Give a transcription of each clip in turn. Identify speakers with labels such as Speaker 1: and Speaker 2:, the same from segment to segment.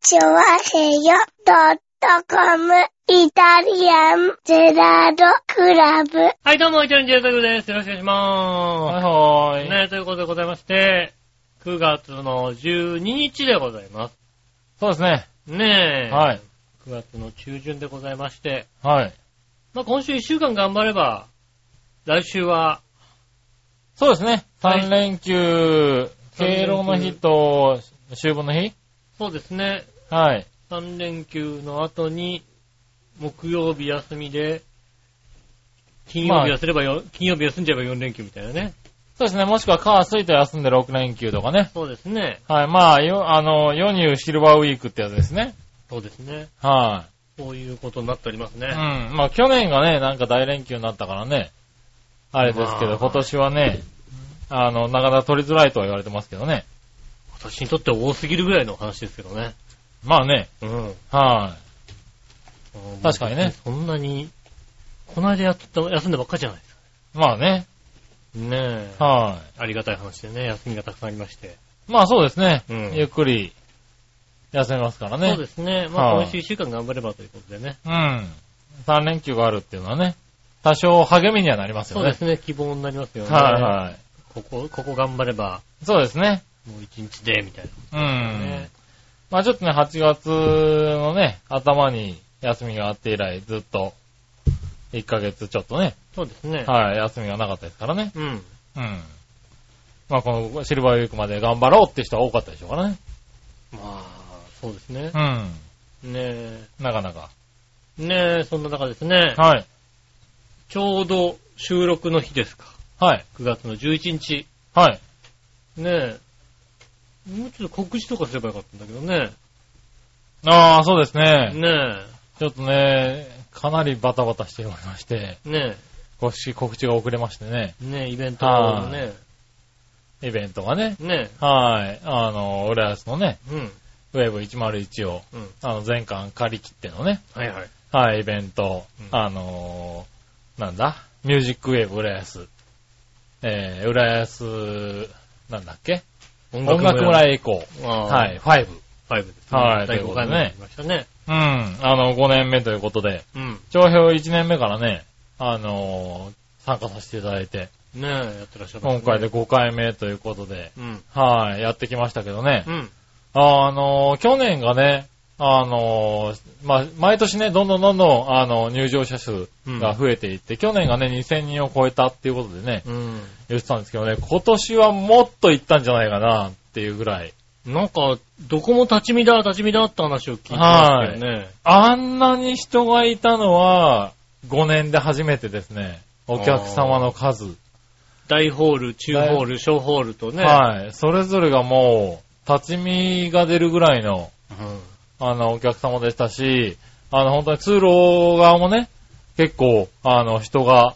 Speaker 1: チョワヘヨドットコムイタリアンゼラードクラブ。
Speaker 2: はい、どうも、イタリアンジェルタグです。よろしくお願いし
Speaker 3: は
Speaker 2: ま
Speaker 3: いは
Speaker 2: す。
Speaker 3: ーい。
Speaker 2: ね、ということでございまして、9月の12日でございます。
Speaker 3: そうですね。
Speaker 2: ねえ。
Speaker 3: はい。
Speaker 2: 9月の中旬でございまして、
Speaker 3: はい。
Speaker 2: まあ、今週1週間頑張れば、来週は、
Speaker 3: そうですね。
Speaker 2: はい
Speaker 3: 3連休、敬老の日と、秋分の日
Speaker 2: そうですね、
Speaker 3: はい。
Speaker 2: 3連休の後に、木曜日休みで、金曜日
Speaker 3: ま
Speaker 2: はすればよ、金曜日休んじゃえば4連休みたいなね。
Speaker 3: そうですね。もしくは、火、水と休んで6連休とかね。
Speaker 2: そうですね。
Speaker 3: はい。まあ、よ、あの、世に言うシルバーウィークってやつですね。
Speaker 2: そうですね。
Speaker 3: は
Speaker 2: そういうことになっております
Speaker 3: い。う
Speaker 2: ね。
Speaker 3: ん。まあ、去年がね、なんか大連休になったからね。あれですけ
Speaker 2: ま
Speaker 3: ど、
Speaker 2: あ
Speaker 3: 今年はね、あの、なかなか取りづらいとは言われてますけどね。
Speaker 2: 私にとっては多すぎるぐらいの話ですけどね。
Speaker 3: まあね、
Speaker 2: うん。
Speaker 3: は
Speaker 2: 確
Speaker 3: 確
Speaker 2: か
Speaker 3: か
Speaker 2: に
Speaker 3: に
Speaker 2: ね
Speaker 3: ね。
Speaker 2: そんなに、この間やってた、休んだばっかりじゃないですか。
Speaker 3: い。まあね、
Speaker 2: ねえ。
Speaker 3: は
Speaker 2: ありがたい話でね、休みがたくさんありまして。
Speaker 3: い。まあそうですね、
Speaker 2: うん
Speaker 3: ゆっくり休めますからね。
Speaker 2: そうですね。まあ
Speaker 3: はい
Speaker 2: 今週1週間頑張ればということでね。
Speaker 3: うん。3連休があるっていうのはね、多少励みにはなります
Speaker 2: そ
Speaker 3: よ
Speaker 2: うで
Speaker 3: ね。
Speaker 2: すね、希望になりますよね。
Speaker 3: はいはい。
Speaker 2: ここ、ここ頑張れば、
Speaker 3: そうですね。
Speaker 2: もう1日で、みたい
Speaker 3: うん。
Speaker 2: な。ね。
Speaker 3: まあちょっとね、8月のね、頭に休みがあって以来、ずっと、1ヶ月ちょっとね、
Speaker 2: そうですね。
Speaker 3: はい、休みがなかったですからね。
Speaker 2: うん。
Speaker 3: うん。まあこのシルバーウィークまで頑張ろうって人は多かったでしょうからね。
Speaker 2: まあ、そうですね
Speaker 3: う。
Speaker 2: ね
Speaker 3: ん。
Speaker 2: え。
Speaker 3: なかなか。
Speaker 2: ねえ、そんな中ですね。
Speaker 3: はい。
Speaker 2: ちょうど収録の日ですか。
Speaker 3: はい。
Speaker 2: 9月の11日。
Speaker 3: はい。
Speaker 2: ねえ。もうちょっと告知とかすればよかったんだけどね。
Speaker 3: ああ、そうですね。
Speaker 2: ね
Speaker 3: ちょっとね、かなりバタバタしておりまして、
Speaker 2: え、ね
Speaker 3: 告知告知が遅れましてね。
Speaker 2: え、ねえ、イベントをね、
Speaker 3: イベントがね。
Speaker 2: ね
Speaker 3: はい。あの、浦安のね、
Speaker 2: え、うん、
Speaker 3: ウェーブ101を、
Speaker 2: うん、
Speaker 3: あの、前巻借り切ってのね、
Speaker 2: はいはい。
Speaker 3: はい、イベント、
Speaker 2: うん
Speaker 3: あのーなんだ、ミュージックウェーブ浦安、えー、浦安、なんだっけ
Speaker 2: 音
Speaker 3: 音楽村へ行こ
Speaker 2: あ
Speaker 3: う。
Speaker 2: あ
Speaker 3: はい、ファイブ。
Speaker 2: 5です
Speaker 3: はい
Speaker 2: 第5回目になりましたね。
Speaker 3: うん、あの、5年目ということで、
Speaker 2: うん。
Speaker 3: 長編1年目からね、あのー参加させていただいて、
Speaker 2: ねえ、やってらっしゃる、
Speaker 3: 今回で。5回目ということで、
Speaker 2: うん。
Speaker 3: はい、やってきましたけどね。
Speaker 2: うん。
Speaker 3: あの、去年がね、あの、まあ、毎年ね、どんどんどんどん、あの、入場者数が増えていって、去年がね、2000人を超えたっていうことでね、
Speaker 2: うん。
Speaker 3: 言ってたんですけどね、今年はもっと行ったんじゃないかな、っていうぐらい。
Speaker 2: なんか、どこも立ち見だ、立ち見だって話を聞いてましたよね。
Speaker 3: あんなに人がいたのは、5年で初めてですね、お客様の数。
Speaker 2: 大ホール、中ホール、小ホールとね。
Speaker 3: はい。それぞれがもう、立ち見が出るぐらいの、
Speaker 2: うん。
Speaker 3: あの、お客様でしたし、あの、本当に通路側もね、結構、あの、人が、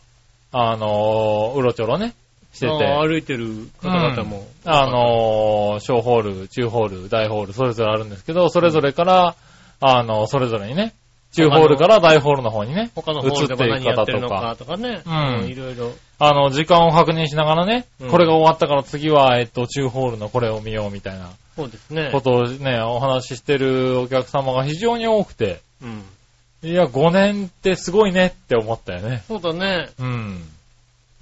Speaker 3: あの、うろちょろね、してて、
Speaker 2: ああ
Speaker 3: あ
Speaker 2: 歩いてる方々も。
Speaker 3: の、小ホール、中ホール、大ホール、それぞれあるんですけど、それぞれから、あの、それぞれにね、中ホールから大ホールの方にね、
Speaker 2: 他のホールでも何
Speaker 3: 移ってい
Speaker 2: や
Speaker 3: く
Speaker 2: っ
Speaker 3: 方
Speaker 2: てるの
Speaker 3: と
Speaker 2: か
Speaker 3: か、
Speaker 2: とかね。
Speaker 3: うん
Speaker 2: いろいろ。
Speaker 3: あの、時間を確認しながらね、
Speaker 2: うん
Speaker 3: これが終わったから次は、えっと、中ホールのこれを見ようみたいな
Speaker 2: そうですね。
Speaker 3: ことをね、お話ししてるお客様が非常に多くて、
Speaker 2: うん。
Speaker 3: いや、5年ってすごいねって思ったよね。
Speaker 2: そうだね。
Speaker 3: うん。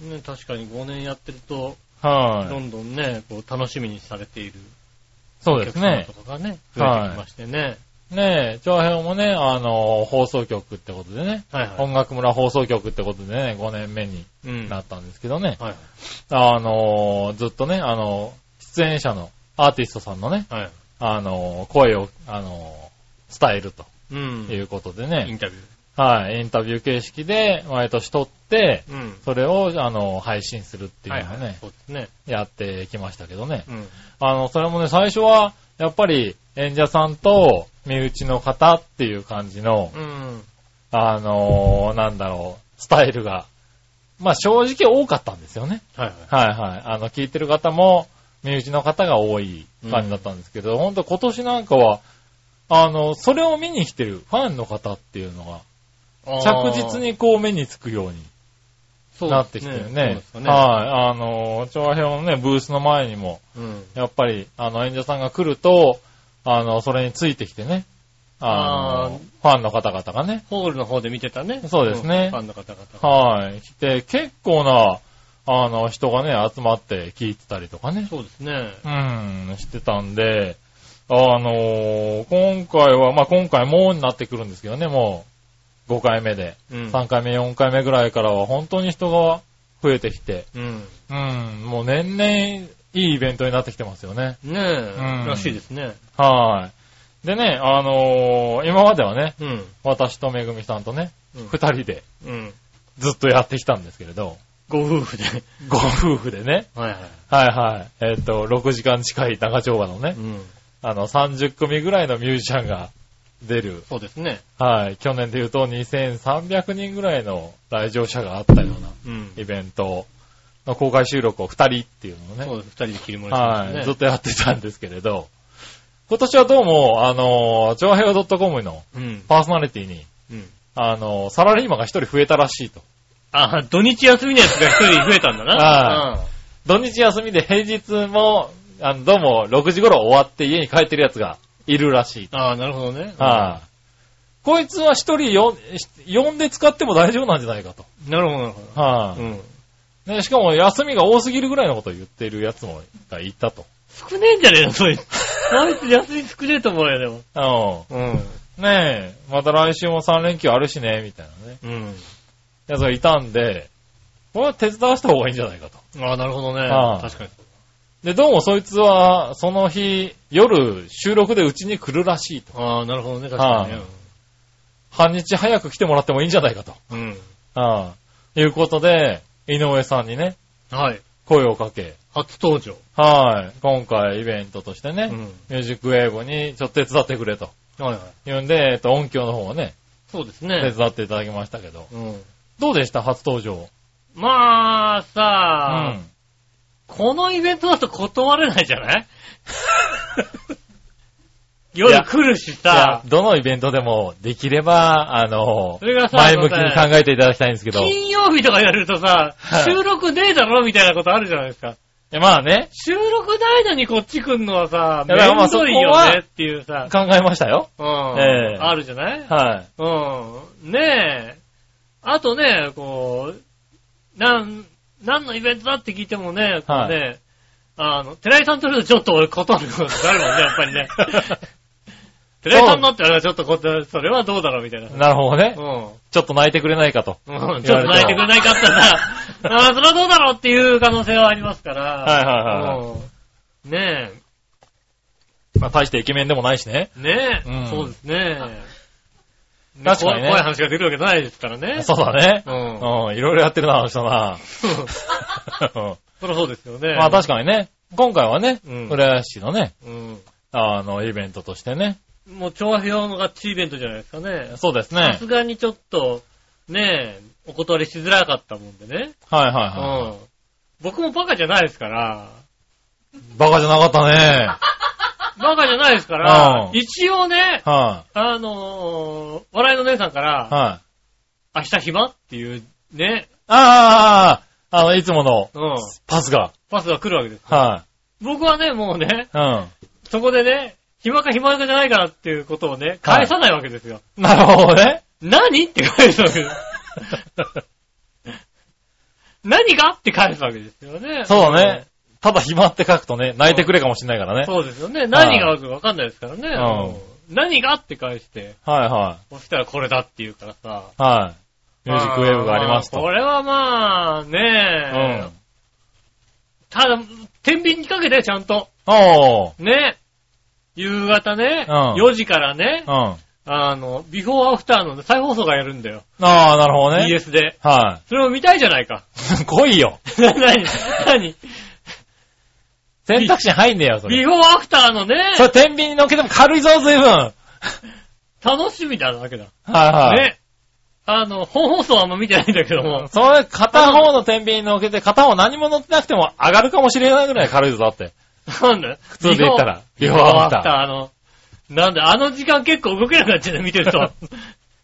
Speaker 2: ね、確かに5年やってると、ど
Speaker 3: はい。
Speaker 2: んどんね、こう楽しみにされている
Speaker 3: そうですね
Speaker 2: お。客様とかがね、増えてきましてね。
Speaker 3: ねえ、長編もね、あの、放送局ってことでね、
Speaker 2: はいはい。
Speaker 3: 音楽村放送局ってことでね、5年目に
Speaker 2: うん
Speaker 3: な
Speaker 2: は
Speaker 3: ったんですけどね
Speaker 2: い、はい。
Speaker 3: あの、ずっとね、あの、出演者のアーティストさんのね、
Speaker 2: はい。
Speaker 3: あの、声を、あの、伝えると
Speaker 2: うん。
Speaker 3: いうことで
Speaker 2: イ
Speaker 3: ね
Speaker 2: ン、タビュ
Speaker 3: はい、インタビュー形式で毎年撮って、
Speaker 2: ー。うん。っ
Speaker 3: それを、あの、配信するっていうのをね、
Speaker 2: そうですね。
Speaker 3: やってきましたけどね。
Speaker 2: うん。
Speaker 3: あの、それもね、最初は、やっぱり、演者さんと、身内の方っていう感じの、
Speaker 2: うん。
Speaker 3: あのーなんだろう、スタイルが、まあ正直多かったんですよね。
Speaker 2: はいはい。
Speaker 3: はいはい。あの、聞いてる方も、身内の方が多い感じだったんですけど、ほんと今年なんかは、あの、それを見に来てるファンの方っていうのが、着実にこう目につくように
Speaker 2: そう
Speaker 3: なってきて
Speaker 2: そう
Speaker 3: るね。
Speaker 2: ですかね。
Speaker 3: はい。あの、調和表のね、ブースの前にも、
Speaker 2: うん。
Speaker 3: やっぱり、あの、演者さんが来ると、あの、それについてきてね、あの、ファンの方々がね、
Speaker 2: ホールの方で見てたね。
Speaker 3: そうですね
Speaker 2: んファンの方々が。
Speaker 3: はい、来て、結構な、あの、人がね、集まって聞いてたりとかね、
Speaker 2: そうですね。
Speaker 3: うん、してたんで、あのー今回は、まあ、今回もになってくるんですけどね、もう、5回目で。
Speaker 2: うん。
Speaker 3: 3回目、4回目ぐらいからは本当に人が増えてきて、
Speaker 2: うん。
Speaker 3: うん、もう年々いいイベントになってきてますよね。
Speaker 2: ねえ、
Speaker 3: うん
Speaker 2: らしいですね。
Speaker 3: はい。でね、あのー今まではね、
Speaker 2: うん。
Speaker 3: 私とめぐみさんとね、
Speaker 2: うん
Speaker 3: 2人で
Speaker 2: うん。
Speaker 3: ずっとやってきたんですけれど、
Speaker 2: ご夫婦で。
Speaker 3: ご夫婦でね、
Speaker 2: はいは
Speaker 3: はいはい、えっ、と、6時間近い長丁場の
Speaker 2: い。
Speaker 3: ね
Speaker 2: う、ん。
Speaker 3: あの、30組ぐらいのミュージシャンが出る、
Speaker 2: そうですね。
Speaker 3: はい、去年で言うと2300人ぐらいの来場者があったような
Speaker 2: うん。
Speaker 3: イベントの公開収録を2人っていうのをね、
Speaker 2: そうです。二人で切り盛りしてま
Speaker 3: は
Speaker 2: す
Speaker 3: い、
Speaker 2: ね。
Speaker 3: ずっとやってたんですけれど、今年はどうも、あの、長平和 .com の
Speaker 2: うん。
Speaker 3: パーソナリティに、
Speaker 2: うん。
Speaker 3: あの、サラリーマンが一人増えたらしいと。
Speaker 2: あ、土日休みのやつが一人増えたんだな。
Speaker 3: は土日休みで平日も、あの、どうも6時頃終わって家に帰ってるやつがいるらしいと。
Speaker 2: うんああ、なるほどね。
Speaker 3: はいこいつは一人よ呼んで使っても大丈夫なんじゃないかと。
Speaker 2: い。なるほど、なるほ
Speaker 3: は
Speaker 2: ど。うん。
Speaker 3: いねしかも休みが多すぎるぐらいのことを言ってるやつもがいたと。
Speaker 2: 少ねえんじゃねえの、 そいつ。あいつ休み少ねえと思うよ、でも。
Speaker 3: う
Speaker 2: うん。
Speaker 3: ん。ねえ、また来週も3連休あるしね、みたいなね。
Speaker 2: うん。
Speaker 3: やつがいたんで、これは手伝わした方がいいんじゃないかと。
Speaker 2: ああ、なるほどね。
Speaker 3: はい
Speaker 2: 確かに。
Speaker 3: で、どうもそいつは、その日、夜、収録でうちに来るらしいと。
Speaker 2: ああ、なるほどね、確かにね
Speaker 3: は。半日早く来てもらってもいいんじゃないかと。
Speaker 2: うん。
Speaker 3: ああいうことで、井上さんにね、
Speaker 2: はい。
Speaker 3: 声をかけ、
Speaker 2: 初登場。
Speaker 3: はい、今回イベントとしてね、
Speaker 2: うん
Speaker 3: ミュージックウェーブにちょっと手伝ってくれと。
Speaker 2: はいはい。
Speaker 3: 言うんで、えっと、音響の方をね、
Speaker 2: そうです
Speaker 3: 手
Speaker 2: ね。
Speaker 3: 伝っていただきましたけど。
Speaker 2: うん。
Speaker 3: どうでした初登場。
Speaker 2: まあ、
Speaker 3: う
Speaker 2: さあ、
Speaker 3: ん。
Speaker 2: このイベントだと断れないじゃない夜来るし
Speaker 3: いや
Speaker 2: さ、
Speaker 3: どのイベントでも、できれば、あの
Speaker 2: そ、れがさ、
Speaker 3: 前向きに
Speaker 2: あのさ
Speaker 3: 考えていただきたいんですけど。い
Speaker 2: 金曜日とかやるとさ
Speaker 3: は、い
Speaker 2: 収録ねえだろみたいなことあるじゃないですか。
Speaker 3: やまあね、
Speaker 2: 収録ないのにこっち来んのはさ、
Speaker 3: い
Speaker 2: め
Speaker 3: やだからまあ
Speaker 2: んどいよねっていうさ、
Speaker 3: 考えましたよ。
Speaker 2: うん、
Speaker 3: ええ
Speaker 2: あるじゃない
Speaker 3: はい。
Speaker 2: うん。ねえ。あとね、こう、なん、何のイベントだって聞いてもね、こうね、あの、寺井さんとるとちょっと俺断ることがあるもんね、やっぱりね。寺井さんのってあれはちょっとこうそれはどうだろうみたいな。
Speaker 3: なるほどね
Speaker 2: う。ん。
Speaker 3: ちょっと泣いてくれないかと。
Speaker 2: うん、ちょっと泣いてくれないかったら、 あーそれはどうだろうっていう可能性はありますから。
Speaker 3: はいはいはい
Speaker 2: うんね
Speaker 3: まあ、大してイケメンでもないしね。
Speaker 2: え、ねえ、
Speaker 3: うん
Speaker 2: そうですね。
Speaker 3: 確かに
Speaker 2: 怖い
Speaker 3: ね
Speaker 2: 怖い話が出るわけないですからね。
Speaker 3: そうだね
Speaker 2: う。ん。
Speaker 3: うん、いろいろやってるな、あの人な。うん
Speaker 2: そりゃそうですよね。
Speaker 3: まあ確かにね、今回はね、
Speaker 2: うん
Speaker 3: 浦安市のね、
Speaker 2: うん。
Speaker 3: あの、イベントとしてね。
Speaker 2: もう調和用のガッチイベントじゃないですかね。
Speaker 3: そうです
Speaker 2: さ
Speaker 3: ね
Speaker 2: す。がにちょっと、ねえ、お断りしづらかったもんでね。
Speaker 3: はいうは
Speaker 2: ん。僕もバカじゃないですから、
Speaker 3: いはい。バカじゃなかったね。
Speaker 2: バカじゃないですから
Speaker 3: う、ん
Speaker 2: 一応ね、
Speaker 3: は
Speaker 2: あのー、笑いの姉さんか
Speaker 3: い。
Speaker 2: ら、
Speaker 3: はい。
Speaker 2: 明日暇っていう、ね、
Speaker 3: ああ、あの、いつもの
Speaker 2: うん、
Speaker 3: パスが。
Speaker 2: パスが来るわけです。
Speaker 3: は
Speaker 2: 僕はね、もうね、
Speaker 3: い。うん。
Speaker 2: そこでね、暇か暇かじゃないからっていうことをね、
Speaker 3: はい
Speaker 2: 返さないわけですよ。
Speaker 3: なるほどね。
Speaker 2: 何って返すわけ です。何がって返すわけですよね。
Speaker 3: そうだね。ただ暇って書くとね、泣いてくれかもしれないからね。
Speaker 2: そうですよね。何があるかわかんないですからね。
Speaker 3: う
Speaker 2: 何がって返して、
Speaker 3: はいは
Speaker 2: そしたらこれだって言うからさ。
Speaker 3: い。はい。ミュージックウェーブがあります。
Speaker 2: あーことれはまあ、
Speaker 3: う
Speaker 2: ねえ
Speaker 3: ん。。
Speaker 2: ただ、天秤にかけてちゃんと。
Speaker 3: おー。
Speaker 2: ね。夕方ね、
Speaker 3: うん
Speaker 2: 4時からね
Speaker 3: う、ん。あ
Speaker 2: あの、ビフォーアフターの再放送がやるんだよ。
Speaker 3: あ、なるほどね。
Speaker 2: BS で。
Speaker 3: は
Speaker 2: それを見たいじゃないか。
Speaker 3: い。 来いよ。
Speaker 2: 何何
Speaker 3: 選択肢入んねえよ、そ
Speaker 2: ビ
Speaker 3: れ。
Speaker 2: フォーアフターのね
Speaker 3: そ、れ、天秤に乗っけても軽いぞ、随分。はい
Speaker 2: 楽しみだわけだ。
Speaker 3: はい。
Speaker 2: ね。あの、本放送はあんま見 てないんだけども。
Speaker 3: それ、片方の天秤に乗っけて、片方何も乗ってなくても上がるかもしれないぐらい軽いぞ、だって。
Speaker 2: なんだ普
Speaker 3: 普通で言った。ら。
Speaker 2: ビ
Speaker 3: ビ
Speaker 2: フ
Speaker 3: フ
Speaker 2: ォ
Speaker 3: ォ
Speaker 2: ー
Speaker 3: ー
Speaker 2: アフ
Speaker 3: アフ
Speaker 2: ター
Speaker 3: タ
Speaker 2: あの、なんだ、あの時間結構動けなくなっちゃうんだよ、見てると。
Speaker 3: ー。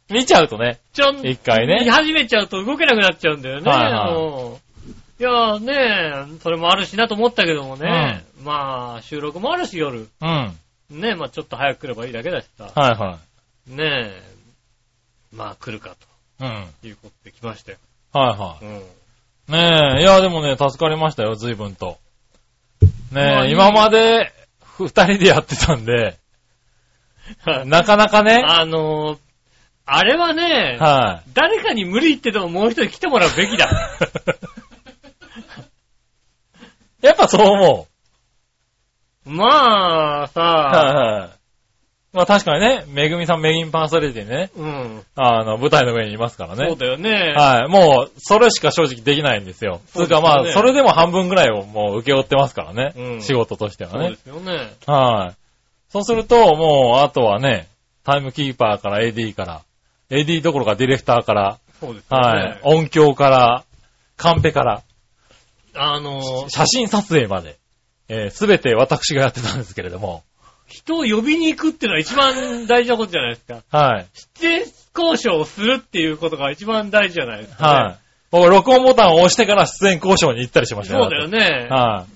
Speaker 3: 見ちゃうとね。
Speaker 2: ちょん、
Speaker 3: 一回ね
Speaker 2: 見始めちゃうと動けなくなっちゃうんだよね。
Speaker 3: はいはい
Speaker 2: うんいやーねそれもあるしなと思ったけどもね。まあ、収録もあるし、夜。
Speaker 3: うん。
Speaker 2: ねえ、まあちょっと早く来ればいいだけだしさ、
Speaker 3: はいは
Speaker 2: ねえ、まあ来るか
Speaker 3: い。うん。はい
Speaker 2: ということで来ましたよ。
Speaker 3: は
Speaker 2: うん。
Speaker 3: い。ねえ、いや、でもね、助かりましたよ、随分と。
Speaker 2: ま
Speaker 3: ね
Speaker 2: あ
Speaker 3: え、
Speaker 2: いい
Speaker 3: 今まで、二人でやってたんで、なかなかね、
Speaker 2: あのー、あれはね、
Speaker 3: は
Speaker 2: 誰かに無理言ってでももう一人来てもらうべきだ。
Speaker 3: い。 やっぱそう思
Speaker 2: まあ、
Speaker 3: う。
Speaker 2: さ、
Speaker 3: はいはい。まあ確かにね、めぐみさんメインパーソナリティでね、
Speaker 2: うん。
Speaker 3: あの、舞台の上にいますからね。
Speaker 2: そうだよね。
Speaker 3: はい。もう、それしか正直できないんですよ。つ
Speaker 2: そう
Speaker 3: う
Speaker 2: ですよ
Speaker 3: か
Speaker 2: ね
Speaker 3: まあ、それでも半分ぐらいをもう請け負ってますからね。
Speaker 2: うん
Speaker 3: 仕事としては
Speaker 2: そうで
Speaker 3: ね。
Speaker 2: すよね。
Speaker 3: はい。そうすると、もう、あとはね、タイムキーパーから AD から、AD どころかディレクターから、
Speaker 2: そうですよね。
Speaker 3: はい。音響から、カンペから、
Speaker 2: あのー、
Speaker 3: 写真撮影まで、えすべて私がやってたんですけれども、
Speaker 2: 人を呼びに行くっていうのは一番大事なことじゃないですか。
Speaker 3: はい。
Speaker 2: 出演交渉をするっていうことが一番大事じゃないですか、ね。
Speaker 3: はい。僕、録音ボタンを押してから出演交渉に行ったりしました
Speaker 2: そうだよね。
Speaker 3: は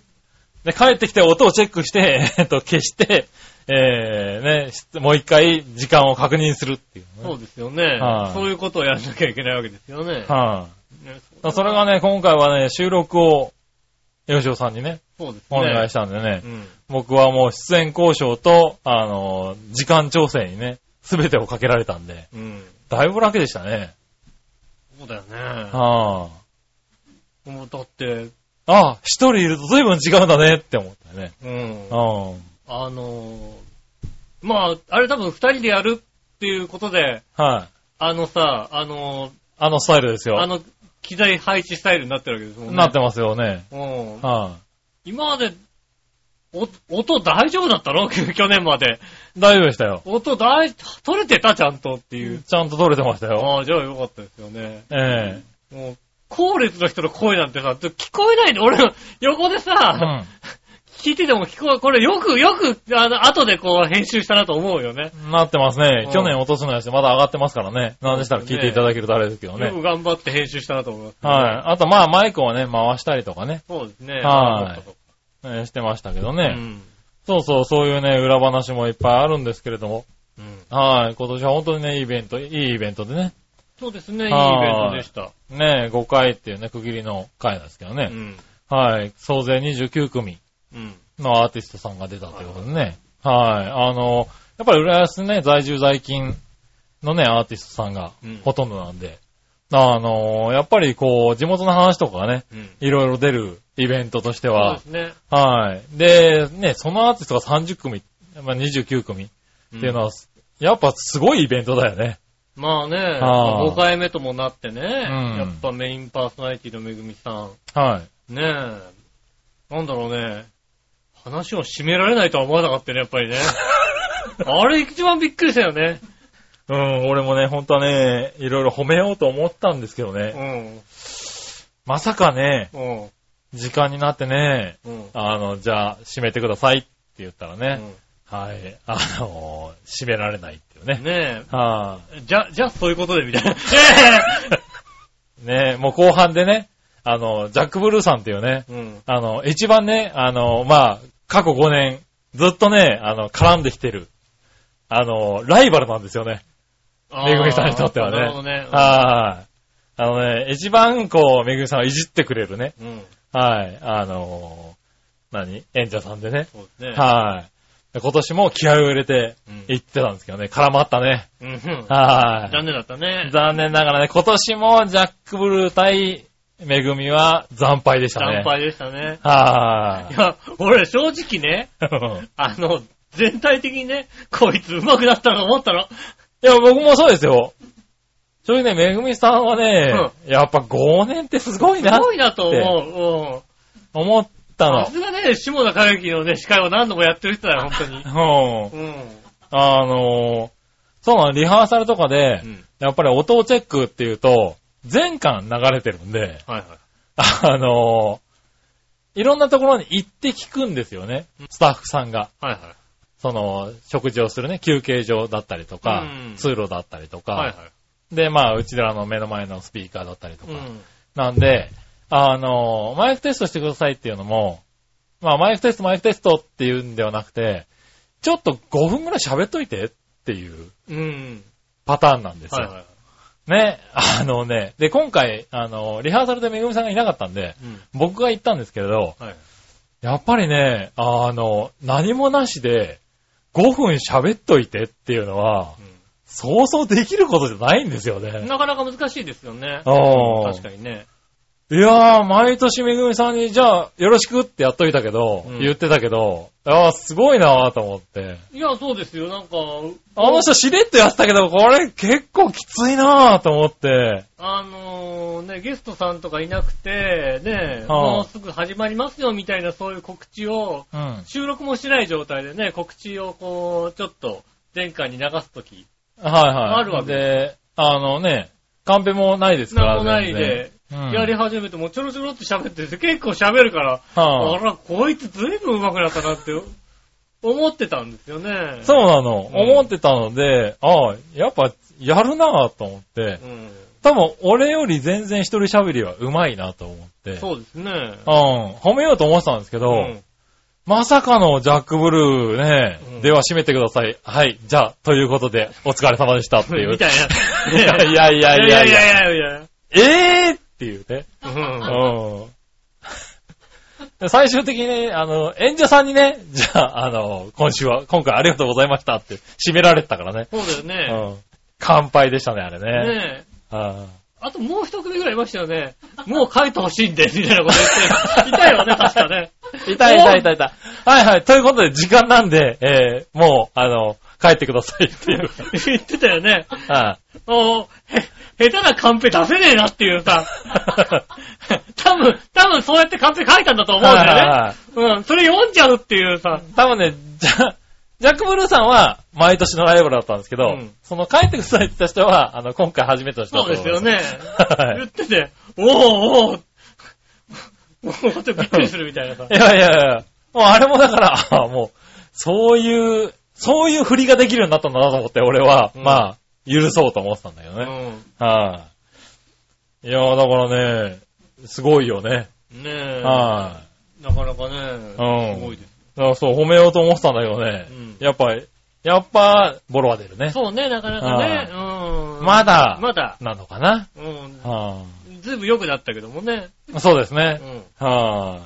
Speaker 3: い。で、帰ってきて音をチェックして、えっと、消して、えー、ね、しもう一回時間を確認するっていう、ね。
Speaker 2: そうですよね、
Speaker 3: はい
Speaker 2: そういうことをやらなきゃいけないわけですよね。
Speaker 3: は
Speaker 2: ね
Speaker 3: い、それがね、今回はね、収録を、吉尾さんにね、
Speaker 2: そうですね。
Speaker 3: お願いしたんでね、
Speaker 2: うん。
Speaker 3: 僕はもう出演交渉と、あのー、時間調整にね、すべてをかけられたんで、
Speaker 2: うん。
Speaker 3: だいぶ楽でしたね。
Speaker 2: そうだよね。
Speaker 3: は
Speaker 2: もうだって、
Speaker 3: あ、あ、一人いると随分違うんだねって思ったね。
Speaker 2: うん。
Speaker 3: うん。
Speaker 2: あのー、まあ、あれ多分二人でやるっていうことで、
Speaker 3: はい。
Speaker 2: あのさ、あの
Speaker 3: あのスタイルです
Speaker 2: ー、
Speaker 3: よ。
Speaker 2: あの、機材配置スタイルになってるわけですもんね。
Speaker 3: なってますよね。
Speaker 2: うん。
Speaker 3: は
Speaker 2: 今まで、お、音大丈夫だったの 去年まで。
Speaker 3: い、大丈夫でしたよ。
Speaker 2: 音大、取れてたちゃんとっていう。
Speaker 3: ちゃんと撮れてましたよ。
Speaker 2: ああ、じゃあよかったですよね。
Speaker 3: え
Speaker 2: もう、後列の人の声なんてさ、聞こえないの俺、横で
Speaker 3: え
Speaker 2: さ、聞いてても聞こえ、これよく、よく、あの、後でこう編集したなと思うよね。
Speaker 3: うん。なってます
Speaker 2: う
Speaker 3: ね
Speaker 2: ん。
Speaker 3: 去年落とすのやしてまだ上がってますからね。なんでしたら聞いていただけるとあれですけ
Speaker 2: よ
Speaker 3: ど
Speaker 2: く
Speaker 3: ね。
Speaker 2: 頑張って編集したなと思います、
Speaker 3: はい。あと、まあ、マイクをね、回したりとかね、
Speaker 2: そうですね。
Speaker 3: はい
Speaker 2: よかっ
Speaker 3: えーしてましたけど
Speaker 2: た
Speaker 3: ね。そうそう、そういうね、裏話もいっぱいあるんですけれども。
Speaker 2: うん。うん。
Speaker 3: はい。今年は本当にね、いいイベント、いいイベントでね。
Speaker 2: そうですね。いいイベ
Speaker 3: はい
Speaker 2: ントでした。
Speaker 3: ねえ、5回っていうね、区切りの回なんですけど
Speaker 2: う
Speaker 3: ね。
Speaker 2: ん。
Speaker 3: はい。総勢29組
Speaker 2: うん。
Speaker 3: のアーティストさんが出たということでね。はい。あの、やっぱり浦安ね、在住在勤のね、アーティストさんが
Speaker 2: うん
Speaker 3: ほとんどなんで、あの、やっぱりこう、地元の話とかがね、
Speaker 2: うん。
Speaker 3: いろいろ出るイベントとして
Speaker 2: そうで
Speaker 3: は
Speaker 2: す、ね。
Speaker 3: はい。で、ね、そのアーティストが30組、まあ、29組
Speaker 2: うん
Speaker 3: っていうのは、やっぱすごいイベントだよね。
Speaker 2: まあね、
Speaker 3: はあ
Speaker 2: 5回目ともなってね、
Speaker 3: ん
Speaker 2: やっぱメインパーソナリティのめぐみさん、
Speaker 3: はい。
Speaker 2: ねえ、なんだろうね、話を締められないとは思わなかったよね、やっぱり ね。あれ一番びっくりしたよね。
Speaker 3: うん、俺もね、ほんとはね、いろいろ褒めようと思ったんですけど
Speaker 2: う
Speaker 3: ね。
Speaker 2: ん、
Speaker 3: まさかね、
Speaker 2: うん、
Speaker 3: 時間になってね、
Speaker 2: うん。うん
Speaker 3: あの、じゃあ、閉めてくださいって言ったらね、はい、あの、閉められないっていうね。
Speaker 2: ね
Speaker 3: は
Speaker 2: え、じゃ、じゃあそういうことで、みたい な。
Speaker 3: い。ね、もう後半でね、あの、ジャック・ブルーさんっていうね、
Speaker 2: うん、
Speaker 3: あの、一番ね、あの、まあ、過去5年、ずっとね、あの、絡んできてる、あの、ライバルなんですよね。
Speaker 2: あー
Speaker 3: めぐみさんにとってはね。
Speaker 2: なるほどね。
Speaker 3: はい。あのね、一番こう、めぐみさんをいじってくれるね。
Speaker 2: うん、
Speaker 3: はい。あのー何演者さんでね。
Speaker 2: そうですね。
Speaker 3: はい。で今年も気合を入れて
Speaker 2: うん
Speaker 3: 行ってたんですけどね。絡まったね。
Speaker 2: うんうん
Speaker 3: は
Speaker 2: 残念だったね
Speaker 3: い。。残念ながらね、今年もジャックブルー対めぐみは惨敗でしたね。
Speaker 2: 惨。敗でしたね。
Speaker 3: はい
Speaker 2: や、俺正直ね、
Speaker 3: い。
Speaker 2: あの、全体的にね、こいつ上手くなったのか思ったの。
Speaker 3: いや、僕もそうですよ。それね、めぐみさんはね、やっぱ5年ってすごい
Speaker 2: す
Speaker 3: な、
Speaker 2: ごいなと思う。
Speaker 3: 思った
Speaker 2: うん。さ
Speaker 3: の
Speaker 2: すがね、下田かゆきのね、司会を何度もやってる人だよ、本当に。。
Speaker 3: うん。
Speaker 2: う
Speaker 3: あのーそうなの、リハーサルとかで、
Speaker 2: ん。うん。
Speaker 3: やっぱり音をチェックっていうと、全巻流れてるんで、
Speaker 2: はいは
Speaker 3: あのーいろんなところに行って聞くんですよね、スタッフさんが。
Speaker 2: い。はいはい。
Speaker 3: その、食事をするね、休憩所だったりとか、
Speaker 2: うん
Speaker 3: 通路だったりとか、
Speaker 2: はいは
Speaker 3: で、まあ、うちらの目の前のスピーカーだったりと
Speaker 2: い。う
Speaker 3: か、
Speaker 2: ん。
Speaker 3: なんで、あの、マイクテストしてくださいっていうのも、まあ、マイクテスト、マイクテストっていうんではなくて、ちょっと5分ぐらい喋っといてっていう
Speaker 2: うん。
Speaker 3: パターンなんですよ。
Speaker 2: はいはい。
Speaker 3: ね、あのね、で、今回、あの、リハーサルでめぐみさんがいなかったんで、
Speaker 2: うん。
Speaker 3: 僕が行ったんですけれど、
Speaker 2: はい。
Speaker 3: やっぱりね、あの、何もなしで、5分喋っといてっていうのは、そうそうできることじゃないんですよ
Speaker 2: う
Speaker 3: ね
Speaker 2: ん。。なかなか難しいですよね。
Speaker 3: ああ
Speaker 2: 確かにね。
Speaker 3: いやー、毎年めぐみさんに、じゃあ、よろしくってやっといたけど、
Speaker 2: うん
Speaker 3: 言ってたけど、あーすごいなーと思って。
Speaker 2: いや、そうですよ。なんか、
Speaker 3: あの人しれっとやってたけど、これ結構きついなーと思って。
Speaker 2: あのーね、ゲストさんとかいなくて、ね、
Speaker 3: ん
Speaker 2: もうすぐ始まりますよみたいなそういう告知を、
Speaker 3: うん。
Speaker 2: 収録もしてない状態でね、告知をこう、ちょっと、前回に流すとき、
Speaker 3: はいはい。
Speaker 2: あるわけ
Speaker 3: で、あのね、カンペもないですから。
Speaker 2: なんもない
Speaker 3: 全
Speaker 2: で、
Speaker 3: 然、
Speaker 2: やり
Speaker 3: は、
Speaker 2: 始めてもちょろちょろって喋ってて、結構喋るから、あ
Speaker 3: はあ、
Speaker 2: ら、こいつずいぶん上手くなったなって思ってたんですよね。
Speaker 3: そうなの、
Speaker 2: うん
Speaker 3: 思ってたので、ああ、やっぱ、やるなーと思って、
Speaker 2: うん。
Speaker 3: 多分、俺より全然一人喋りは上手いなと思って。う。
Speaker 2: そうですね。
Speaker 3: うん。褒めようと思ってたんですけど、
Speaker 2: うん
Speaker 3: まさかのジャックブルーね、
Speaker 2: うん
Speaker 3: では締めてください。はい、じゃあ、ということで、お疲れ様でしたっていう。
Speaker 2: みたい
Speaker 3: いや
Speaker 2: な。
Speaker 3: いやいや
Speaker 2: い
Speaker 3: いやいや。
Speaker 2: やいやいや。
Speaker 3: えーっていうね。
Speaker 2: うん
Speaker 3: うん。最終的にね、あの、演者さんにね、じゃあ、あの、今週は、今回ありがとうございましたって、締められてたからね。
Speaker 2: そうだよね。
Speaker 3: うん。乾杯でしたね、あれね。
Speaker 2: ねえ。
Speaker 3: あ
Speaker 2: あともう一組ぐらいいましたよね。もう書いてほしいんで、みたいなこと言っ て。いたよね、確かね。
Speaker 3: ー痛い痛い痛い痛い。はいはい。ということで、時間なんで、えー、もう、あの、帰ってください っていう。
Speaker 2: 言ってたよね。
Speaker 3: あ
Speaker 2: おへ、下手なカンペ出せねえなっていうさ。多分、多分そうやってカンペ書いたんだと思うんだよね。うん、それ読んじゃうっていうさ。
Speaker 3: 多分ね、ジャジャック・ブルーさんは毎年のライバルだったんですけど、
Speaker 2: うん
Speaker 3: その帰ってくださいって言った人は、あの、今回初めての人だ
Speaker 2: そう
Speaker 3: と思
Speaker 2: で
Speaker 3: います
Speaker 2: すよ。ね。
Speaker 3: は
Speaker 2: 言
Speaker 3: い。
Speaker 2: ってて、おおおおもうちょっとびっくりするみたいなさ。
Speaker 3: いやいやいや、もうあれもだから、 あもう、そういう、そういう振りができるようになったんだなと思って、俺は、
Speaker 2: うん
Speaker 3: まあ、許そうと思ってたんだけど
Speaker 2: う
Speaker 3: ね。はい、
Speaker 2: ん。
Speaker 3: いやーだからね、すごいよね。
Speaker 2: ねえ。
Speaker 3: は
Speaker 2: なかなかね、
Speaker 3: うん
Speaker 2: すごいです。
Speaker 3: い、だからそう、褒めようと思ってたんだけどね、
Speaker 2: うん
Speaker 3: やっぱ、やっぱ、ボロは出るね。
Speaker 2: そうね、なかなかね。うん。
Speaker 3: まだ、
Speaker 2: まだ。
Speaker 3: なのかな。
Speaker 2: うん。
Speaker 3: は
Speaker 2: ずいぶん良くなったけどもね。
Speaker 3: いそうですね。
Speaker 2: う
Speaker 3: は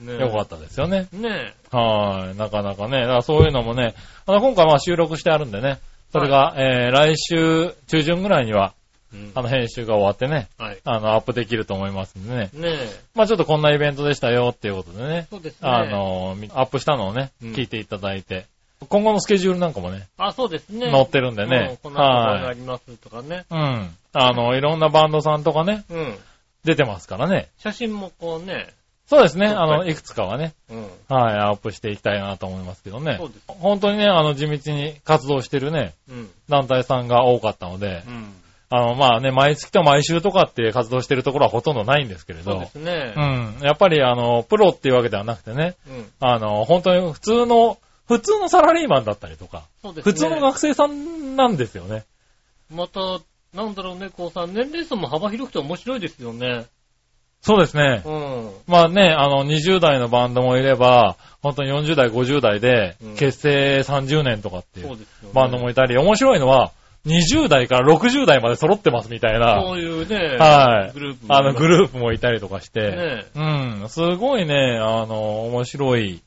Speaker 2: ん。ね
Speaker 3: い。よかったですよね。
Speaker 2: た。ね
Speaker 3: はい。なかなかね。だからそういうのもね、あの、今回まあ収録してあるんでね。それが、えー、来週中旬ぐらいには、
Speaker 2: え。うん
Speaker 3: あの、編集が終わってね、
Speaker 2: はい。
Speaker 3: あの、アップできると思いますんでね。
Speaker 2: ねえ。
Speaker 3: まあちょっとこんなイベントでしたよっていうことでね。
Speaker 2: そうですね。
Speaker 3: あ、の、みアップしたのをね、
Speaker 2: うん
Speaker 3: 聞いていただいて。今後のスケジュールなんかもね、
Speaker 2: あ、そうですね。
Speaker 3: 載ってるんで
Speaker 2: うん
Speaker 3: ね。
Speaker 2: こんなことがあ
Speaker 3: はい。
Speaker 2: りますとかね。
Speaker 3: うん。あの、いろんなバンドさんとかね、
Speaker 2: うん。
Speaker 3: 出てますからね。
Speaker 2: 写真もこうね。
Speaker 3: そうですね。あの、いくつかはね、
Speaker 2: うん。
Speaker 3: はい、アップしていきたいなと思いますけどね。
Speaker 2: そうです。
Speaker 3: 本当にね、あの、地道に活動してるね、
Speaker 2: うん。
Speaker 3: 団体さんが多かったので
Speaker 2: う、ん。
Speaker 3: あの、まあね、毎月と毎週とかって活動してるところはほとんどないんですけれ
Speaker 2: そう
Speaker 3: ど
Speaker 2: で、すね
Speaker 3: う。ん。やっぱり、あの、プロっていうわけではなくてね、
Speaker 2: うん。
Speaker 3: あの、本当に普通の、普通のサラリーマンだったりとか、
Speaker 2: そうですね。
Speaker 3: 普通の学生さんなんですよね。
Speaker 2: また、なんだろうね、こうさ、年齢層も幅広くて面白いですよね。
Speaker 3: そうですね。
Speaker 2: うん。
Speaker 3: まあね、あの、20代のバンドもいれば、本当に40代、50代で
Speaker 2: うん、
Speaker 3: 結成30年とかってい
Speaker 2: そう
Speaker 3: う
Speaker 2: ですよ、ね。
Speaker 3: バンドもいたり、面白いのは、20代から60代まで揃ってますみたいな。
Speaker 2: そういうね、
Speaker 3: はい
Speaker 2: グループも
Speaker 3: あの、グループもいたりとかして、
Speaker 2: ね
Speaker 3: うん、すごいね、あの、面白い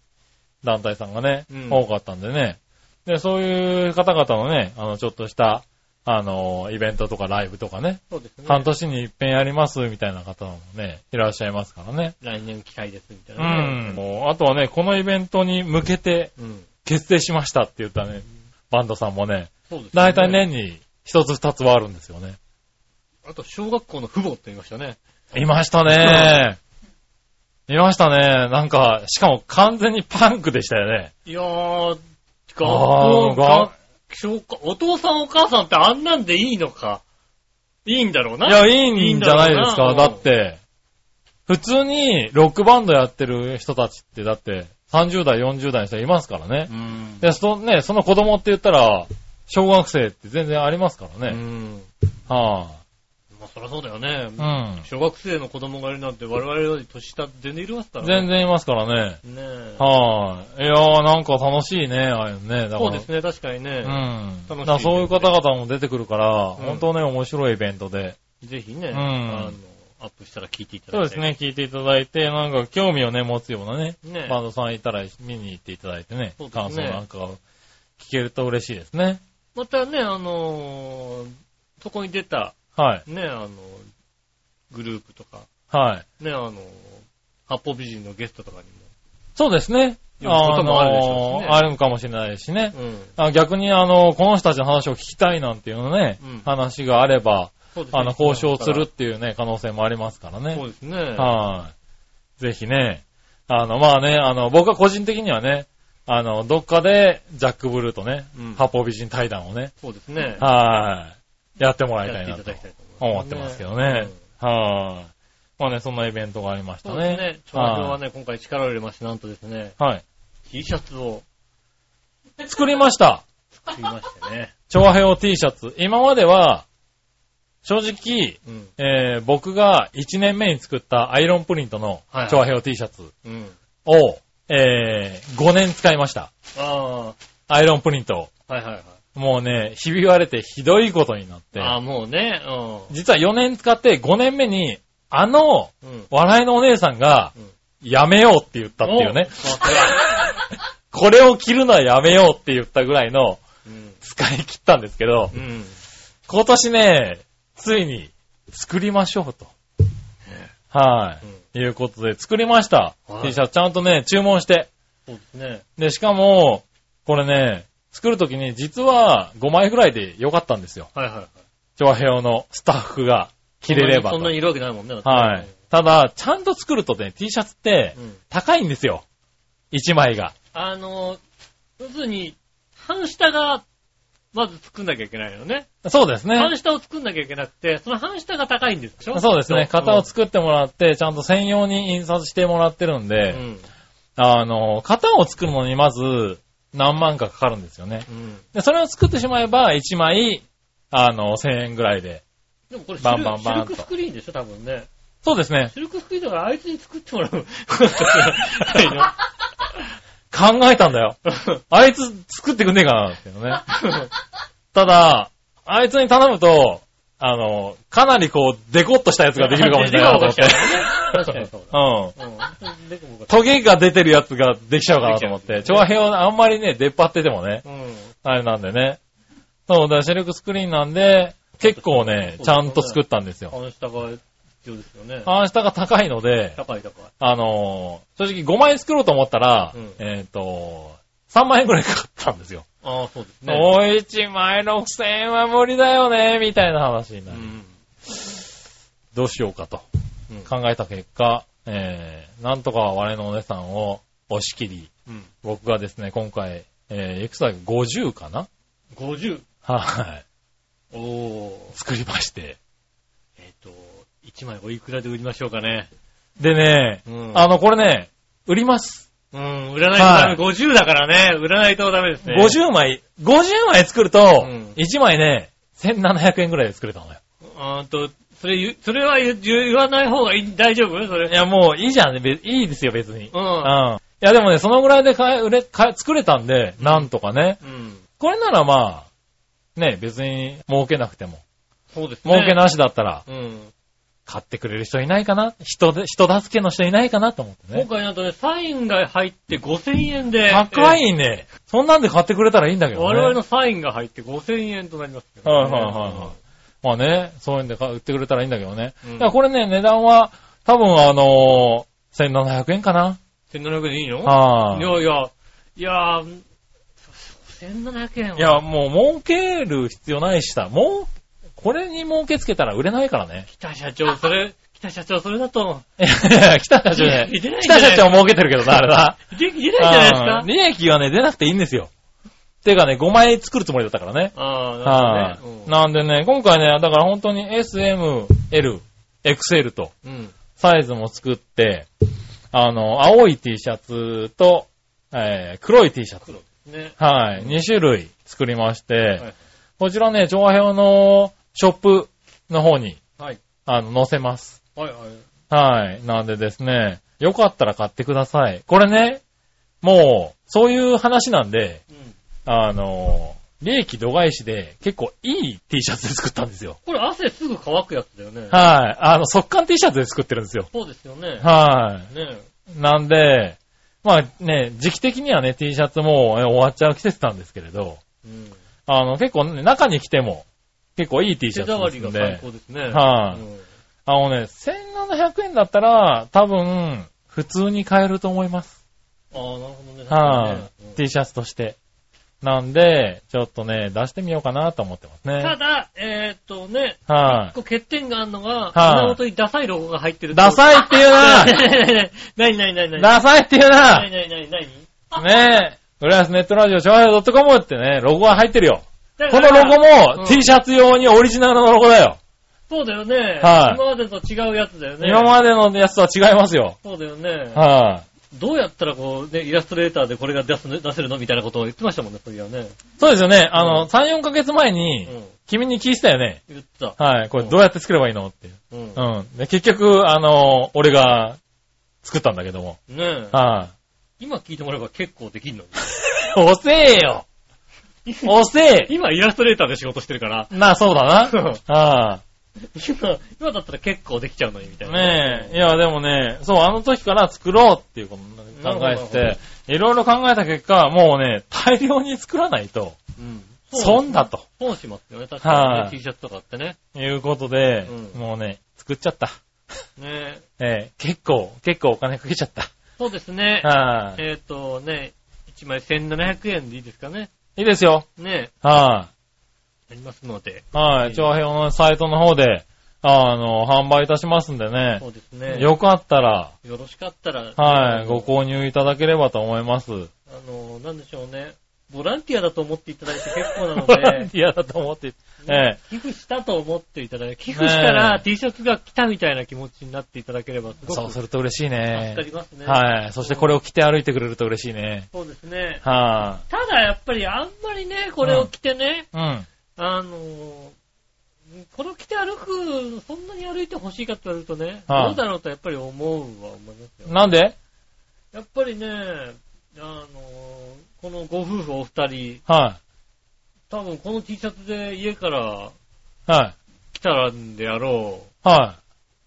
Speaker 3: 団体さんがね、
Speaker 2: うん
Speaker 3: 多かったんでね。で、そういう方々のね、あの、ちょっとした、あの、イベントとかライブとかね、
Speaker 2: そうですね。
Speaker 3: 半年に一遍やりますみたいな方もね、いらっしゃいますからね。
Speaker 2: 来年機会ですみたいうな、
Speaker 3: ん。もうあとはね、このイベントに向けて
Speaker 2: うん。うん。
Speaker 3: 結成しましたって言ったね、バンドさんもね、
Speaker 2: そうですね。
Speaker 3: だいたい。年に一つ二つはあるんですよね。
Speaker 2: あと、小学校の父母って言いましたね。
Speaker 3: いましたね。 いましたね。なんか、しかも完全にパンクでしたよね。
Speaker 2: いやー、学
Speaker 3: あ
Speaker 2: 校
Speaker 3: ーが
Speaker 2: が、小学お父さんお母さんってあんなんでいいのか。いいんだろうな。
Speaker 3: いや、いいんじゃないです
Speaker 2: いい
Speaker 3: か。
Speaker 2: んだ
Speaker 3: だ
Speaker 2: ろうな
Speaker 3: って、普通にロックバンドやってる人たちって、だって、30代、40代の人いますからね
Speaker 2: う。ん。
Speaker 3: で、そのね、その子供って言ったら、小学生って全然ありますから
Speaker 2: う
Speaker 3: ね。
Speaker 2: ん。
Speaker 3: はぁ、
Speaker 2: ままあ、そりゃそうだよね。
Speaker 3: うん。
Speaker 2: 小学生の子供がいるなんて我々より年下全然いますからね。
Speaker 3: 全然いますからね。
Speaker 2: 然。ねえ。
Speaker 3: はい。いやー、なんか楽しいね、ああいうのね。だから
Speaker 2: そうですね、確かにね。
Speaker 3: うん。
Speaker 2: 楽しい
Speaker 3: だからそういう方々も出てくるから、
Speaker 2: うん
Speaker 3: 本当ね、面白いイベントで。
Speaker 2: ぜひね、
Speaker 3: うん
Speaker 2: あの、アップしたら聞いていた
Speaker 3: そう
Speaker 2: だ
Speaker 3: で
Speaker 2: いて。
Speaker 3: すね、聞いていただいて、なんか興味をね、持つようなね、
Speaker 2: ね
Speaker 3: バンドさんいたら見に行っていただいてね、
Speaker 2: そうですね
Speaker 3: 感想なんかを聞けると嬉しいですね。
Speaker 2: またね、あのーそこに出た、
Speaker 3: はい。
Speaker 2: ね、あの、グループとか、
Speaker 3: はい。
Speaker 2: ね、あの、八方美人のゲストとかに
Speaker 3: そうですね。
Speaker 2: 呼ぶこともあるでしょうしね
Speaker 3: あのーあるかもしれないしね。
Speaker 2: も。うん。
Speaker 3: あ逆に、あのー、この人たちの話を聞きたいなんていうのね、
Speaker 2: うん
Speaker 3: 話があれば、
Speaker 2: そうですね
Speaker 3: あの、交渉するっていうね、可能性もありますからね。
Speaker 2: そうですね。
Speaker 3: はい。ぜひね、あの、まあね、あの、僕は個人的にはね、あの、どっかで、ジャック・ブルーとね、
Speaker 2: うん
Speaker 3: 八方美人対談をね、
Speaker 2: そうですね。
Speaker 3: はい、やってもらい
Speaker 2: や
Speaker 3: た
Speaker 2: っ
Speaker 3: い
Speaker 2: てい
Speaker 3: な
Speaker 2: た
Speaker 3: と
Speaker 2: だきたいと
Speaker 3: 思ってますけどね。はい。まあね、そんなイベントがありました
Speaker 2: そうです
Speaker 3: ね
Speaker 2: ね。。長女はね、今回力を入れまして、なんとですね、
Speaker 3: はい。はい
Speaker 2: T シャツを
Speaker 3: 作りました。
Speaker 2: 作りましてね。
Speaker 3: 調和平 T シャツ。今までは、正直、
Speaker 2: うん。
Speaker 3: えー僕が1年目に作ったアイロンプリントの
Speaker 2: はいはい
Speaker 3: 調和平 T シャツ
Speaker 2: うん。
Speaker 3: を、えー5年使いました。
Speaker 2: あ
Speaker 3: アイロンプリントを。
Speaker 2: あ、はいはいはい。
Speaker 3: もうね、ひび割れてひどいことになって、
Speaker 2: ああ、もうね、う
Speaker 3: 実は4年使って5年目に、あの、
Speaker 2: ん。うん。
Speaker 3: 笑いのお姉さんが
Speaker 2: うん、
Speaker 3: やめようって言ったっていうね
Speaker 2: お。さすが
Speaker 3: これを着るのはやめようって言ったぐらいの
Speaker 2: うん。
Speaker 3: 使い切ったんですけど、
Speaker 2: うん。
Speaker 3: 今年ね、ついに作りましょうと。はい。いうことで作りました。
Speaker 2: はい
Speaker 3: T シャツちゃんとね、注文して。
Speaker 2: そうですね。
Speaker 3: で、しかも、これね、作るときに実は5枚ぐらいでよかったんですよ。
Speaker 2: はいはいはい。
Speaker 3: 長平のスタッフが着れれば
Speaker 2: そ
Speaker 3: と
Speaker 2: んなにいるわけないもんね。だって
Speaker 3: はい。ただ、ちゃんと作るとね、T シャツって
Speaker 2: うん。
Speaker 3: 高いんですよ。1枚が。
Speaker 2: あの、要するに、半下が、まず作んなきゃいけないのね。
Speaker 3: そうですね
Speaker 2: 半。下を作んなきゃいけなくて、その半下が高いんですでしょ
Speaker 3: そうですね。型を
Speaker 2: っ
Speaker 3: 作ってもらって、ちゃんと専用に印刷してもらってるん
Speaker 2: て
Speaker 3: で、
Speaker 2: うん。
Speaker 3: あの、型を作るのにまず何万かかかるんですよね。
Speaker 2: うん。
Speaker 3: で、それを作ってしまえば1枚、あの、1000円ぐらいで。
Speaker 2: でもこれシル
Speaker 3: バンバンバン
Speaker 2: シルク
Speaker 3: と
Speaker 2: スクリーンでしょ、多分ね。
Speaker 3: そうです ね。
Speaker 2: シルクスクリーンだからあいつに作ってもらう。はい
Speaker 3: 考えたんだよ。
Speaker 2: の
Speaker 3: あいつ作ってくんねえかな、っていうのね。 ただ、あいつに頼むと、あの、かなりこう、デコッとしたやつ ができるかもしれないなと思って。
Speaker 2: できるかもしれないね確かにそうだ。
Speaker 3: うん。
Speaker 2: うん。でこぼこ
Speaker 3: トゲが出てるやつができちゃうかなと思っ
Speaker 2: で
Speaker 3: て。
Speaker 2: きちゃ
Speaker 3: 長編をあんまりね、出っ張っててもね、
Speaker 2: うん。
Speaker 3: あれなんでね。そう、だからシルクスクリーンなんで、結構ね、ちゃんと作ったんですよ。
Speaker 2: 半下が必要ですよね。
Speaker 3: 半下が高いので、
Speaker 2: 高い高い。
Speaker 3: あのー正直5枚作ろうと思ったら、
Speaker 2: うん
Speaker 3: えっ、と、3万円くらいかかったんですよ。
Speaker 2: ああ、そうですね。
Speaker 3: もう1枚6000円は無理だよね、みたいな話に
Speaker 2: う
Speaker 3: なる。
Speaker 2: ん。
Speaker 3: どうしようかと
Speaker 2: うん
Speaker 3: 考えた結果、えー、なんとか我のお姉さんを押し切り、
Speaker 2: うん。
Speaker 3: 僕がですね、今回、えー、いくつだっけ ?50 かな
Speaker 2: 50。
Speaker 3: はい。
Speaker 2: おー。
Speaker 3: 作りまして。
Speaker 2: えっと、1枚おいくらで売りましょうかね。
Speaker 3: でね、
Speaker 2: うん
Speaker 3: あの、これね、売ります。
Speaker 2: うん、売らないとダメ。50だからね、売らないとダメですね。
Speaker 3: 50枚、50枚作ると、
Speaker 2: うん
Speaker 3: 1枚ね、1700円くらいで作れたのよ。
Speaker 2: あーっと、それ言う、それは言う言わない方がいい、大丈夫それ。
Speaker 3: いや、もういいじゃん、べいいですよ、別に。
Speaker 2: う。
Speaker 3: うんん。いや、でもね、そのぐらいで買え、売れ、買え、作れたんで、なんとかね。
Speaker 2: うん。
Speaker 3: これならまあ、ね、別に儲けなくても。
Speaker 2: そうですね。
Speaker 3: 儲け。なしだったら、
Speaker 2: うん。
Speaker 3: 買ってくれる人いないかな人で、人助けの人いないかなと思って
Speaker 2: 今
Speaker 3: ね。
Speaker 2: 回なんとね、サインが入って5000円で。
Speaker 3: 高
Speaker 2: え
Speaker 3: いね。そんなんで買ってくれたらいいんだけ
Speaker 2: ー
Speaker 3: どね。
Speaker 2: 我々のサインが入って5000円となりますけどね
Speaker 3: はいはいはいはい。まあね、そういうんで買売ってくれたらいいんだけどね。
Speaker 2: うん
Speaker 3: だからこれね、値段は、多分あのー1700円かな。
Speaker 2: 1700円でいいの
Speaker 3: はいい。
Speaker 2: やいや、いやー、1700円は。
Speaker 3: いや、もう儲ける必要ないしさ、もう、これに儲けつけたら売れないか らね。
Speaker 2: 北社長、それ、北社長、それだと、
Speaker 3: いやいや、北社長ね
Speaker 2: いやいやいや。
Speaker 3: 北社長儲けてるけどな、あれな。
Speaker 2: できないじゃな
Speaker 3: う
Speaker 2: い
Speaker 3: ん
Speaker 2: ですか。
Speaker 3: 利益はね、出なくていいんですよ。ていうかね、5枚作るつもりだったからね。
Speaker 2: ああ
Speaker 3: は
Speaker 2: ー、なるほど
Speaker 3: い。
Speaker 2: ね。
Speaker 3: なんでね、今回ね、だから本当に SM、L、XL と、
Speaker 2: うん。うん
Speaker 3: サイズも作って、あの、青い T シャツと、えー、黒い T シャツ。
Speaker 2: ね。
Speaker 3: はい。2種類作りまして、
Speaker 2: はい
Speaker 3: こちらね、調和表のショップの方に
Speaker 2: はい。
Speaker 3: あの、載せます。
Speaker 2: はいはい。
Speaker 3: はい。なんでですね、よかったら買ってください。これね、もう、そういう話なんで、
Speaker 2: うん。
Speaker 3: あの、利益度外視で結構いい T シャツで作ったんですよ。
Speaker 2: これ汗すぐ乾くやつだよね。
Speaker 3: はい。あの、速乾 T シャツで作ってるんですよ。
Speaker 2: そうですよね。
Speaker 3: は
Speaker 2: ね
Speaker 3: い。なんで、まあね、時期的にはね、T シャツもうえ終わっちゃう季節なんですけれど、
Speaker 2: うん。
Speaker 3: あの、結構ね、中に着ても、結構いい T シ
Speaker 2: 手
Speaker 3: ャツで
Speaker 2: 触
Speaker 3: す
Speaker 2: りが
Speaker 3: んで。
Speaker 2: 最高ですね。
Speaker 3: はい
Speaker 2: うん
Speaker 3: あのね、1700円だったら、多分、普通に買えると思います。
Speaker 2: ああ、なるほどね。
Speaker 3: はい、
Speaker 2: うん
Speaker 3: T シャツとして。なんで、ちょっとね、出してみようかなと思ってますね。
Speaker 2: た
Speaker 3: はい、
Speaker 2: だ、えーっとね、こう欠点があるのが、
Speaker 3: はい
Speaker 2: 胸元にダサいロゴが入ってる。
Speaker 3: ダサいって言うな
Speaker 2: なになになになに
Speaker 3: ダサいって言うな
Speaker 2: なになになになに
Speaker 3: ねえ、浦安ネットラジオ、昭和ドッ .com ってね、ロゴが入ってるよ。
Speaker 2: だか
Speaker 3: この
Speaker 2: ら
Speaker 3: ロゴ
Speaker 2: う
Speaker 3: も
Speaker 2: ん
Speaker 3: T シャツ用にオリジナルのロゴだよ。
Speaker 2: そうだよね。
Speaker 3: はい
Speaker 2: 今までと違うやつだよね。
Speaker 3: 今までのやつとは違いますよ。
Speaker 2: そうだよね。
Speaker 3: はい、
Speaker 2: どうやったらこう、ね、イラストレーターでこれが出すね出せるのみたいなことを言ってましたもんね、そういやね。
Speaker 3: そうですよね。あ
Speaker 2: う
Speaker 3: の、
Speaker 2: ん
Speaker 3: 3、4ヶ月前
Speaker 2: う
Speaker 3: に、
Speaker 2: ん。
Speaker 3: 君に聞いてたよね。
Speaker 2: 言ってた。
Speaker 3: はい、これどうやって作ればいいのって。
Speaker 2: うん。
Speaker 3: うん。で、結局、あの、俺が作ったんだけども。
Speaker 2: ねえ。
Speaker 3: は
Speaker 2: 今聞いてもらえば結構できるのに。
Speaker 3: い。 遅え よ遅え
Speaker 2: 今イラストレーターで仕事してるから、
Speaker 3: まあ、そうだな。
Speaker 2: 今、
Speaker 3: は
Speaker 2: 今だったら結構できちゃうのに、みた
Speaker 3: い。
Speaker 2: いな。
Speaker 3: ねえ。いや、でもね、そう、あの時から作ろうっていうことを考え
Speaker 2: なる
Speaker 3: てて、いろいろ考えた結果、もうね、大量に作らないと、
Speaker 2: うん。
Speaker 3: 損だと。
Speaker 2: 損しますよね、確かに
Speaker 3: は
Speaker 2: ね。
Speaker 3: い
Speaker 2: T シャツとかってね。
Speaker 3: いうことで、
Speaker 2: うん
Speaker 3: もうね、作っちゃった。
Speaker 2: ねえ。
Speaker 3: ええ、結構、結構お金かけちゃった。
Speaker 2: そうですね。
Speaker 3: はい、
Speaker 2: えっとね、1枚1700円でいいですかね。
Speaker 3: いいですよ。
Speaker 2: ね
Speaker 3: はい、
Speaker 2: え、ありますので。
Speaker 3: はい、長編のサイトの方で、あの、販売いたしますんでね
Speaker 2: そ。うですね。よ
Speaker 3: よかったら、
Speaker 2: ろしかったら。
Speaker 3: はい、ご購入いただければと思います。
Speaker 2: あの、なんでしょうね。ボランティアだと思っていただいて結構なの
Speaker 3: ボラン
Speaker 2: で、
Speaker 3: ティアだと思って、ええ
Speaker 2: 寄付したと思っていただいて、寄付したら
Speaker 3: ね
Speaker 2: T シャツが来たみたいな気持ちになっていただければ、すご
Speaker 3: そう
Speaker 2: く
Speaker 3: す
Speaker 2: 助
Speaker 3: ると嬉しいね
Speaker 2: か。りますね。
Speaker 3: はい、そしてこれを着て歩いてくれると嬉しいね。
Speaker 2: そうですね。
Speaker 3: は
Speaker 2: ただやっぱりあんまりね、これを着てね、
Speaker 3: い、うん。
Speaker 2: あのー、これを着て歩く、そんなに歩いてほしいかって言われるとね、
Speaker 3: はい
Speaker 2: どうだろうとやっぱり思うは思いますよ。
Speaker 3: なんで
Speaker 2: やっぱりね、あのー、このご夫婦お二人、
Speaker 3: は
Speaker 2: 多分この T シャツで家から
Speaker 3: い、はい、
Speaker 2: 来たらんであろう。
Speaker 3: は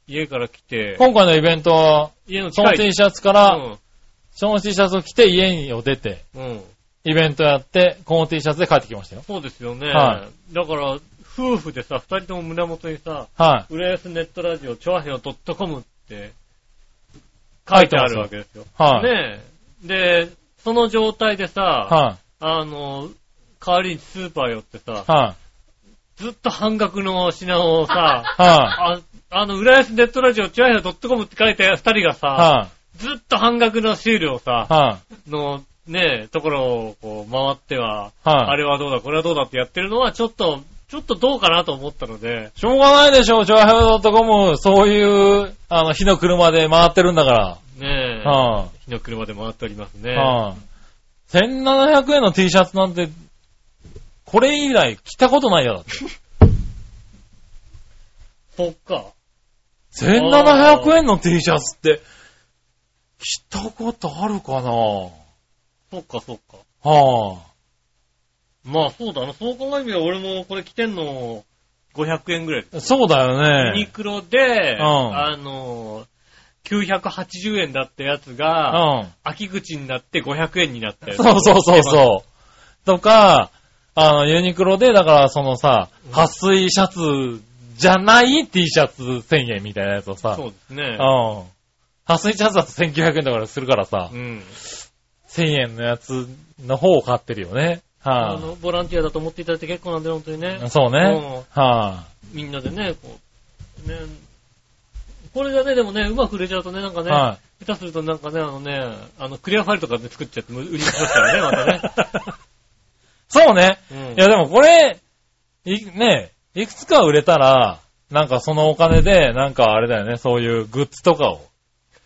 Speaker 2: 家から来
Speaker 3: い。
Speaker 2: て、
Speaker 3: 今回のイベントは、
Speaker 2: 家の
Speaker 3: その
Speaker 2: 近
Speaker 3: T
Speaker 2: い。
Speaker 3: シャツから、その T シャツを着て家を出て、
Speaker 2: うん、うん。
Speaker 3: イベントやって、この T シャツで帰ってきましたよ。
Speaker 2: そうですよね。
Speaker 3: は
Speaker 2: だから、夫婦でさ、二人とも胸元にさ、
Speaker 3: は
Speaker 2: 浦安ネットラジオ、チョアヘオ .com って書いてあるわけですよ。
Speaker 3: い、はい、
Speaker 2: ねえ。で、その状態でさ、
Speaker 3: はい、
Speaker 2: あの、代わりにスーパー寄ってさ、
Speaker 3: はい、
Speaker 2: ずっと半額の品をさ、
Speaker 3: はい、
Speaker 2: ああの、浦安ネットラジオ、チョアヘオ .com って書いてある二人がさ、
Speaker 3: はい、
Speaker 2: ずっと半額のシールをさ、
Speaker 3: はい、
Speaker 2: の、ねえ、ところをこう回っては、あ
Speaker 3: はい。
Speaker 2: れはどうだ、これはどうだってやってるのは、ちょっと、ちょっとどうかなと思ったので、
Speaker 3: しょうがないでしょ、ジョアヘオ .com、そういう、あの、火の車で回ってるんだか
Speaker 2: ねえ、
Speaker 3: ら。は
Speaker 2: 火の車で回っております
Speaker 3: い、
Speaker 2: ね。
Speaker 3: はい、1700円の T シャツなんて、これ以来着たことないよ。
Speaker 2: そっか。
Speaker 3: 1700円の T シャツって、着たことあるかなは
Speaker 2: そっか、そっか。
Speaker 3: あ、
Speaker 2: まあ、そうだな。そう考えると、俺もこれ着てんの、500円ぐらいです。
Speaker 3: そうだよ
Speaker 2: ユニ
Speaker 3: ね。
Speaker 2: クロで、
Speaker 3: うん
Speaker 2: あの、980円だったやつ
Speaker 3: う
Speaker 2: が、
Speaker 3: ん。
Speaker 2: 秋口になって500円になったやつ。
Speaker 3: そうそうそうそう。とか、あの、ユニクロで、だからそのさ、撥水シャツじゃない T シャツ1000円みたいなやつをさ、
Speaker 2: そうですね
Speaker 3: う。ん。撥水シャツだと1900円とかするからさ
Speaker 2: う、ん。
Speaker 3: 1000円のやつの方を買ってるよね。
Speaker 2: あ
Speaker 3: は
Speaker 2: の、ボランティアだと思っていただいて結構なんで、本当にね
Speaker 3: い。。そうね。は
Speaker 2: みんなでね、こう、ね、これがね、でもね、うまく売れちゃうとね、なんか
Speaker 3: い。
Speaker 2: ね、
Speaker 3: は
Speaker 2: 下手するとなんかね、あのね、あの、クリアファイルとかで作っちゃって売りにしますからね、ま
Speaker 3: い。そうね。
Speaker 2: たね。
Speaker 3: いやでもこれ、い、ね、いくつか売れたら、なんかそのお金で、なんかあれだよね、そういうグッズとかを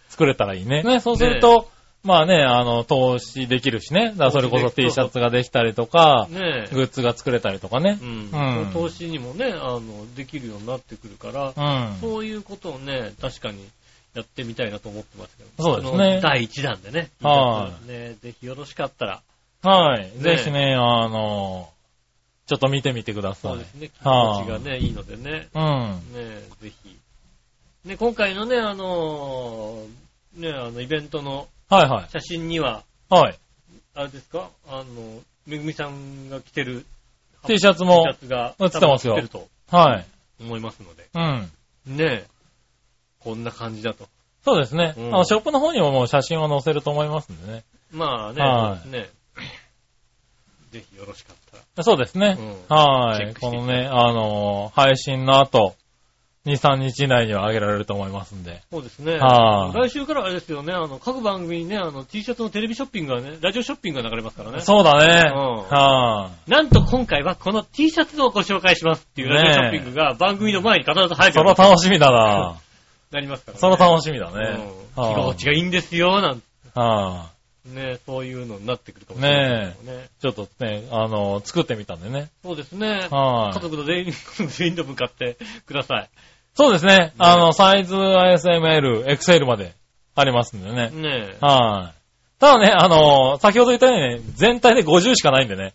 Speaker 3: 作れたらいいね。ね、そうすると、まあね、あの、投資できるしね。だからそれこそ T シャツができたりとか、
Speaker 2: ねえ。
Speaker 3: グッズが作れたりとかね
Speaker 2: う。
Speaker 3: うん
Speaker 2: ん。投資にもね、あの、できるようになってくるから
Speaker 3: う、ん。
Speaker 2: そういうことをね、確かにやってみたいなと思ってますけど。
Speaker 3: そうですね
Speaker 2: この第1弾でね。
Speaker 3: は
Speaker 2: ね、ぜひよろしかったら。
Speaker 3: はい。
Speaker 2: ね
Speaker 3: ぜひね、あの、ちょっと見てみてください。
Speaker 2: そうですね。気
Speaker 3: は
Speaker 2: 持
Speaker 3: い
Speaker 2: ちがね、いいのでね。
Speaker 3: うん。
Speaker 2: ね、ぜひ。ね、今回のね、あのー、ね、あの、イベントの
Speaker 3: はいはい。
Speaker 2: 写真には、
Speaker 3: はい。
Speaker 2: あれですかあの、めぐみさんが着てる
Speaker 3: T シャツも
Speaker 2: T シャツが
Speaker 3: 映ってますよ
Speaker 2: 多分映ってる
Speaker 3: はい。
Speaker 2: と思いますので。
Speaker 3: うん。
Speaker 2: ねえ。こんな感じだと。
Speaker 3: そうですね。
Speaker 2: うん
Speaker 3: あの、ショップの方にももう写真を載せると思いますんでね。
Speaker 2: まあね、
Speaker 3: はい
Speaker 2: そうですね。ぜひよろしかったら。
Speaker 3: そうですね。
Speaker 2: うん
Speaker 3: は
Speaker 2: チェッ
Speaker 3: い。
Speaker 2: クして
Speaker 3: こ
Speaker 2: いただ
Speaker 3: の
Speaker 2: いて
Speaker 3: ね、あのー配信の後、2、3日以内には上げられると思いますんで。
Speaker 2: そうですね。
Speaker 3: はい
Speaker 2: 来週からあれですよね、あの、各番組にね、あの、T シャツのテレビショッピングがね、ラジオショッピングが流れますからね。
Speaker 3: そうだね。
Speaker 2: うん
Speaker 3: は
Speaker 2: なんと今回はこの T シャツをご紹介しますっていうラジオショッピングが番組の前に必ず入
Speaker 3: い。
Speaker 2: るよ
Speaker 3: そう
Speaker 2: に
Speaker 3: ら楽しみだな。
Speaker 2: なりますからね。
Speaker 3: そら楽しみだ
Speaker 2: うん
Speaker 3: ね。
Speaker 2: 着心地がいいんですよ、なんて
Speaker 3: は
Speaker 2: ね、そういうのになってくるかもしれないですよね。
Speaker 3: い。ちょっとね、あのー作ってみたんでね。
Speaker 2: そうですね。家
Speaker 3: はい。
Speaker 2: 族と全員、全員と向かってください。
Speaker 3: そうですね。あの、サイズ ISML、XL までありますんでね。
Speaker 2: ねえ。
Speaker 3: はい。ただね、あのー先ほど言ったようにね、全体で50しかないんでね。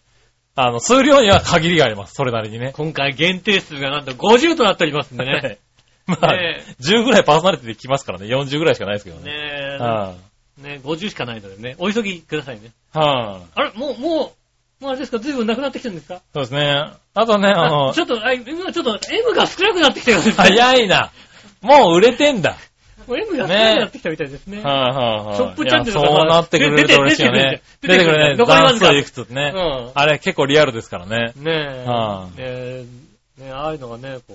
Speaker 3: あの、数量には限りがあります。それなりにね。
Speaker 2: 今回限定数がなんと50となっておりますんでね。
Speaker 3: まあ、
Speaker 2: ね
Speaker 3: 10ぐらいパーソナリティで来ますからね。40ぐらいしかないですけどね。
Speaker 2: ねえ。
Speaker 3: は
Speaker 2: ね50しかないのでね、お急ぎくださいね。
Speaker 3: い、はい、
Speaker 2: あれ、もう、もう、もうあれですか、随分なくなってきてるんですか
Speaker 3: そうですね。あとね、あ の
Speaker 2: ち、ょっと、あ今ちょっと M が少なくなってきてるんですね
Speaker 3: 早いな。もう売れてんだ。
Speaker 2: もう M が少なくなってきたみたいですね。
Speaker 3: はいはいはい。
Speaker 2: ショップチャンネル
Speaker 3: い
Speaker 2: だ
Speaker 3: や
Speaker 2: から
Speaker 3: そうなってくれると嬉しいよね。
Speaker 2: 出て
Speaker 3: 出て
Speaker 2: く
Speaker 3: く
Speaker 2: る
Speaker 3: る
Speaker 2: ね
Speaker 3: ね。
Speaker 2: 残りわ
Speaker 3: ダ
Speaker 2: ず
Speaker 3: ン
Speaker 2: か
Speaker 3: スいくつってね。
Speaker 2: うん
Speaker 3: あれ結構リアルですからね。
Speaker 2: ねえ。
Speaker 3: は
Speaker 2: ね
Speaker 3: い
Speaker 2: え、ねえああいうのがね、こ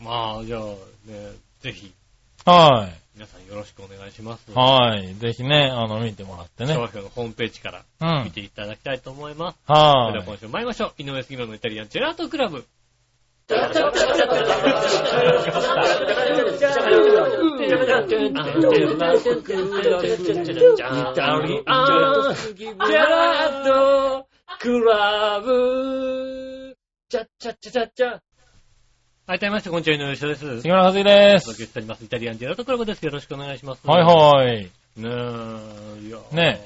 Speaker 2: う、まあ、じゃあ、ねぜひ、
Speaker 3: は
Speaker 2: 皆さんよろしくお願いします。
Speaker 3: い。はい。ぜひね、あの、見てもらってね。
Speaker 2: 商標のホームページから
Speaker 3: う
Speaker 2: 見
Speaker 3: ん。
Speaker 2: ていただきたいと思います。それでは
Speaker 3: は
Speaker 2: 今週も参りましょう。井上杉村のイタリアンジェラートクラブ。はい、改めまして、こんにちは、井上翔です。
Speaker 3: い。杉村和樹で
Speaker 2: お届け
Speaker 3: す。
Speaker 2: しております。イタリアンジェラートクラブです。よろしくお願いします。
Speaker 3: はいはい。
Speaker 2: い。ねえ、いやー
Speaker 3: ね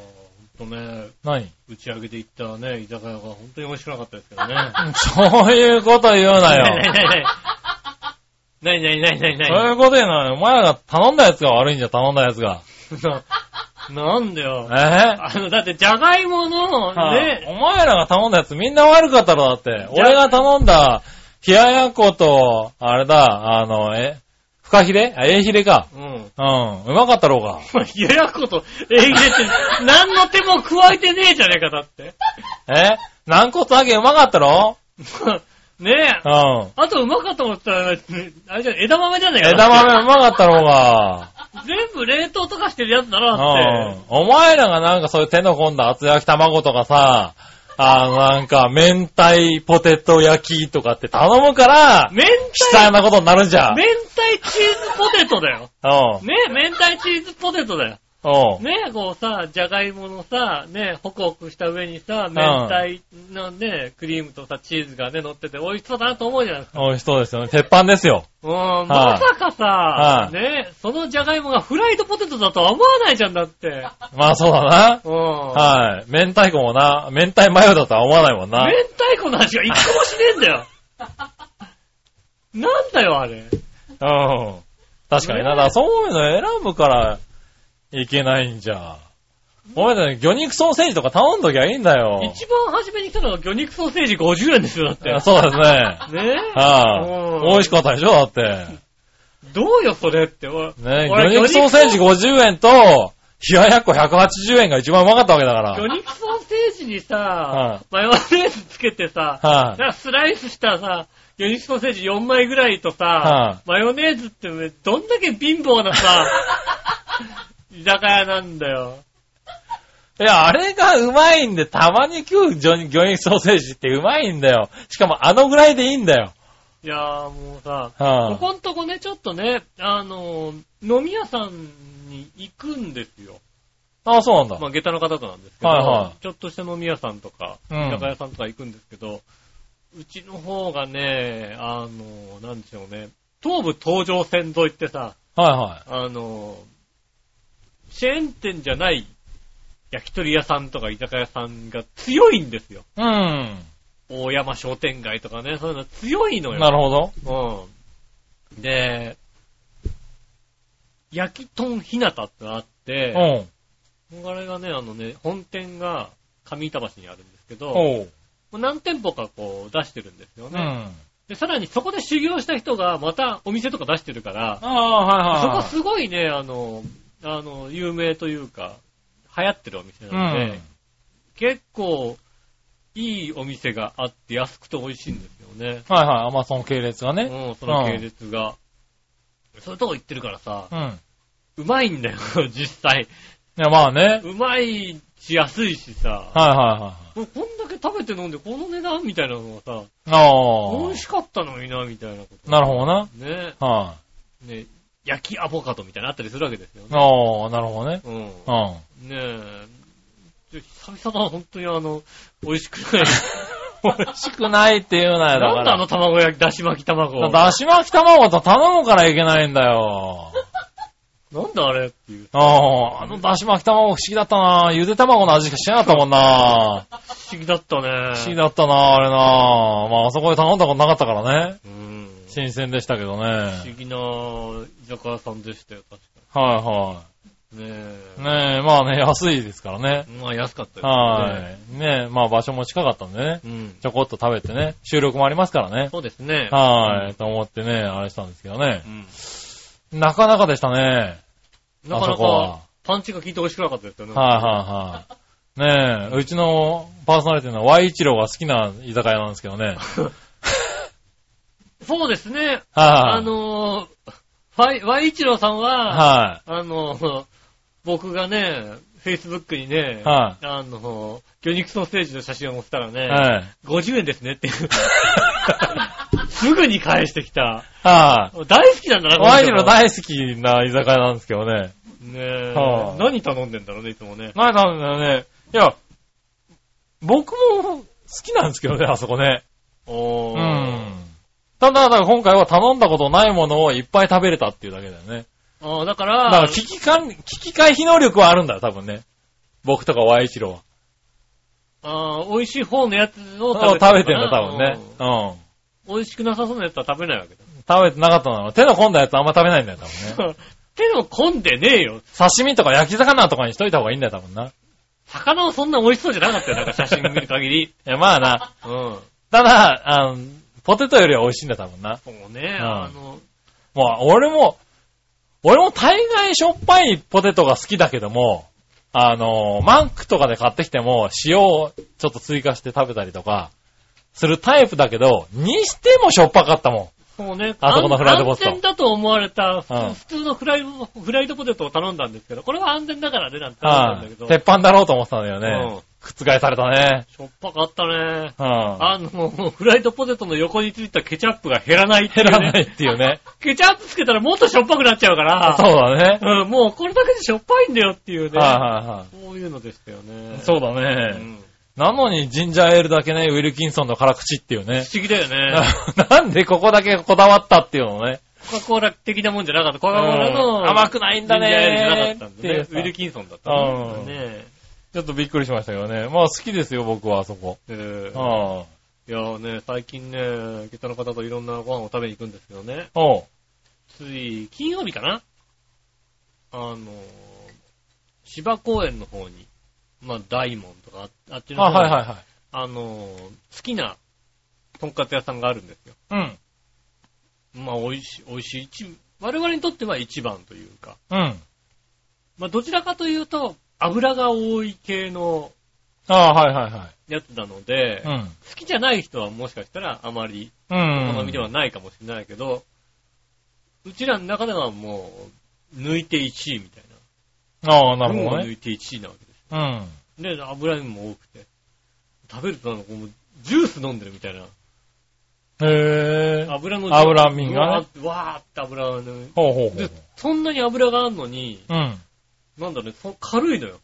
Speaker 2: ほんとね、
Speaker 3: 何
Speaker 2: 打ち上げで行ったね、居酒屋が本当に美味しくなかったですけ どね。
Speaker 3: そういうこと言う なよ。
Speaker 2: なになになになになに
Speaker 3: そうい
Speaker 2: な
Speaker 3: うこと言うなよ。お前らが頼んだやつが悪いんじゃ、頼んだやつが。
Speaker 2: になんだよ。
Speaker 3: え
Speaker 2: あの、だって、じゃがいもの、
Speaker 3: はい
Speaker 2: ね、
Speaker 3: お前らが頼んだやつみんな悪かったろ、だって。俺が頼んだ、冷ややっこと、あれだ、あの、え、フカヒレあ、エイヒレか。
Speaker 2: うん。
Speaker 3: うん、うまかったろうが。
Speaker 2: 冷ややっこと、えい れって、何の手も加えてねえじゃねえか、だって。
Speaker 3: え軟骨揚げうまかったろ
Speaker 2: ね
Speaker 3: う
Speaker 2: え。
Speaker 3: ん。
Speaker 2: あと、うまかと思ったら、あれじゃん、枝豆じゃねえか。
Speaker 3: 枝豆うまかったろうが。
Speaker 2: 全部冷凍とかしてるやつだろ、だっ
Speaker 3: うん
Speaker 2: て。。
Speaker 3: お前らがなんかそういう手の込んだ厚焼き卵とかさ、あの、なんか、明太ポテト焼きとかって頼むから、悲
Speaker 2: 明
Speaker 3: 惨
Speaker 2: 太、
Speaker 3: なことになるじゃん。
Speaker 2: 明太チーズポテトだよ。
Speaker 3: うん。
Speaker 2: ねえ、明太チーズポテトだよ。
Speaker 3: うん。
Speaker 2: ねえ、こうさ、じゃがいものさ、ねえ、ホクホクした上にさ、
Speaker 3: ん
Speaker 2: 明太のね、クリームとさ、チーズがね、乗ってて美味しそうだなと思うじゃないですか。
Speaker 3: 美味しそうですよね。鉄板ですよ。
Speaker 2: うん、まさかさ、
Speaker 3: はい
Speaker 2: ねえ、そのじゃがいもがフライドポテトだとは思わないじゃんだって。
Speaker 3: まあそうだな。
Speaker 2: うん。
Speaker 3: はい。明太子もな、明太マヨだとは思わないもんな。
Speaker 2: 明太子の味が一個もしねえんだよ。なんだよ、あれ。
Speaker 3: うん。確かに
Speaker 2: ね
Speaker 3: な。だからそういうの選ぶからいけないんじゃ。お前だね、魚肉ソーセージとか頼んどきゃいいんだよ。
Speaker 2: 一番初めに来たのが魚肉ソーセージ50円ですよ、だって。
Speaker 3: あそうですね。
Speaker 2: ねえ。
Speaker 3: はい、
Speaker 2: うん
Speaker 3: 美味しかったでしょだって。
Speaker 2: どうよ、それって。お
Speaker 3: ね、
Speaker 2: 俺
Speaker 3: 魚肉ソーセージ50円と、冷ややっこ180円が一番うまかったわけだから。
Speaker 2: 魚肉ソーセージにさ、
Speaker 3: は
Speaker 2: マヨネーズつけてさ、
Speaker 3: はい
Speaker 2: なんかスライスしたさ、魚肉ソーセージ4枚ぐらいとさ、
Speaker 3: は
Speaker 2: マヨネーズってめどんだけ貧乏な さ、居酒屋なんだよ。
Speaker 3: いや、あれがうまいんで、たまに食う魚肉魚肉ソーセージってうまいんだよ。しかもあのぐらいでいいんだよ。
Speaker 2: いやーもうさ、
Speaker 3: は
Speaker 2: こ
Speaker 3: い
Speaker 2: こんとこね、ちょっとね、あのー飲み屋さんに行くんですよ。
Speaker 3: ああ、そうなんだ。
Speaker 2: まあ、下駄の方となんですけど、
Speaker 3: はいはい
Speaker 2: ちょっとした飲み屋さんとか、
Speaker 3: うん
Speaker 2: 居酒屋さんとか行くんですけど、うちの方がね、あの、なんでしょうね、東武東上線沿いってさ、
Speaker 3: はいは
Speaker 2: あの、チェーン店じゃない焼き鳥屋さんとか居酒屋さんが強いんですよ。
Speaker 3: い。うん。
Speaker 2: 大山商店街とかね、そういうの強いのよ。
Speaker 3: なるほど。
Speaker 2: うん。で、焼き豚ひなたってあっ
Speaker 3: う
Speaker 2: て、
Speaker 3: ん。
Speaker 2: これがね、あのね、本店が上板橋にあるんですけど、も
Speaker 3: おう。
Speaker 2: う何店舗かこう出してるんですよ
Speaker 3: う
Speaker 2: ね、
Speaker 3: ん。
Speaker 2: で、さらにそこで修行した人がまたお店とか出してるから、
Speaker 3: ああ、はい
Speaker 2: そ
Speaker 3: はいは
Speaker 2: こ
Speaker 3: い。
Speaker 2: すごいね、あの、あの、有名というか、流行ってるお店なので、
Speaker 3: うん
Speaker 2: 結構いいお店があって安くて美味しいんですよね。
Speaker 3: はいはい、アマゾン系列がね。
Speaker 2: うん、その系列が。そういうとこ行ってるからさ
Speaker 3: う、ん。いう
Speaker 2: まいんだよ、実際。
Speaker 3: や、まあね。
Speaker 2: うまいし、安いしさ。
Speaker 3: はいはいはい。
Speaker 2: もうこんだけ食べて飲んで、この値段みたいなのがさ、
Speaker 3: ああ。
Speaker 2: 美味しかったのにな、みたいなこと。
Speaker 3: なるほどな。
Speaker 2: ね
Speaker 3: は
Speaker 2: ね焼きアボカドみたいなのあったりするわけですよ
Speaker 3: い。
Speaker 2: ね。
Speaker 3: ああ、なるほどね。
Speaker 2: うん。
Speaker 3: うん。は
Speaker 2: ねえ。ちょ久々だな、本当にあの、美味しく ない。
Speaker 3: い美味しくないっていうな
Speaker 2: な
Speaker 3: よ、だか
Speaker 2: んだあ
Speaker 3: ら。
Speaker 2: の卵焼き、だし巻き卵。なんだ
Speaker 3: だし巻き卵と頼むからいけないんだよ。
Speaker 2: あれっていう。
Speaker 3: ああ、あのだし巻き卵不思議だったな。ゆで卵の味しかしなかったもんな。
Speaker 2: 不思議だったね。
Speaker 3: 不思議だったな、あれな。まあ、あそこで頼んだことなかったからね。
Speaker 2: うん。
Speaker 3: 新鮮でしたけどね。
Speaker 2: 不思議な居酒屋さんでしたよ、確か
Speaker 3: はいは
Speaker 2: に。ねえ。
Speaker 3: い。ねえ、まあね、安いですからね。
Speaker 2: まあ安かったよ、
Speaker 3: はい。ねえ、まあ場所も近かったんでね。
Speaker 2: うん。
Speaker 3: ちょこっと食べてね。収録もありますからね。
Speaker 2: そうですね。
Speaker 3: はい。と思ってね、あれしたんですけどね
Speaker 2: う。ん。
Speaker 3: なかなかでしたね。
Speaker 2: なか
Speaker 3: あ
Speaker 2: な
Speaker 3: そこは
Speaker 2: か、パンチが効いて美味しくなかったですよね。
Speaker 3: はいはいはい。ねえ、うちのパーソナリティの Y 一郎が好きな居酒屋なんですけどね。
Speaker 2: そうですね。
Speaker 3: は
Speaker 2: あ
Speaker 3: い。
Speaker 2: のー、ワイ、ワイイチローさんは、
Speaker 3: は
Speaker 2: あのー、僕がね、Facebook にね
Speaker 3: い。、は
Speaker 2: あのー、魚肉ソーセージの写真を載せたら
Speaker 3: い。
Speaker 2: ね、
Speaker 3: はい。
Speaker 2: 50円ですねっていう。 すぐに返してきた。
Speaker 3: は
Speaker 2: 大好きなんだな、
Speaker 3: い。Y 一
Speaker 2: の
Speaker 3: 郎
Speaker 2: 人ね
Speaker 3: 大好きな居酒屋なんですけどね。
Speaker 2: え
Speaker 3: はい
Speaker 2: 何頼んでんだろうね、いつもね。
Speaker 3: なんなんだよね。いや、僕も好きなんですけどね、あそこね。
Speaker 2: お
Speaker 3: う
Speaker 2: ー。
Speaker 3: ん。ただ、だから今回は頼んだことないものをいっぱい食べれたっていうだけだよね。
Speaker 2: あーだか
Speaker 3: だから
Speaker 2: ら、
Speaker 3: 危機管理、危機回避能力はあるんだよ、多分ね。僕とか Y 一郎は。
Speaker 2: あー美味しい方のやつを
Speaker 3: 食べてんだ、多分ね。
Speaker 2: うん
Speaker 3: うん。
Speaker 2: 美味しくなさそうなやつは食べないわけ
Speaker 3: 食べてなかったの手の込んだやつあんま食べないんだよ、多分ね。
Speaker 2: だ。手の込んでねえよ。
Speaker 3: 刺身とか焼き魚とかにしといた方がいいんだよ、多分な。い
Speaker 2: 魚はそんな美味しそうじゃなかったよ、なんか写真見る限り。
Speaker 3: や、まあな。
Speaker 2: うん。
Speaker 3: ただ、あの、ポテトよりは美味しいんだよ、多分な。
Speaker 2: そうね、
Speaker 3: うん
Speaker 2: あの、
Speaker 3: もう、俺も、俺も大概しょっぱいポテトが好きだけども、あの、マックとかで買ってきても、塩をちょっと追加して食べたりとか、するタイプだけど、にしてもしょっぱかったも
Speaker 2: そうね、
Speaker 3: あそこのフライドポテト
Speaker 2: 安全だと思われた、
Speaker 3: うん
Speaker 2: 普通のフライド、フライドポテトを頼んだんですけど、これは安全だからね、なんて
Speaker 3: ん。
Speaker 2: 頼んだんだけ
Speaker 3: う
Speaker 2: ど
Speaker 3: ん。、鉄板だろうと思ってたんだよ
Speaker 2: う
Speaker 3: ね
Speaker 2: ん。
Speaker 3: 覆されたね。
Speaker 2: しょっぱかったね。
Speaker 3: うん。
Speaker 2: あの、フライドポテトの横についたケチャップが減らないってい
Speaker 3: 減
Speaker 2: う、ね。
Speaker 3: らないっていうね。
Speaker 2: ケチャップつけたらもっとしょっぱくなっちゃうか
Speaker 3: そう
Speaker 2: ら、
Speaker 3: だね。
Speaker 2: うん、もうこれだけでしょっぱいんだよっていうね。
Speaker 3: はいはいは
Speaker 2: そういうのでしたよね。
Speaker 3: い。そうだ
Speaker 2: う
Speaker 3: ね。
Speaker 2: ん
Speaker 3: なのにジンジャーエールだけね、ウィルキンソンの辛口 っていうね
Speaker 2: 不。思議だよね。
Speaker 3: なんでここだけこだわったっていうのね。
Speaker 2: コカ・コーラ的なもんじゃなかった。コカ・コーラ
Speaker 3: うん
Speaker 2: の
Speaker 3: 甘くないんだねー
Speaker 2: ジンジャーエールじゃなかったん
Speaker 3: って
Speaker 2: で
Speaker 3: い
Speaker 2: ね
Speaker 3: う。
Speaker 2: ウ
Speaker 3: さ
Speaker 2: ィルキンソンだったんだね。
Speaker 3: ちょっとびっくりしましたけどね。まあ好きですよ、僕はあそこ。
Speaker 2: ねえ
Speaker 3: うん。
Speaker 2: いやーね、最近ね、ゲタの方といろんなご飯を食べに行くんですけどね、
Speaker 3: おう。
Speaker 2: つい金曜日かなあのー、芝公園の方に、まあ、大門とか、ああっち
Speaker 3: あ、
Speaker 2: の方に
Speaker 3: はいはいは
Speaker 2: あのー、好きな、とんかつ屋さんがあるんですよ。
Speaker 3: い。
Speaker 2: まあ、美味しい、美味しい一。我々にとっては一番というか。
Speaker 3: うん。うん。
Speaker 2: まあ、どちらかというと、油が多い系の
Speaker 3: あはいはいは
Speaker 2: やつなので、
Speaker 3: い。うん。
Speaker 2: 好きじゃない人はもしかしたらあまり
Speaker 3: うん。
Speaker 2: お好みではないかもしれないけど、うちらの中ではもう、抜いて1位みたい
Speaker 3: ああ、
Speaker 2: な。
Speaker 3: なるほど
Speaker 2: 群を抜
Speaker 3: ね。
Speaker 2: いて1位なわけで
Speaker 3: うん。
Speaker 2: す。で、油身も多くて。食べるとなんかもう、ジュース飲んでるみたいな。
Speaker 3: へえ。
Speaker 2: 油の
Speaker 3: 油身が
Speaker 2: わーっ
Speaker 3: ね
Speaker 2: てわーって油がね。
Speaker 3: ほうほうほ
Speaker 2: で
Speaker 3: う。
Speaker 2: そんなに油があるのに、
Speaker 3: うん。
Speaker 2: なんだろうね、そ軽いのよ。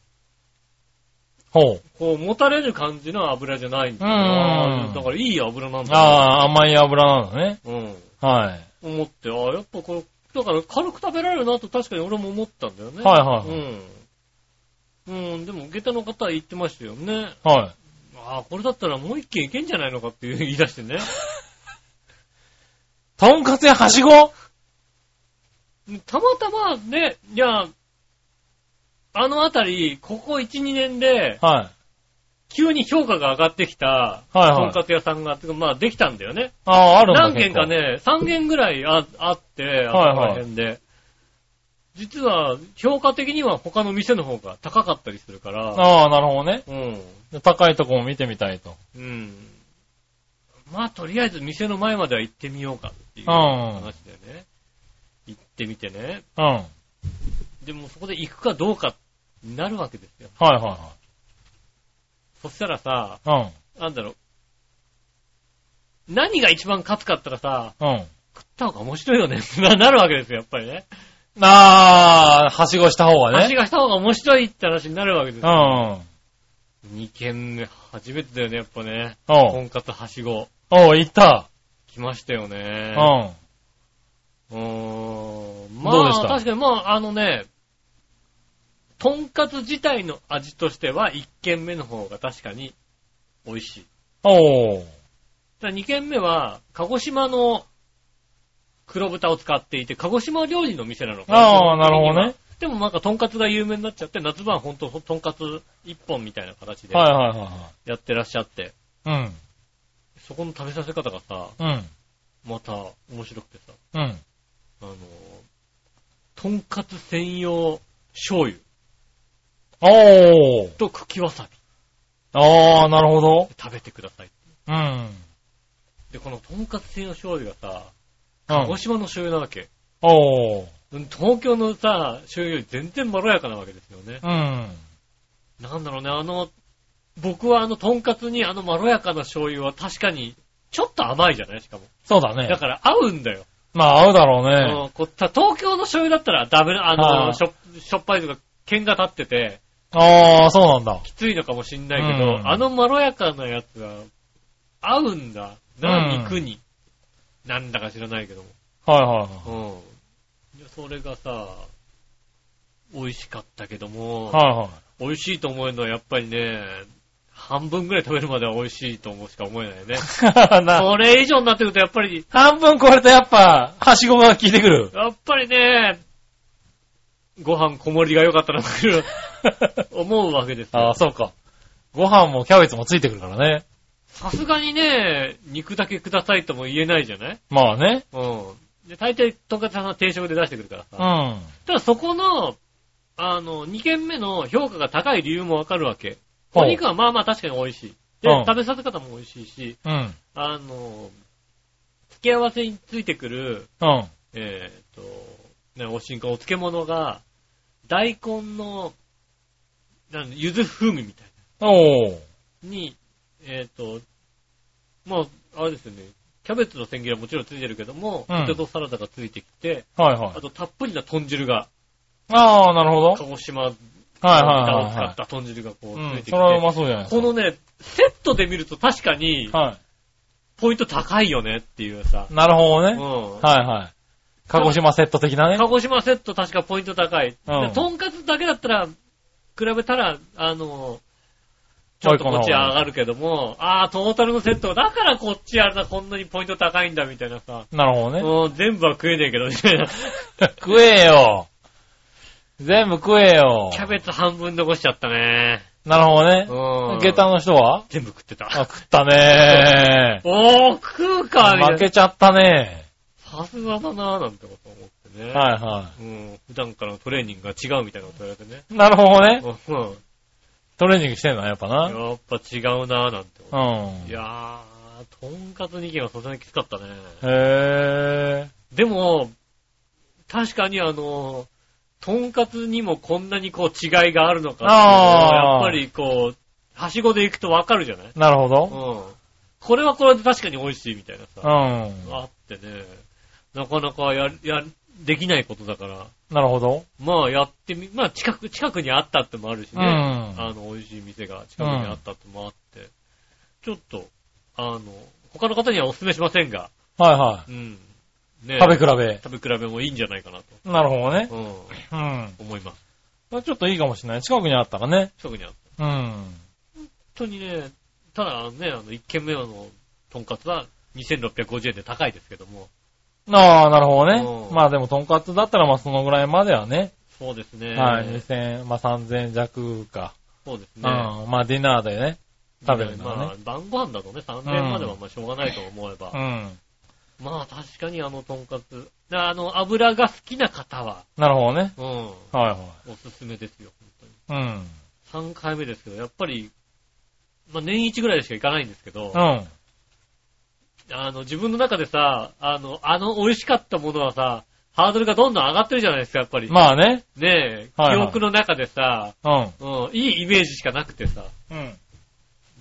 Speaker 3: ほう。
Speaker 2: こう、もたれる感じの油じゃないんだよ
Speaker 3: う
Speaker 2: なんだからいい油なんだな。
Speaker 3: ああ、甘い油なんだね。
Speaker 2: うん。
Speaker 3: はい。
Speaker 2: 思って、ああ、やっぱこれ、だから軽く食べられるなと確かに俺も思ったんだよね。
Speaker 3: はいはいは
Speaker 2: うん。うん、でも、下駄の方は言ってましたよね。
Speaker 3: はい。
Speaker 2: ああ、これだったらもう一軒いけんじゃないのかっていう 言い出してね。
Speaker 3: とんかつやはしご
Speaker 2: たまたまね、いや、あのあたり、ここ1、2年で、
Speaker 3: はい。
Speaker 2: 急に評価が上がってきた、
Speaker 3: いはい
Speaker 2: とんかつ屋さんが、てかまあできたんだよね。
Speaker 3: ああ、あるんだ
Speaker 2: 何軒か。ね、3軒ぐらいああって、あ
Speaker 3: はい
Speaker 2: の
Speaker 3: はい
Speaker 2: 辺で。実は、評価的には他の店の方が高かったりするから
Speaker 3: 結、構ああ、なるほどね。
Speaker 2: うん。
Speaker 3: 高いとこも見てみたいと。
Speaker 2: うん。まあ、とりあえず店の前までは行ってみようかっていう
Speaker 3: うん
Speaker 2: 話だよね。行ってみてね。
Speaker 3: うん。はい
Speaker 2: でもそこで行くかどうかになるわけですよ。
Speaker 3: は
Speaker 2: そしたらさ、
Speaker 3: いはい。
Speaker 2: なんだろう。何が一番勝つかったらさ、
Speaker 3: うん。うん。
Speaker 2: 食った方が面白いよね。 な、なるわけですよ、やっぱりね。
Speaker 3: ああ、はしごした方が
Speaker 2: 足
Speaker 3: ね。
Speaker 2: がした方が面白いって話になるわけです
Speaker 3: う
Speaker 2: よ。
Speaker 3: ん。
Speaker 2: 2軒目、初めてだよね、やっぱね。と
Speaker 3: おうん
Speaker 2: かつはしご。
Speaker 3: おう行った。
Speaker 2: 来ましたよね
Speaker 3: う。ん。
Speaker 2: うーん。
Speaker 3: どう
Speaker 2: ま
Speaker 3: で
Speaker 2: あ
Speaker 3: し、た
Speaker 2: 確かに、まあ、あのね、とんかつ自体の味としては、1軒目の方が確かに美味しい。
Speaker 3: おう
Speaker 2: ただ2軒目は、鹿児島の黒豚を使っていて、鹿児島料理の店なのか
Speaker 3: ああ、なるほどね。。
Speaker 2: でもなんか、とんかつが有名になっちゃって、夏場はほんと、とんかつ1本みたいな形で
Speaker 3: は
Speaker 2: や
Speaker 3: いはいは
Speaker 2: ってらっしゃって、
Speaker 3: いはい。
Speaker 2: そこの食べさせ方がさ、
Speaker 3: うん。うん。
Speaker 2: また面白くてさ、
Speaker 3: うん。
Speaker 2: あの、とんかつ専用醤油
Speaker 3: おう
Speaker 2: と茎わさび。
Speaker 3: ああ、なるほど。
Speaker 2: 食べてください。
Speaker 3: うん。うん。
Speaker 2: で、このとんかつ製の醤油がさ、鹿児島の醤油なわけ。
Speaker 3: おう
Speaker 2: うん東京のさ、醤油より全然まろやかなわけですよね。
Speaker 3: うん。
Speaker 2: なんだろうね、あの、僕はあの、とんかつにあのまろやかな醤油は確かに、ちょっと甘いじゃないしかも。
Speaker 3: そうだね
Speaker 2: だ。から合うんだよ。
Speaker 3: まあ、合うだろう
Speaker 2: あ
Speaker 3: ね。
Speaker 2: のこた東京の醤油だったらダメな、あ
Speaker 3: は
Speaker 2: の、
Speaker 3: い
Speaker 2: しょしょっぱいとか、剣が立ってて、
Speaker 3: ああ、そうなんだ。
Speaker 2: きついのかもしんないけど、
Speaker 3: うん
Speaker 2: あのまろやかなやつが、合うんだ。な、
Speaker 3: うん
Speaker 2: 肉に。なんだか知らないけども。
Speaker 3: はいはいはい。
Speaker 2: うん。いやそれがさ、美味しかったけども、
Speaker 3: はいはい。
Speaker 2: 美味しいと思えるのはやっぱりね、半分ぐらい食べるまでは美味しいと思うしか思えない よね。
Speaker 3: な
Speaker 2: それ以上になってくるとやっぱり、
Speaker 3: 半分超えるとやっぱ、はしごが効いてくる。
Speaker 2: やっぱりね、ご飯小盛りが良かったなっていう 思うわけです
Speaker 3: ああ、
Speaker 2: よ。
Speaker 3: そうか。ご飯もキャベツもついてくるからね。
Speaker 2: さすがにね、肉だけくださいとも言えないじゃない
Speaker 3: まあね。
Speaker 2: うん。で、大体、とんかつ屋さんは定食で出してくるから
Speaker 3: う
Speaker 2: さ。
Speaker 3: ん。
Speaker 2: ただそこの、あの、2軒目の評価が高い理由もわかるわけ。
Speaker 3: ほう
Speaker 2: お肉はまあまあ確かに美味しい。で、
Speaker 3: うん
Speaker 2: 食べさせ方も美味しいし、
Speaker 3: うん。
Speaker 2: あの、付け合わせについてくる、
Speaker 3: うん。
Speaker 2: えっ、と、ね、おしんこ、お漬物が、大根の、なんゆず風味みたい
Speaker 3: おー。
Speaker 2: な、に、えっ、と、まあ、あれですよね、キャベツの千切りはもちろんついてるけども、
Speaker 3: うん
Speaker 2: ポテトサラダがついてきて、
Speaker 3: はいは
Speaker 2: あ
Speaker 3: い。
Speaker 2: とたっぷりな豚汁が、
Speaker 3: ああ、なるほど。
Speaker 2: 鹿児島の
Speaker 3: はい
Speaker 2: 豚を
Speaker 3: はい
Speaker 2: 使っ
Speaker 3: は
Speaker 2: た豚汁がこう
Speaker 3: い。
Speaker 2: つ
Speaker 3: はい。う
Speaker 2: い
Speaker 3: ん。
Speaker 2: てきて、
Speaker 3: それはうまそうじゃないです
Speaker 2: このね、セットで見ると確かに
Speaker 3: か。、は
Speaker 2: ポイント高いよねっていうさ、
Speaker 3: い。なるほど
Speaker 2: う
Speaker 3: ね。
Speaker 2: ん。
Speaker 3: はいはい。鹿児島セット的なね。
Speaker 2: 鹿児島セット確かポイント高い。
Speaker 3: うん
Speaker 2: でとんかつだけだったら、比べたら、あの、ちょっとこっち上がるけども、ああ、トータルのセット、だからこっちあれだ、こんなにポイント高いんだ、みたいなさ。
Speaker 3: なるほどね。
Speaker 2: うん、全部は食えねえけど、 みたいな。
Speaker 3: 食えよ。全部食えよ。
Speaker 2: キャベツ半分残しちゃったね。
Speaker 3: なるほどね。
Speaker 2: うん。
Speaker 3: 下駄の人は
Speaker 2: 全部食ってた。
Speaker 3: あ、食った ねー。
Speaker 2: おー、食うか、みたい
Speaker 3: 負
Speaker 2: な。
Speaker 3: けちゃったね。
Speaker 2: さすがだなーなんてこと思ってね。
Speaker 3: はいは
Speaker 2: うん、普段からのトレーニングが違うみたいなこと言われてね。
Speaker 3: い。なるほどね。
Speaker 2: うん。
Speaker 3: トレーニングしてんのやっぱな。
Speaker 2: やっぱ違うなーなんて
Speaker 3: う
Speaker 2: 思っ
Speaker 3: ん。
Speaker 2: て。いやー、とんかつ2軒はさすがにきつかったね。
Speaker 3: へ
Speaker 2: でも、確かにあの、とんかつにもこんなにこう違いがあるのかっていうのはや
Speaker 3: あー
Speaker 2: っぱりこう、はしごで行くとわかるじゃないうん
Speaker 3: ー。なるほど。。
Speaker 2: これはこれで確かに美味しいみたいな
Speaker 3: う
Speaker 2: さ。
Speaker 3: ん。
Speaker 2: あってね、なかなかや、や、できないことだから、
Speaker 3: なるほど。
Speaker 2: まあやってみ、まあ近く、近くにあったってもあるしね。
Speaker 3: うん
Speaker 2: あの、美味しい店が近くにあったってもあって、ちょっと、あの、他の方にはお勧めしませんが、
Speaker 3: はいは
Speaker 2: うん。
Speaker 3: い。
Speaker 2: ね
Speaker 3: 食べ比べ。
Speaker 2: 食べ比べもいいんじゃないかなと、
Speaker 3: なるほどね。
Speaker 2: うん、
Speaker 3: うん。
Speaker 2: 思います。
Speaker 3: まあちょっといいかもしれない。近くにあったらね。
Speaker 2: 近くにあった。
Speaker 3: うん。
Speaker 2: 本当にね、ただね、あの、1軒目のとんかつは2650円で高いですけども、
Speaker 3: ああ、なるほどね。
Speaker 2: うん
Speaker 3: まあでも、とんかつだったら、まあそのぐらいまではね。
Speaker 2: そうですね。
Speaker 3: はい。2000、まあ3000弱か。
Speaker 2: そうですね。
Speaker 3: うん。まあディナーでね。食べるんだろうね
Speaker 2: まあ、晩ご飯だとね、3000円まではまあしょうがないと思えば。
Speaker 3: うん。
Speaker 2: まあ、確かにあの、とんかつ。あの、油が好きな方は、
Speaker 3: なるほどね。
Speaker 2: うん、
Speaker 3: はい
Speaker 2: おすすめですよ、本
Speaker 3: はい。うん。
Speaker 2: 当に。3回目ですけど、やっぱり、まあ、年一ぐらいでしか行かないんですけど、
Speaker 3: うん。
Speaker 2: あの、自分の中でさ、あの、あの美味しかったものはさ、ハードルがどんどん上がってるじゃないですか、やっぱり。
Speaker 3: まあね。
Speaker 2: ねえ、
Speaker 3: はいはい
Speaker 2: 記憶の中でさ、
Speaker 3: うん。
Speaker 2: うん、いいイメージしかなくてさ、
Speaker 3: うん。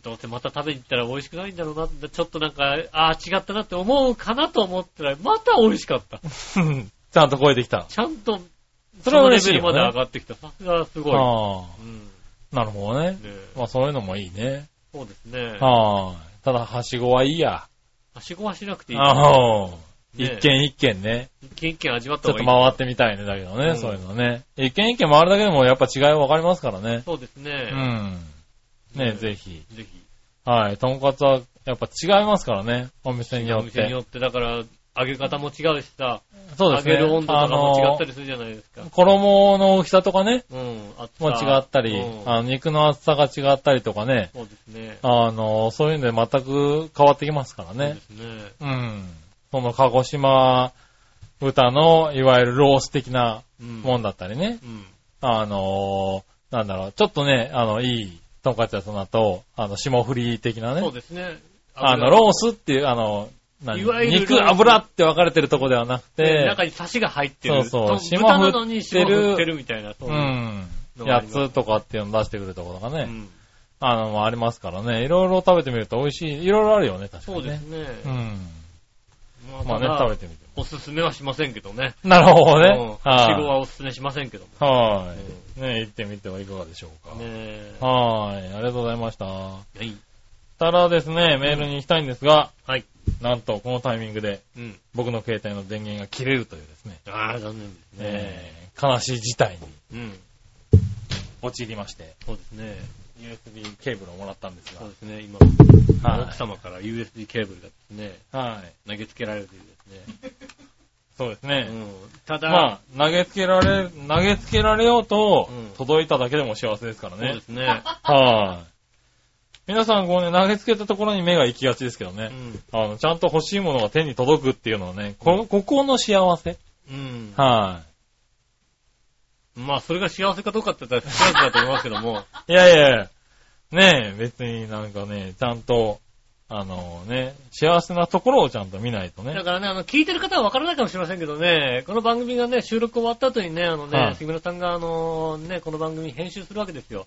Speaker 2: どうせまた食べに行ったら美味しくないんだろうなって、ちょっとなんか、ああ、違ったなって思うかなと思ったら、また美味しかった。
Speaker 3: ちゃんと超えてきた。
Speaker 2: ちゃんと、
Speaker 3: それは嬉しい
Speaker 2: そのレベルま
Speaker 3: よね
Speaker 2: で上がってきた。さすがすごい。
Speaker 3: あ
Speaker 2: うん。ね
Speaker 3: あ。なるほどね。
Speaker 2: え
Speaker 3: まあそういうのもいいね。
Speaker 2: そうですね。
Speaker 3: はーい。ただ、はしごはいいや。
Speaker 2: はしごはしなくていい。
Speaker 3: ああ。
Speaker 2: ね
Speaker 3: 一。軒一軒ね。
Speaker 2: 一軒一軒味わった
Speaker 3: ちょ
Speaker 2: 方
Speaker 3: っ
Speaker 2: がい
Speaker 3: と
Speaker 2: い。
Speaker 3: 回ってみたいね、だけどね、
Speaker 2: うん
Speaker 3: そういうのね。一軒一軒回るだけでもやっぱ違いわかりますからね。
Speaker 2: そうです
Speaker 3: う
Speaker 2: ね。
Speaker 3: ん。ね、ぜひ。
Speaker 2: ひ。ぜひ。
Speaker 3: はい。とんかつはやっぱ違いますからね、お店によ
Speaker 2: お
Speaker 3: っ
Speaker 2: 店に
Speaker 3: て。
Speaker 2: よって、だから、揚げ方も違うしさ、
Speaker 3: そうですね。
Speaker 2: 揚げる温度とかも違った
Speaker 3: あ
Speaker 2: りするじゃないですか
Speaker 3: の。衣の大きさとかね、
Speaker 2: うん、厚さ
Speaker 3: も違ったり、
Speaker 2: うん
Speaker 3: あの肉の厚さが違ったりとかね、
Speaker 2: そうですね。
Speaker 3: あの、そういうので全く変わってきますからね。
Speaker 2: そうですね。
Speaker 3: うん。その鹿児島豚の、いわゆるロース的な
Speaker 2: うん。
Speaker 3: もんだったりね。
Speaker 2: うん。
Speaker 3: あのー、なんだろう、ちょっとね、あの、いい、トンカツ屋さんだと、あの、霜降り的な
Speaker 2: そう
Speaker 3: ね、
Speaker 2: ですね。
Speaker 3: あの、ロースっていう、あの、何
Speaker 2: いわゆるロー
Speaker 3: 肉、
Speaker 2: ス
Speaker 3: 油って分かれてるとこではなく
Speaker 2: で、
Speaker 3: て、
Speaker 2: 中にサシが入ってる。
Speaker 3: そうそう
Speaker 2: と豚なのに
Speaker 3: 霜
Speaker 2: 霜
Speaker 3: 降
Speaker 2: 降
Speaker 3: っ
Speaker 2: ってて
Speaker 3: る
Speaker 2: るみたいな。そううい
Speaker 3: ん。
Speaker 2: のがあ
Speaker 3: や
Speaker 2: ります
Speaker 3: つとかっていうの出してくるところが
Speaker 2: うう
Speaker 3: ね、
Speaker 2: ん。
Speaker 3: あの、まあありますからね、いろいろ食べてみると美味しい、いろいろあるよね、確か
Speaker 2: そう
Speaker 3: に
Speaker 2: で
Speaker 3: ね
Speaker 2: す。ね。
Speaker 3: うん。ま
Speaker 2: ま
Speaker 3: あ
Speaker 2: あ
Speaker 3: ね
Speaker 2: ね、、
Speaker 3: 食べてみて。
Speaker 2: おすすめはしませんけどね。
Speaker 3: なるほど
Speaker 2: うん
Speaker 3: ね。
Speaker 2: はしご
Speaker 3: は
Speaker 2: はおすすめしませんけども。
Speaker 3: い。はい。ね、行ってみてはいかがでしょうか。
Speaker 2: ねえ。
Speaker 3: はい。ありがとうございました。
Speaker 2: はい。
Speaker 3: たらですね、メールに行きたいんですが、
Speaker 2: はい。
Speaker 3: なんとこのタイミングで
Speaker 2: うん。
Speaker 3: 僕の携帯の電源が切れるというですね、
Speaker 2: ああ、残念ですね。
Speaker 3: えー悲しい事態に
Speaker 2: うん。
Speaker 3: 陥りまして、
Speaker 2: そうですね。
Speaker 3: USB ケーブルをもらったんです
Speaker 2: そうですね。今、
Speaker 3: が、は
Speaker 2: 奥様から USB ケーブルがですね、
Speaker 3: い。はい。
Speaker 2: 投げつけられてるです
Speaker 3: そうです
Speaker 2: ね。う
Speaker 3: ね。
Speaker 2: ん。ただ、
Speaker 3: まあ、投げつけられ、投げつけられようと
Speaker 2: うん、
Speaker 3: 届いただけでも幸せですから
Speaker 2: そう
Speaker 3: ね
Speaker 2: で。すね。
Speaker 3: はい。皆さん、こうね、投げつけたところに目が行きがちですけど
Speaker 2: う
Speaker 3: ね。
Speaker 2: ん。
Speaker 3: あの、ちゃんと欲しいものが手に届くっていうのはね、こ、ここの幸せ。
Speaker 2: うん。
Speaker 3: は
Speaker 2: まあ、それが幸せかどうかって言ったら幸せだと思いますけども。
Speaker 3: い。いやいやいや、ねえ、別になんかね、ちゃんと、あのね、幸せなところをちゃんと見ないとね
Speaker 2: だ。からね、あの、聞いてる方は分からないかもしれませんけどね、この番組がね、収録終わった後にね、あのね、
Speaker 3: はい
Speaker 2: 杉村さんが、あのね、この番組編集するわけですよ。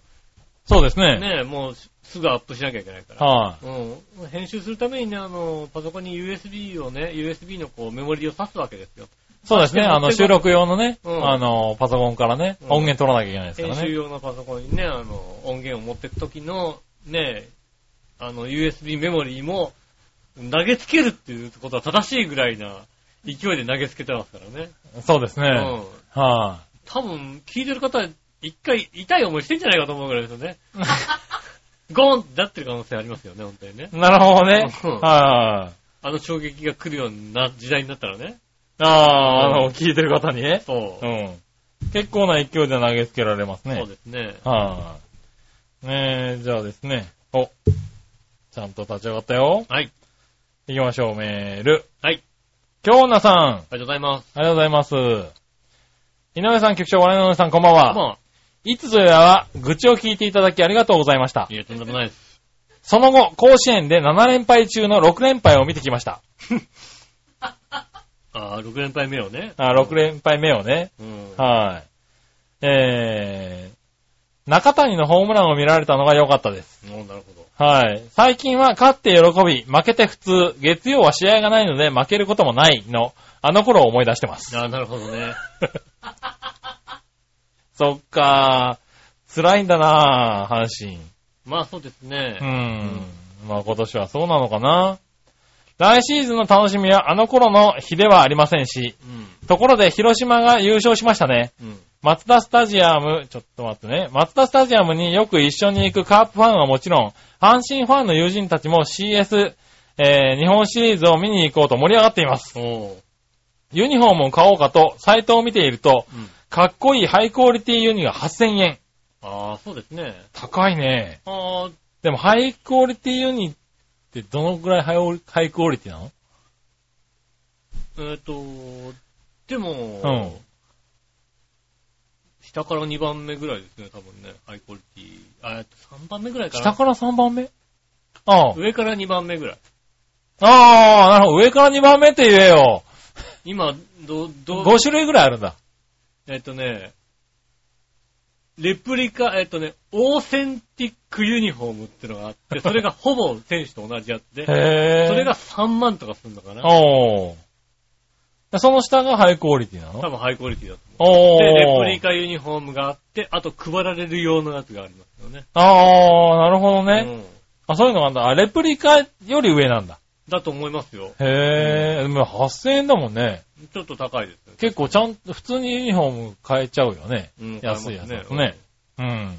Speaker 3: そうですね。
Speaker 2: ね、もうすぐアップしなきゃいけないから。
Speaker 3: は
Speaker 2: うん。編集するためにね、あの、パソコンに USB をね、USB のこう、メモリを挿すわけですよ。
Speaker 3: い。そうですね、
Speaker 2: でも
Speaker 3: あの、収録用のね、
Speaker 2: うん
Speaker 3: あの、パソコンからね、
Speaker 2: うん
Speaker 3: 音源取らなきゃいけないですか
Speaker 2: 編
Speaker 3: ら
Speaker 2: 集
Speaker 3: ね。
Speaker 2: 用のパソコンにね、あの、音源を持ってく時の、ね、あの、USB メモリーも、投げつけるっていうことは正しいぐらいな勢いで投げつけてますからね。
Speaker 3: そうですね。
Speaker 2: うん。
Speaker 3: は
Speaker 2: 多分、聞いてる方は、一回痛い思いしてんじゃないかと思うぐらいですよ ね。ゴーンってなってる可能性ありますよね、本当にね。
Speaker 3: い。なるほどね。
Speaker 2: うん
Speaker 3: はい。
Speaker 2: あの衝撃が来るような時代になったらね。
Speaker 3: ああ、あの、聞いてる方にね。
Speaker 2: そう。
Speaker 3: うん。結構な勢いで投げつけられますね。
Speaker 2: そうですね。
Speaker 3: はい、ねえ、じゃあですね。お。ちゃんと立ち上がったよ。
Speaker 2: はい。
Speaker 3: 行きましょう、メール。
Speaker 2: はい。
Speaker 3: 京奈さん、あ
Speaker 2: ありがとうございます。
Speaker 3: りがとうございます。井上さん、局長、我々の皆さん、こんばん
Speaker 2: ま
Speaker 3: は。
Speaker 2: あ、
Speaker 3: いつぞやは、愚痴を聞いていただきありがとうございました
Speaker 2: い。や、とんでもないです。
Speaker 3: その後、甲子園で7連敗中の6連敗を見てきました。
Speaker 2: ああ、6連敗目をね。
Speaker 3: あ6連敗目をね。
Speaker 2: うん。
Speaker 3: はい。えー、中谷のホームランを見られたのが良かったです。
Speaker 2: もうなるほど。
Speaker 3: はい。最近は勝って喜び、負けて普通、月曜は試合 がないので負けることもないの、あの頃を思い出してます。
Speaker 2: ああ、なるほどね。
Speaker 3: そっか。辛いんだな阪神。
Speaker 2: まあそうですね。
Speaker 3: うん。まあ今年はそうなのかな。来シーズンの楽しみはあの頃の比ではありませんし、ところで広島が優勝しましたね。
Speaker 2: うん。うん。
Speaker 3: マツダスタジアム、ちょっと待ってね。マツダスタジアムによく一緒に行くカープファンはもちろん、阪神ファンの友人たちも CS、えー日本シリーズを見に行こうと盛り上がっています。
Speaker 2: おう。
Speaker 3: ユニフォームを買おうかと、サイトを見ていると、
Speaker 2: うん。
Speaker 3: かっこいいハイクオリティユニが8000円。
Speaker 2: ああ、そうですね。
Speaker 3: 高いね。
Speaker 2: ああ、
Speaker 3: でも、ハイクオリティユニってどのくらいハイオリハイクオリティなの
Speaker 2: えっ、と、で
Speaker 3: う
Speaker 2: も、
Speaker 3: ん。
Speaker 2: 下から2番目ぐらいですね、多分ね。ハイクオリティ。あ、えっと3番目ぐらいかな。
Speaker 3: 下から3番目ああ。
Speaker 2: 上から2番目ぐらい。
Speaker 3: ああ、なるほど。上から2番目って言えよ。
Speaker 2: 今、ど、ど、
Speaker 3: 5種類ぐらいあるんだ。
Speaker 2: えっとね、レプリカ、えっとね、オーセンティックユニフォームってのがあ って、それがほぼ選手と同じやつで、
Speaker 3: へえ。
Speaker 2: それが3万とかするのかな。
Speaker 3: おーでその下がハイクオリティな
Speaker 2: 多
Speaker 3: の
Speaker 2: 分ハイクオリティだと
Speaker 3: お
Speaker 2: 思
Speaker 3: ー
Speaker 2: う。で、レプリカユニフォームがあって、あと配られる用のやつがありますよね。
Speaker 3: あー、なるほどね。
Speaker 2: うん
Speaker 3: あ、そういうのがあんだ。あ、レプリカより上なんだ。
Speaker 2: だと思いますよ。
Speaker 3: へえ。でも8000円だもんね。
Speaker 2: ちょっと高いですよ。
Speaker 3: 結構ちゃんと、普通にユニフォーム変えちゃうよね。
Speaker 2: うん
Speaker 3: 安いやつだと
Speaker 2: 買えます
Speaker 3: ね。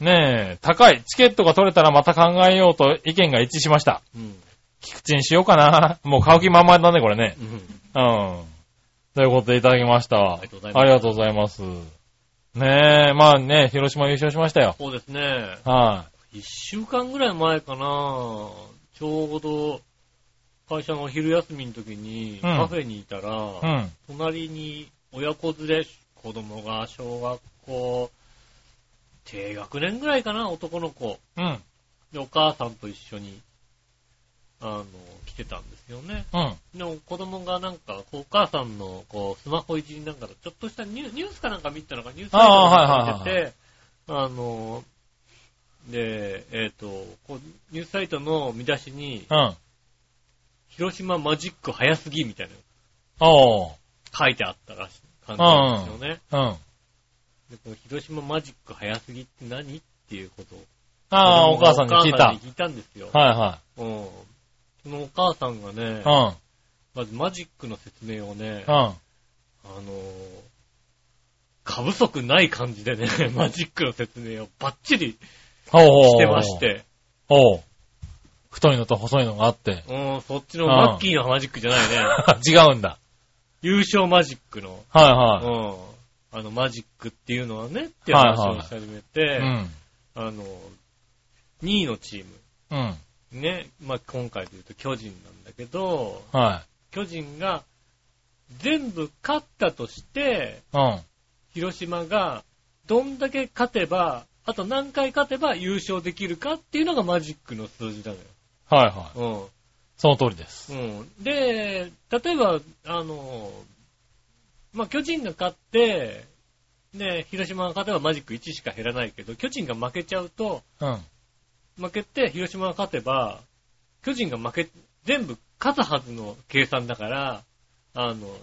Speaker 3: うん。ねえ、高い。チケットが取れたらまた考えようと意見が一致しました。
Speaker 2: うん。
Speaker 3: 菊池にしようかな。 もう買う気満々だね、これね。
Speaker 2: うん。
Speaker 3: うん。ということでいただきました。あ
Speaker 2: りがとうございます
Speaker 3: りがとうございます。ねえ、まあね、広島優勝しましたよ。
Speaker 2: そうですね。
Speaker 3: は
Speaker 2: 一週間ぐらい前かな、ちょうど、会社のお昼休みの時に、
Speaker 3: うん
Speaker 2: カフェにいたら、
Speaker 3: い。うん。
Speaker 2: 隣に親子連れ、子供が小学校、低学年ぐらいかな、男の子。
Speaker 3: うん。
Speaker 2: で、お母さんと一緒に、あの、来てたんですよね。
Speaker 3: うん。
Speaker 2: でも子供がなんか、こうお母さんのこうスマホいじりながら、ちょっとしたニューニュースかなんか見てたのか、ニュース
Speaker 3: あー
Speaker 2: サイトを見てて、あの、で、えっ、とこう、ニュースサイトの見出しに、
Speaker 3: うん。
Speaker 2: 広島マジック早すぎみたいなの
Speaker 3: おー。
Speaker 2: 書いてあったらしい感じなんですよね。
Speaker 3: うん。
Speaker 2: でこの広島マジック早すぎって何っていうことを。
Speaker 3: ああ、お母さんに聞い
Speaker 2: お
Speaker 3: た。
Speaker 2: 母
Speaker 3: は
Speaker 2: 聞いたんですよ。
Speaker 3: いは
Speaker 2: うん。そのお母さんがね
Speaker 3: い。う、ん。
Speaker 2: まずマジックの説明をね、
Speaker 3: うん。
Speaker 2: あのー、過不足ない感じでね、 マジックの説明をバッチリ
Speaker 3: ほうほう。
Speaker 2: してまし。て、
Speaker 3: おう。太いのと細いのがあって。
Speaker 2: うん、そっちのラッキーなマジックじゃないね。
Speaker 3: 違うんだ。
Speaker 2: 優勝マジック の、う
Speaker 3: は
Speaker 2: ん、あのマジックっていうのはね、っていう話をし始め
Speaker 3: いはい。
Speaker 2: て
Speaker 3: う、ん。
Speaker 2: あの、2位のチー
Speaker 3: うん。
Speaker 2: ム、ね、まあ、今回で言うと巨人なんだけど、
Speaker 3: は
Speaker 2: 巨人が全部勝ったとして、
Speaker 3: い。うん。
Speaker 2: 広島がどんだけ勝てば、あと何回勝てば優勝できるかっていうのがマジックの数字な
Speaker 3: はいはい。
Speaker 2: のよ。
Speaker 3: その通りです。
Speaker 2: うん。うん。で、例えば、あの、まあ、巨人が勝って、ね、広島が勝てばマジック1しか減らないけど、巨人が負けちゃうと、
Speaker 3: うん。
Speaker 2: 負けて広島が勝てば、巨人が負け、全部勝つはずの計算だから、あの、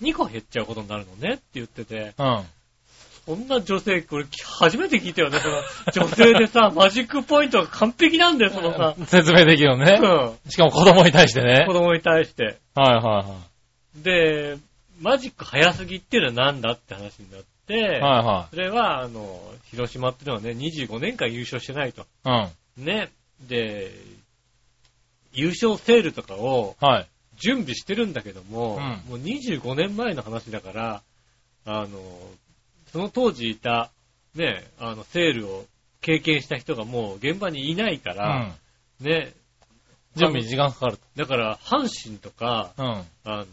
Speaker 2: 2個減っちゃうことになるのねって言ってて、
Speaker 3: うん。
Speaker 2: こんな女性、これ初めて聞いたよね。その女性で さ、マジックポイントが完璧なんだよ、そのさ。
Speaker 3: 説明できるのね。
Speaker 2: う
Speaker 3: しかも子供に対して
Speaker 2: ん。
Speaker 3: ね
Speaker 2: 子。供に対して。
Speaker 3: はいは
Speaker 2: で、マジック早すぎっていうのはなんだって話になっ
Speaker 3: い
Speaker 2: て、
Speaker 3: はい。は
Speaker 2: それは、あの、広島っていうのはね、25年間優勝してないと。
Speaker 3: いはい。
Speaker 2: ね。で、優勝セールとかを
Speaker 3: うん。はい。
Speaker 2: 準備してるんだけども、
Speaker 3: うん
Speaker 2: もう25年前の話だから、あの、その当時いた、ね、あの、セールを経験した人がもう現場にいないか
Speaker 3: う
Speaker 2: ら、
Speaker 3: ん。
Speaker 2: ね、
Speaker 3: 準備に時間かかる。
Speaker 2: だから、阪神とか、
Speaker 3: うん。
Speaker 2: あの、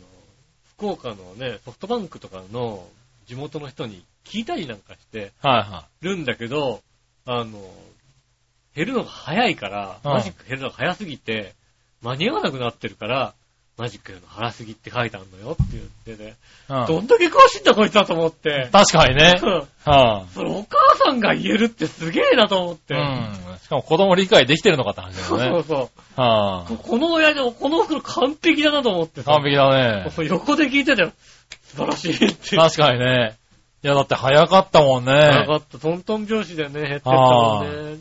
Speaker 2: 福岡のね、ソフトバンクとかの地元の人に聞いたりなんかして
Speaker 3: はいは
Speaker 2: るんだけど、あの、減るのが早いから、
Speaker 3: うん
Speaker 2: マジック減るのが早すぎて、間に合わなくなってるから、マジック減るの早すぎって書いてあるのよって言ってね。
Speaker 3: い。う
Speaker 2: どんだけ詳しいんだこいつだと思って
Speaker 3: ん。。確かにね。
Speaker 2: うん
Speaker 3: は
Speaker 2: それお母さんが言えるってすげえなと思っ
Speaker 3: い。
Speaker 2: て。
Speaker 3: うん。しかも子供理解できてるのかって話
Speaker 2: そう
Speaker 3: だ
Speaker 2: そ
Speaker 3: よ
Speaker 2: う
Speaker 3: ね。
Speaker 2: そ
Speaker 3: は
Speaker 2: う。ここの親でもこの袋完璧だなと思って
Speaker 3: い。
Speaker 2: さ
Speaker 3: 完璧だね。
Speaker 2: もう横で聞いてたよ。素晴らしいって。
Speaker 3: 確かにね。いや、だって早かったもんね。
Speaker 2: なかった。トントン拍子でね、減ってったもんね。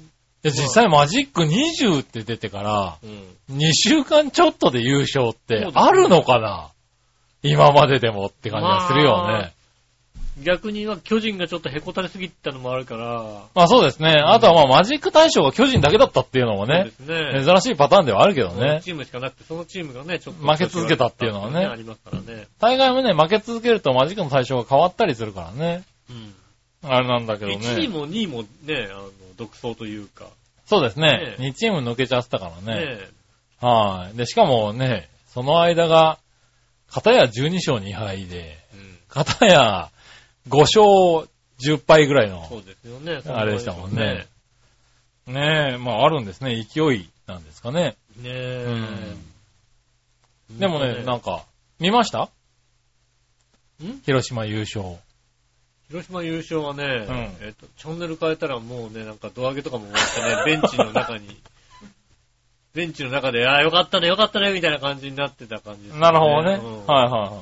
Speaker 3: いや実際マジック20って出てから、
Speaker 2: うん。
Speaker 3: 2週間ちょっとで優
Speaker 2: そ
Speaker 3: 勝っ
Speaker 2: う
Speaker 3: て
Speaker 2: ですね
Speaker 3: あるのかな今まででもって感じがするよ
Speaker 2: まあ
Speaker 3: ね。
Speaker 2: 逆には巨人がちょっとへこたれすぎたのもあるから、
Speaker 3: まあそうですね。あとはまあマジック大賞が巨人だけだったっていうのもね、
Speaker 2: そうですね。
Speaker 3: 珍しいパターンではあるけど
Speaker 2: その
Speaker 3: ね。
Speaker 2: チームしかなくて、そのチームがね、ちょっと。
Speaker 3: 負け続けたっていうのはね
Speaker 2: ありますからね。
Speaker 3: 大概もね、負け続けるとマジックの対象が変わったりするからね。
Speaker 2: うん。
Speaker 3: あれなんだけど
Speaker 2: 1位
Speaker 3: ね。
Speaker 2: も2位もね、あの、独走というか。
Speaker 3: そうですね
Speaker 2: ね。
Speaker 3: 2チーム抜けちゃってたからね。
Speaker 2: ね
Speaker 3: はい。で、しかもね、その間が、片や12勝2敗で、
Speaker 2: うん。
Speaker 3: 片や5勝10敗ぐらい
Speaker 2: そ
Speaker 3: の、
Speaker 2: うですよね。
Speaker 3: あれでしたもんね。ねえ、まああるんですね。勢いなんですかね。
Speaker 2: ねえ。
Speaker 3: でもね、なんか、見ました
Speaker 2: ん
Speaker 3: 広島優勝。
Speaker 2: 広島優勝はね、
Speaker 3: うん
Speaker 2: えっと、チャンネル変えたらもうね、なんか胴上げとかも終わっ てね、ベンチの中に、ベンチの中で、ああ、よかったね、よかったね、みたいな感じになってた感じですね、
Speaker 3: なるほどね。
Speaker 2: うん
Speaker 3: はいはいは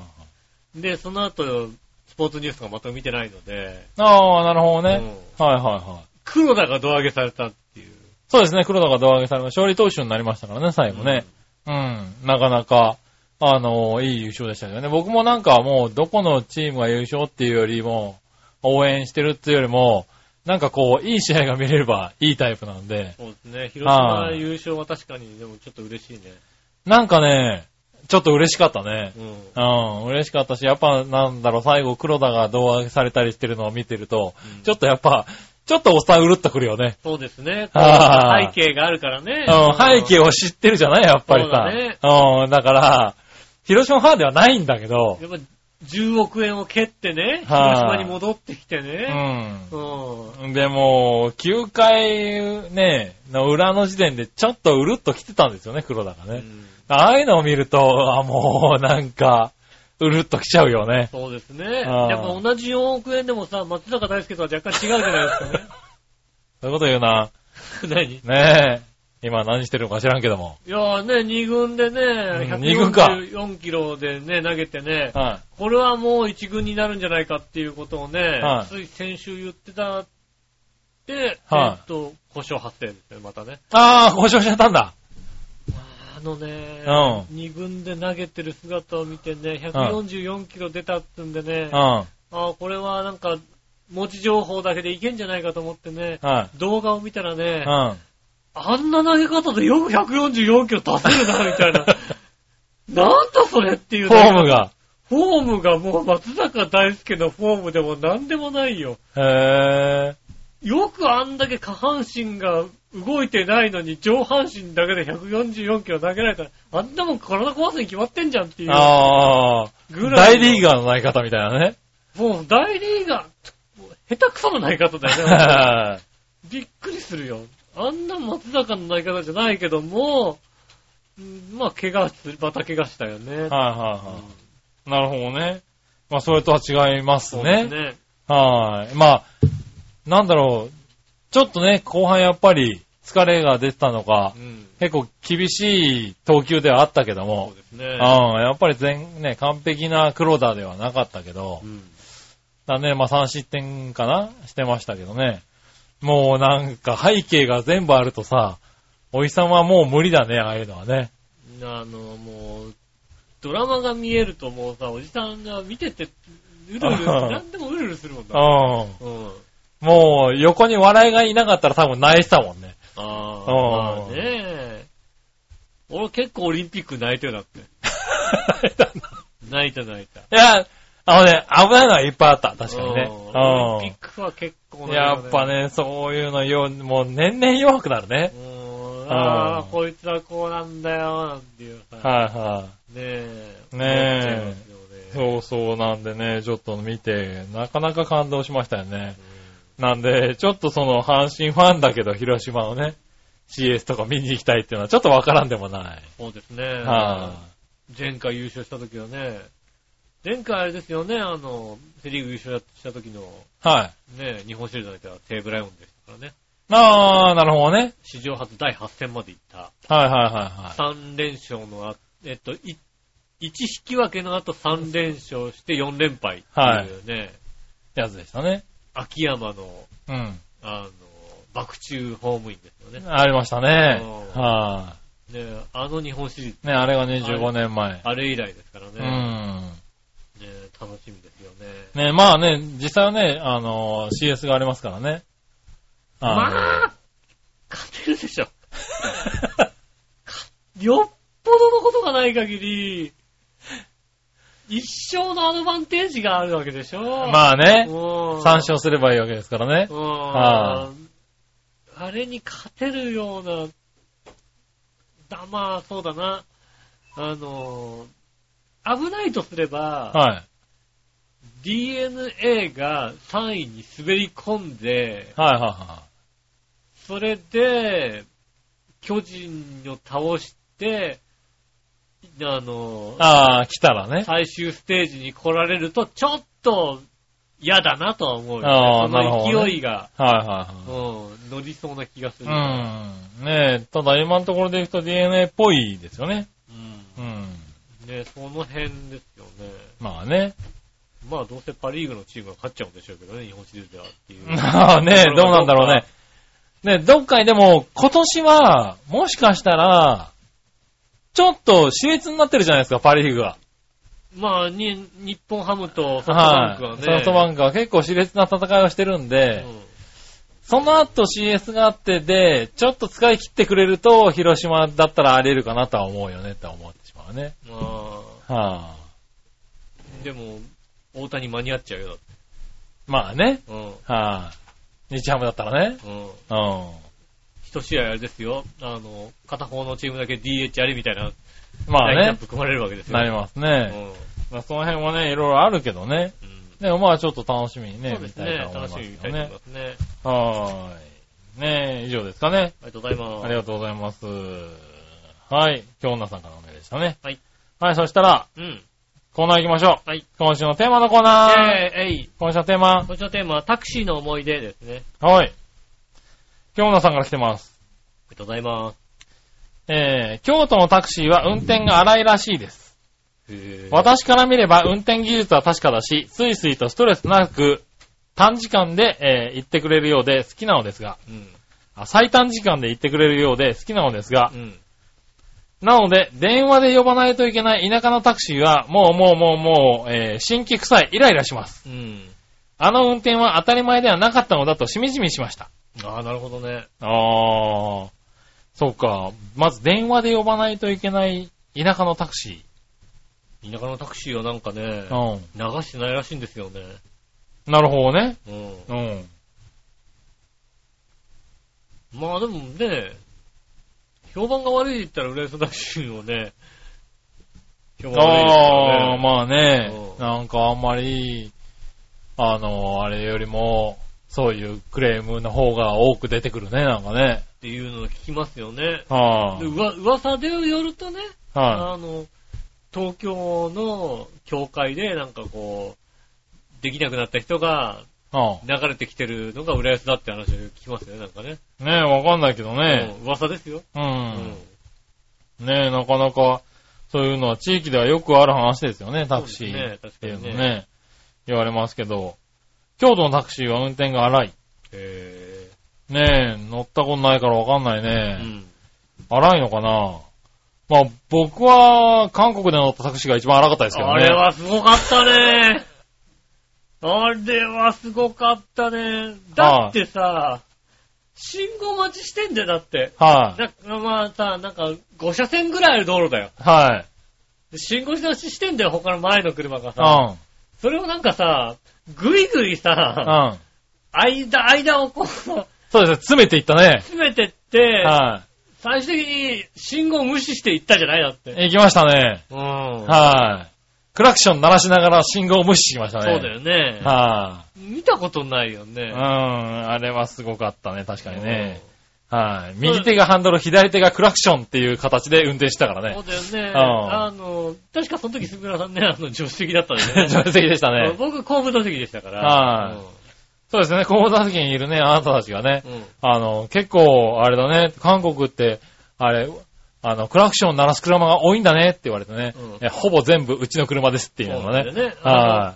Speaker 3: い。
Speaker 2: で、その後、スポーツニュースとか全く見てないので、
Speaker 3: ああ、なるほどね。
Speaker 2: うん
Speaker 3: はいはいはい。
Speaker 2: 黒田が胴上げされたっていう。
Speaker 3: そうですね、黒田が胴上げされました。勝利投手になりましたからね、最後ね。うん、なかなか、あのいい優勝でしたけどね。僕もなんかもう、どこのチームが優勝っていうよりも、応援してるっていうよりも、なんかこう、いい試合が見れればいいタイプなんで、
Speaker 2: そうですね。広島優勝は確かに、でもちょっと嬉しいね。
Speaker 3: なんかね、ちょっと嬉しかったね。
Speaker 2: うん。
Speaker 3: うん、嬉しかったし、やっぱなんだろう、最後黒田が胴上げされたりしてるのを見てると、
Speaker 2: うん
Speaker 3: ちょっとやっぱ、ちょっとおっさんうるっとくるよね。
Speaker 2: そうですね。こう
Speaker 3: あー
Speaker 2: 背景があるからね。
Speaker 3: うん、背景を知ってるじゃないやっぱりさ。うん、だから、広島ファンではないんだけど、
Speaker 2: やっぱ10億円を蹴ってね、
Speaker 3: はい
Speaker 2: 広島に戻ってきて
Speaker 3: う
Speaker 2: ね。
Speaker 3: ん。
Speaker 2: うん。
Speaker 3: でも、9回ね、の裏の時点でちょっとうるっと来てたんですよね、黒田が
Speaker 2: う
Speaker 3: ね。
Speaker 2: ん
Speaker 3: ああいうのを見ると、あ、もうなんか、うるっと来ちゃうよね。
Speaker 2: そうですね。
Speaker 3: あー
Speaker 2: やっぱ同じ4億円でもさ、松坂大輔とは若干違うじゃないですかね。
Speaker 3: そういうこと言うな。
Speaker 2: 何い
Speaker 3: ねえ。今何してるのか知らんけども。
Speaker 2: やーね、2軍でね、
Speaker 3: ん二軍か
Speaker 2: 144キロでね、投げてね、
Speaker 3: は
Speaker 2: これはもう1軍になるんじゃないかっていうことをね
Speaker 3: はい、
Speaker 2: つい先週言ってたって、
Speaker 3: はい
Speaker 2: えっと、故障発生ですね、またね。
Speaker 3: ああ、故障しちゃったんだ。
Speaker 2: あのね、
Speaker 3: う
Speaker 2: 2軍で投げてる姿を見てね、144キロ出たってんでね、
Speaker 3: うん。は
Speaker 2: ああ、これはなんか、文字情報だけでいけんじゃないかと思ってね、
Speaker 3: い。
Speaker 2: 動画を見たらね
Speaker 3: う、ん。
Speaker 2: あんな投げ方でよく144キロ出せるな、みた いな。なんだそれっていう
Speaker 3: フ
Speaker 2: ね
Speaker 3: ォーム。が。
Speaker 2: フォームがもう松坂大輔のフォームでもなんでもないよ。
Speaker 3: へえ。
Speaker 2: よくあんだけ下半身が動いてないのに上半身だけで144キロ投げられたら、あんなもん体壊すに決まってんじゃんっていう
Speaker 3: ああ。
Speaker 2: ぐらい。
Speaker 3: 大リー
Speaker 2: ガ
Speaker 3: ガーのない方みたいなね。
Speaker 2: ー。もう大リーガー。もう下手くそな投げ方だよね。 びっくりするよ。あんな松坂の投げ方じゃないけども、うんまあ、怪我する、また怪我したよね。
Speaker 3: はいはいはい。なるほどね。まあ、それとは違います
Speaker 2: そう
Speaker 3: ね。
Speaker 2: ですね。
Speaker 3: はい。まあ、なんだろう。ちょっとね、後半やっぱり疲れが出てたのか
Speaker 2: う、ん。
Speaker 3: 結構厳しい投球ではあったけど
Speaker 2: そう
Speaker 3: も、
Speaker 2: ですね。
Speaker 3: うん、やっぱり全、ね、完璧な黒田ではなかったけど
Speaker 2: う、ん。
Speaker 3: だね、まあ3失点かなしてましたけどね。もうなんか背景が全部あるとさ、おじさんはもう無理だね、ああいうのはね。
Speaker 2: あの、もう、ドラマが見えるともうさ、おじさんが見てて、うるうる、なんでもうるうるするもん
Speaker 3: う
Speaker 2: だ。
Speaker 3: ん。
Speaker 2: うん。
Speaker 3: もう、横に笑いがいなかったら多分泣いてたもん ね。
Speaker 2: あ
Speaker 3: あ
Speaker 2: あ、まあね俺結構オリンピック泣いてよだって。泣いた泣いた。
Speaker 3: いや、あのね、危ないのはいっぱいあった。確かにね
Speaker 2: うんオリンピ。ックは結
Speaker 3: う
Speaker 2: 構
Speaker 3: ん。やっぱ
Speaker 2: ね
Speaker 3: ね、そういうのよ、もう年々弱くなるね
Speaker 2: う。ーん
Speaker 3: あー
Speaker 2: ああ、こいつはこうなんだよ、なんていうさ。ね
Speaker 3: はいは
Speaker 2: え。
Speaker 3: ね
Speaker 2: 思っ
Speaker 3: え
Speaker 2: ちゃいますよね。
Speaker 3: い。そうそうなんでね、ちょっと見て、なかなか感動しましたよね。なんで、ちょっとその、阪神ファンだけど、広島のね、CS とか見に行きたいっていうのはちょっとわからんでもない。
Speaker 2: そうですね。
Speaker 3: は
Speaker 2: 前回優勝した時はね、前回あれですよね、あの、セリーグ優勝した時の、
Speaker 3: い。はい。
Speaker 2: ね、日本シリーズの時はテーブライオンでしたからね。
Speaker 3: ああ、なるほどね。
Speaker 2: 史上初第8戦まで行った。
Speaker 3: はいはいはいはい。
Speaker 2: 3連勝のあ、えっと、1引き分けの後3連勝して4連敗っていうね、
Speaker 3: やつでしたね。
Speaker 2: 秋山の、
Speaker 3: うん。
Speaker 2: あの、爆中法務員ですよね。
Speaker 3: ありましたね。
Speaker 2: うん
Speaker 3: は
Speaker 2: ねあの日本シリーズ、
Speaker 3: い。ね、あれがね、15年前。
Speaker 2: あれ以来ですから
Speaker 3: う
Speaker 2: ね。
Speaker 3: ん。
Speaker 2: ね楽しみですよね。
Speaker 3: ね、まあね、実際はね、あの、CS がありますからね。の
Speaker 2: まあ、勝てるでしょ。よっぽどのことがない限り、一生のアドバンテージがあるわけでしょ。あ、
Speaker 3: まあね、
Speaker 2: 3
Speaker 3: 3勝すればいいわけですからね。
Speaker 2: うん
Speaker 3: は
Speaker 2: あれに勝てるような、だ、まあ、そうだな。あの、危ないとすれば、
Speaker 3: はい。
Speaker 2: DNA が3位に滑り込んで、
Speaker 3: はいはいは
Speaker 2: それで、巨人を倒して、あの
Speaker 3: い。、ああ、来たらね。
Speaker 2: 最終ステージに来られると、ちょっと嫌だなとは思うよね、
Speaker 3: あーなるほ
Speaker 2: そ
Speaker 3: ど
Speaker 2: の
Speaker 3: ね
Speaker 2: 勢いが、
Speaker 3: はいはいは
Speaker 2: うん、乗りそうな気がする。
Speaker 3: い。うん。ねえ、ただ今のところでいくと DNA っぽいですよね。
Speaker 2: うん
Speaker 3: うん。
Speaker 2: ね、その辺ですよね。
Speaker 3: まあね。
Speaker 2: まあ、どうせパリーグのチームが勝っちゃうんでしょうけどね、日本シリーズではっていう。
Speaker 3: まあねどうなんだろうね。ね、どっかにでも、今年は、もしかしたら、ちょっと熾烈になってるじゃないですか、パリーグは。
Speaker 2: まあ、に、日本ハムとソフトバン
Speaker 3: は
Speaker 2: クはね。
Speaker 3: い。ソフトバンクは結構熾烈な戦いをしてるんで、その後 CS があってで、ちょっと使い切ってくれると、広島だったらあり得るかなとは思うよねって思ってしまうね。
Speaker 2: うん。ま
Speaker 3: はあ、
Speaker 2: あ、でも、大谷間に合っちゃうよ、だって
Speaker 3: まあね。
Speaker 2: うん。
Speaker 3: はあ、日ハムだったらね。
Speaker 2: うん。
Speaker 3: うん。
Speaker 2: 一試合あれですよ。あの、片方のチームだけ DH ありみたいな、
Speaker 3: ま
Speaker 2: ラ
Speaker 3: あ
Speaker 2: インナッ
Speaker 3: ね。
Speaker 2: プ組まれるわけですよ。
Speaker 3: なりますね。まあその辺もね、いろいろあるけどね。
Speaker 2: うん。うん
Speaker 3: でもまあちょっと楽しみに
Speaker 2: そ
Speaker 3: ね
Speaker 2: う、で
Speaker 3: 見
Speaker 2: す
Speaker 3: たいと
Speaker 2: ね。
Speaker 3: 思いま
Speaker 2: 楽
Speaker 3: す
Speaker 2: しみに見たいと
Speaker 3: よ
Speaker 2: 思い
Speaker 3: ね
Speaker 2: ま。すね。
Speaker 3: はーい。ねえ、以上ですかね。
Speaker 2: ありがとうございます。
Speaker 3: ありがとうございます。はい。今日女さんからのお願いでしたね。
Speaker 2: はい。
Speaker 3: はい、そしたら、
Speaker 2: うん。
Speaker 3: コーナー行きましょう。
Speaker 2: はい。
Speaker 3: 今週のテーマのコーナー。
Speaker 2: えー、えい。
Speaker 3: 今週のテーマ。
Speaker 2: こちらのテーマはタクシーの思い出ですね。
Speaker 3: はい。京奈さんから来てます。
Speaker 2: ありがとうございます。
Speaker 3: えー、京都のタクシーは運転が荒いらしいです。
Speaker 2: へー
Speaker 3: 私から見れば運転技術は確かだし、スイスイとストレスなく、短時間で、えー行ってくれるようで好きなのですが、
Speaker 2: うん。
Speaker 3: あ最短時間で行ってくれるようで好きなのですが
Speaker 2: う、ん。
Speaker 3: なので、電話で呼ばないといけない田舎のタクシーは、もうもうもうもう、えー、新規臭い、イライラします。
Speaker 2: うん。
Speaker 3: あの運転は当たり前ではなかったのだとしみじみしました。
Speaker 2: ああ、なるほどね。
Speaker 3: あー、そうか。まず電話で呼ばないといけない田舎のタクシ
Speaker 2: 田舎のタクシーはなんかね、
Speaker 3: ー。うん。
Speaker 2: 流してないらしいんですよね。
Speaker 3: なるほどね。
Speaker 2: うん。
Speaker 3: うん。
Speaker 2: まあでもね、評判が悪いって言ったら浦安タクシーもね、評判悪いです
Speaker 3: あ
Speaker 2: よ
Speaker 3: ー、
Speaker 2: ね。
Speaker 3: まあね
Speaker 2: う。ん
Speaker 3: なんかあんまり、あの、あれよりも、そういうクレームの方が多く出てくるね、なんかね。
Speaker 2: っていうのを聞きますよね。
Speaker 3: は
Speaker 2: でうわ噂でよるとね、
Speaker 3: あ。は
Speaker 2: あの、東京の教会でなんかこう、できなくなった人が
Speaker 3: い。うん。
Speaker 2: 流れてきてるのが浦安だって話を聞きますよね、なんかね。
Speaker 3: ねえ、わかんないけどね。
Speaker 2: うん噂ですよ。う
Speaker 3: う。
Speaker 2: ん
Speaker 3: ねえ、なかなか、そういうのは地域ではよくある話ですよね、タク
Speaker 2: そう
Speaker 3: シー
Speaker 2: で
Speaker 3: っ
Speaker 2: すね確
Speaker 3: て
Speaker 2: か
Speaker 3: いうの
Speaker 2: にね
Speaker 3: ね。言われますけど、京都のタクシーは運転が荒い。
Speaker 2: え
Speaker 3: ねえ、乗ったことないからわかんない
Speaker 2: ーう
Speaker 3: ね。
Speaker 2: ん。
Speaker 3: 荒いのかなまあ、僕は、韓国で乗ったタクシーが一番荒かったですけどね。
Speaker 2: あれはすごかったね。あれはすごかったね。だってさ、信号待ちしてんだよ、だって。
Speaker 3: はい、
Speaker 2: だまあさ、なんか、5車線ぐらいある道路だよ。
Speaker 3: はい、
Speaker 2: で信号待ちしてんだよ、他の前の車が
Speaker 3: う
Speaker 2: さ。それをなんかさ、ぐいぐいさ、
Speaker 3: ん。うん。
Speaker 2: 間、間をこう、詰
Speaker 3: そうですね、詰めていったね。
Speaker 2: めてって、
Speaker 3: は
Speaker 2: 最終的に信号無視して行ったじゃないだっ
Speaker 3: い、
Speaker 2: て。
Speaker 3: 行きましたね。
Speaker 2: うん。
Speaker 3: はい、クラクション鳴らしながら信号を無視しました
Speaker 2: そう
Speaker 3: ね。
Speaker 2: だよね。
Speaker 3: はい、
Speaker 2: 見たことないよ
Speaker 3: う
Speaker 2: ね
Speaker 3: ん、。あれはすごかったね、確かにね。はい。右手がハンドル、左手がクラクションっていう形で運転したから
Speaker 2: そ
Speaker 3: ね
Speaker 2: う。だよね。
Speaker 3: うん
Speaker 2: あの、確かその時杉村さんね、あの、助手席だったんでね。
Speaker 3: 助手席でしたね。
Speaker 2: 僕、後部座席でしたから。
Speaker 3: はいそうですね、後部座席にいるね、あなたたちがね
Speaker 2: う。んうん
Speaker 3: あの、結構、あれだね、韓国って、あれ、あの、クラクション鳴らす車が多いんだねって言われてね
Speaker 2: うん、
Speaker 3: えほぼ全部うちの車ですっていうのが
Speaker 2: そう
Speaker 3: ね。
Speaker 2: なんだよね
Speaker 3: は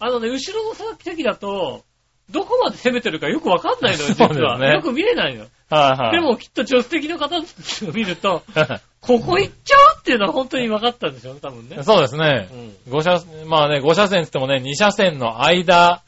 Speaker 2: あのね、後ろの席だと、どこまで攻めてるかよくわかんないのよ、
Speaker 3: そ
Speaker 2: 実
Speaker 3: うですね
Speaker 2: は。よく見れないの。
Speaker 3: はいはい。
Speaker 2: で、もきっと助手席の方を見ると、ここ行っちゃうっていうのは本当に分かったんでしょうね、多分ね。
Speaker 3: そうですね。5車、まあね、5車線って言ってもね、2車線の間、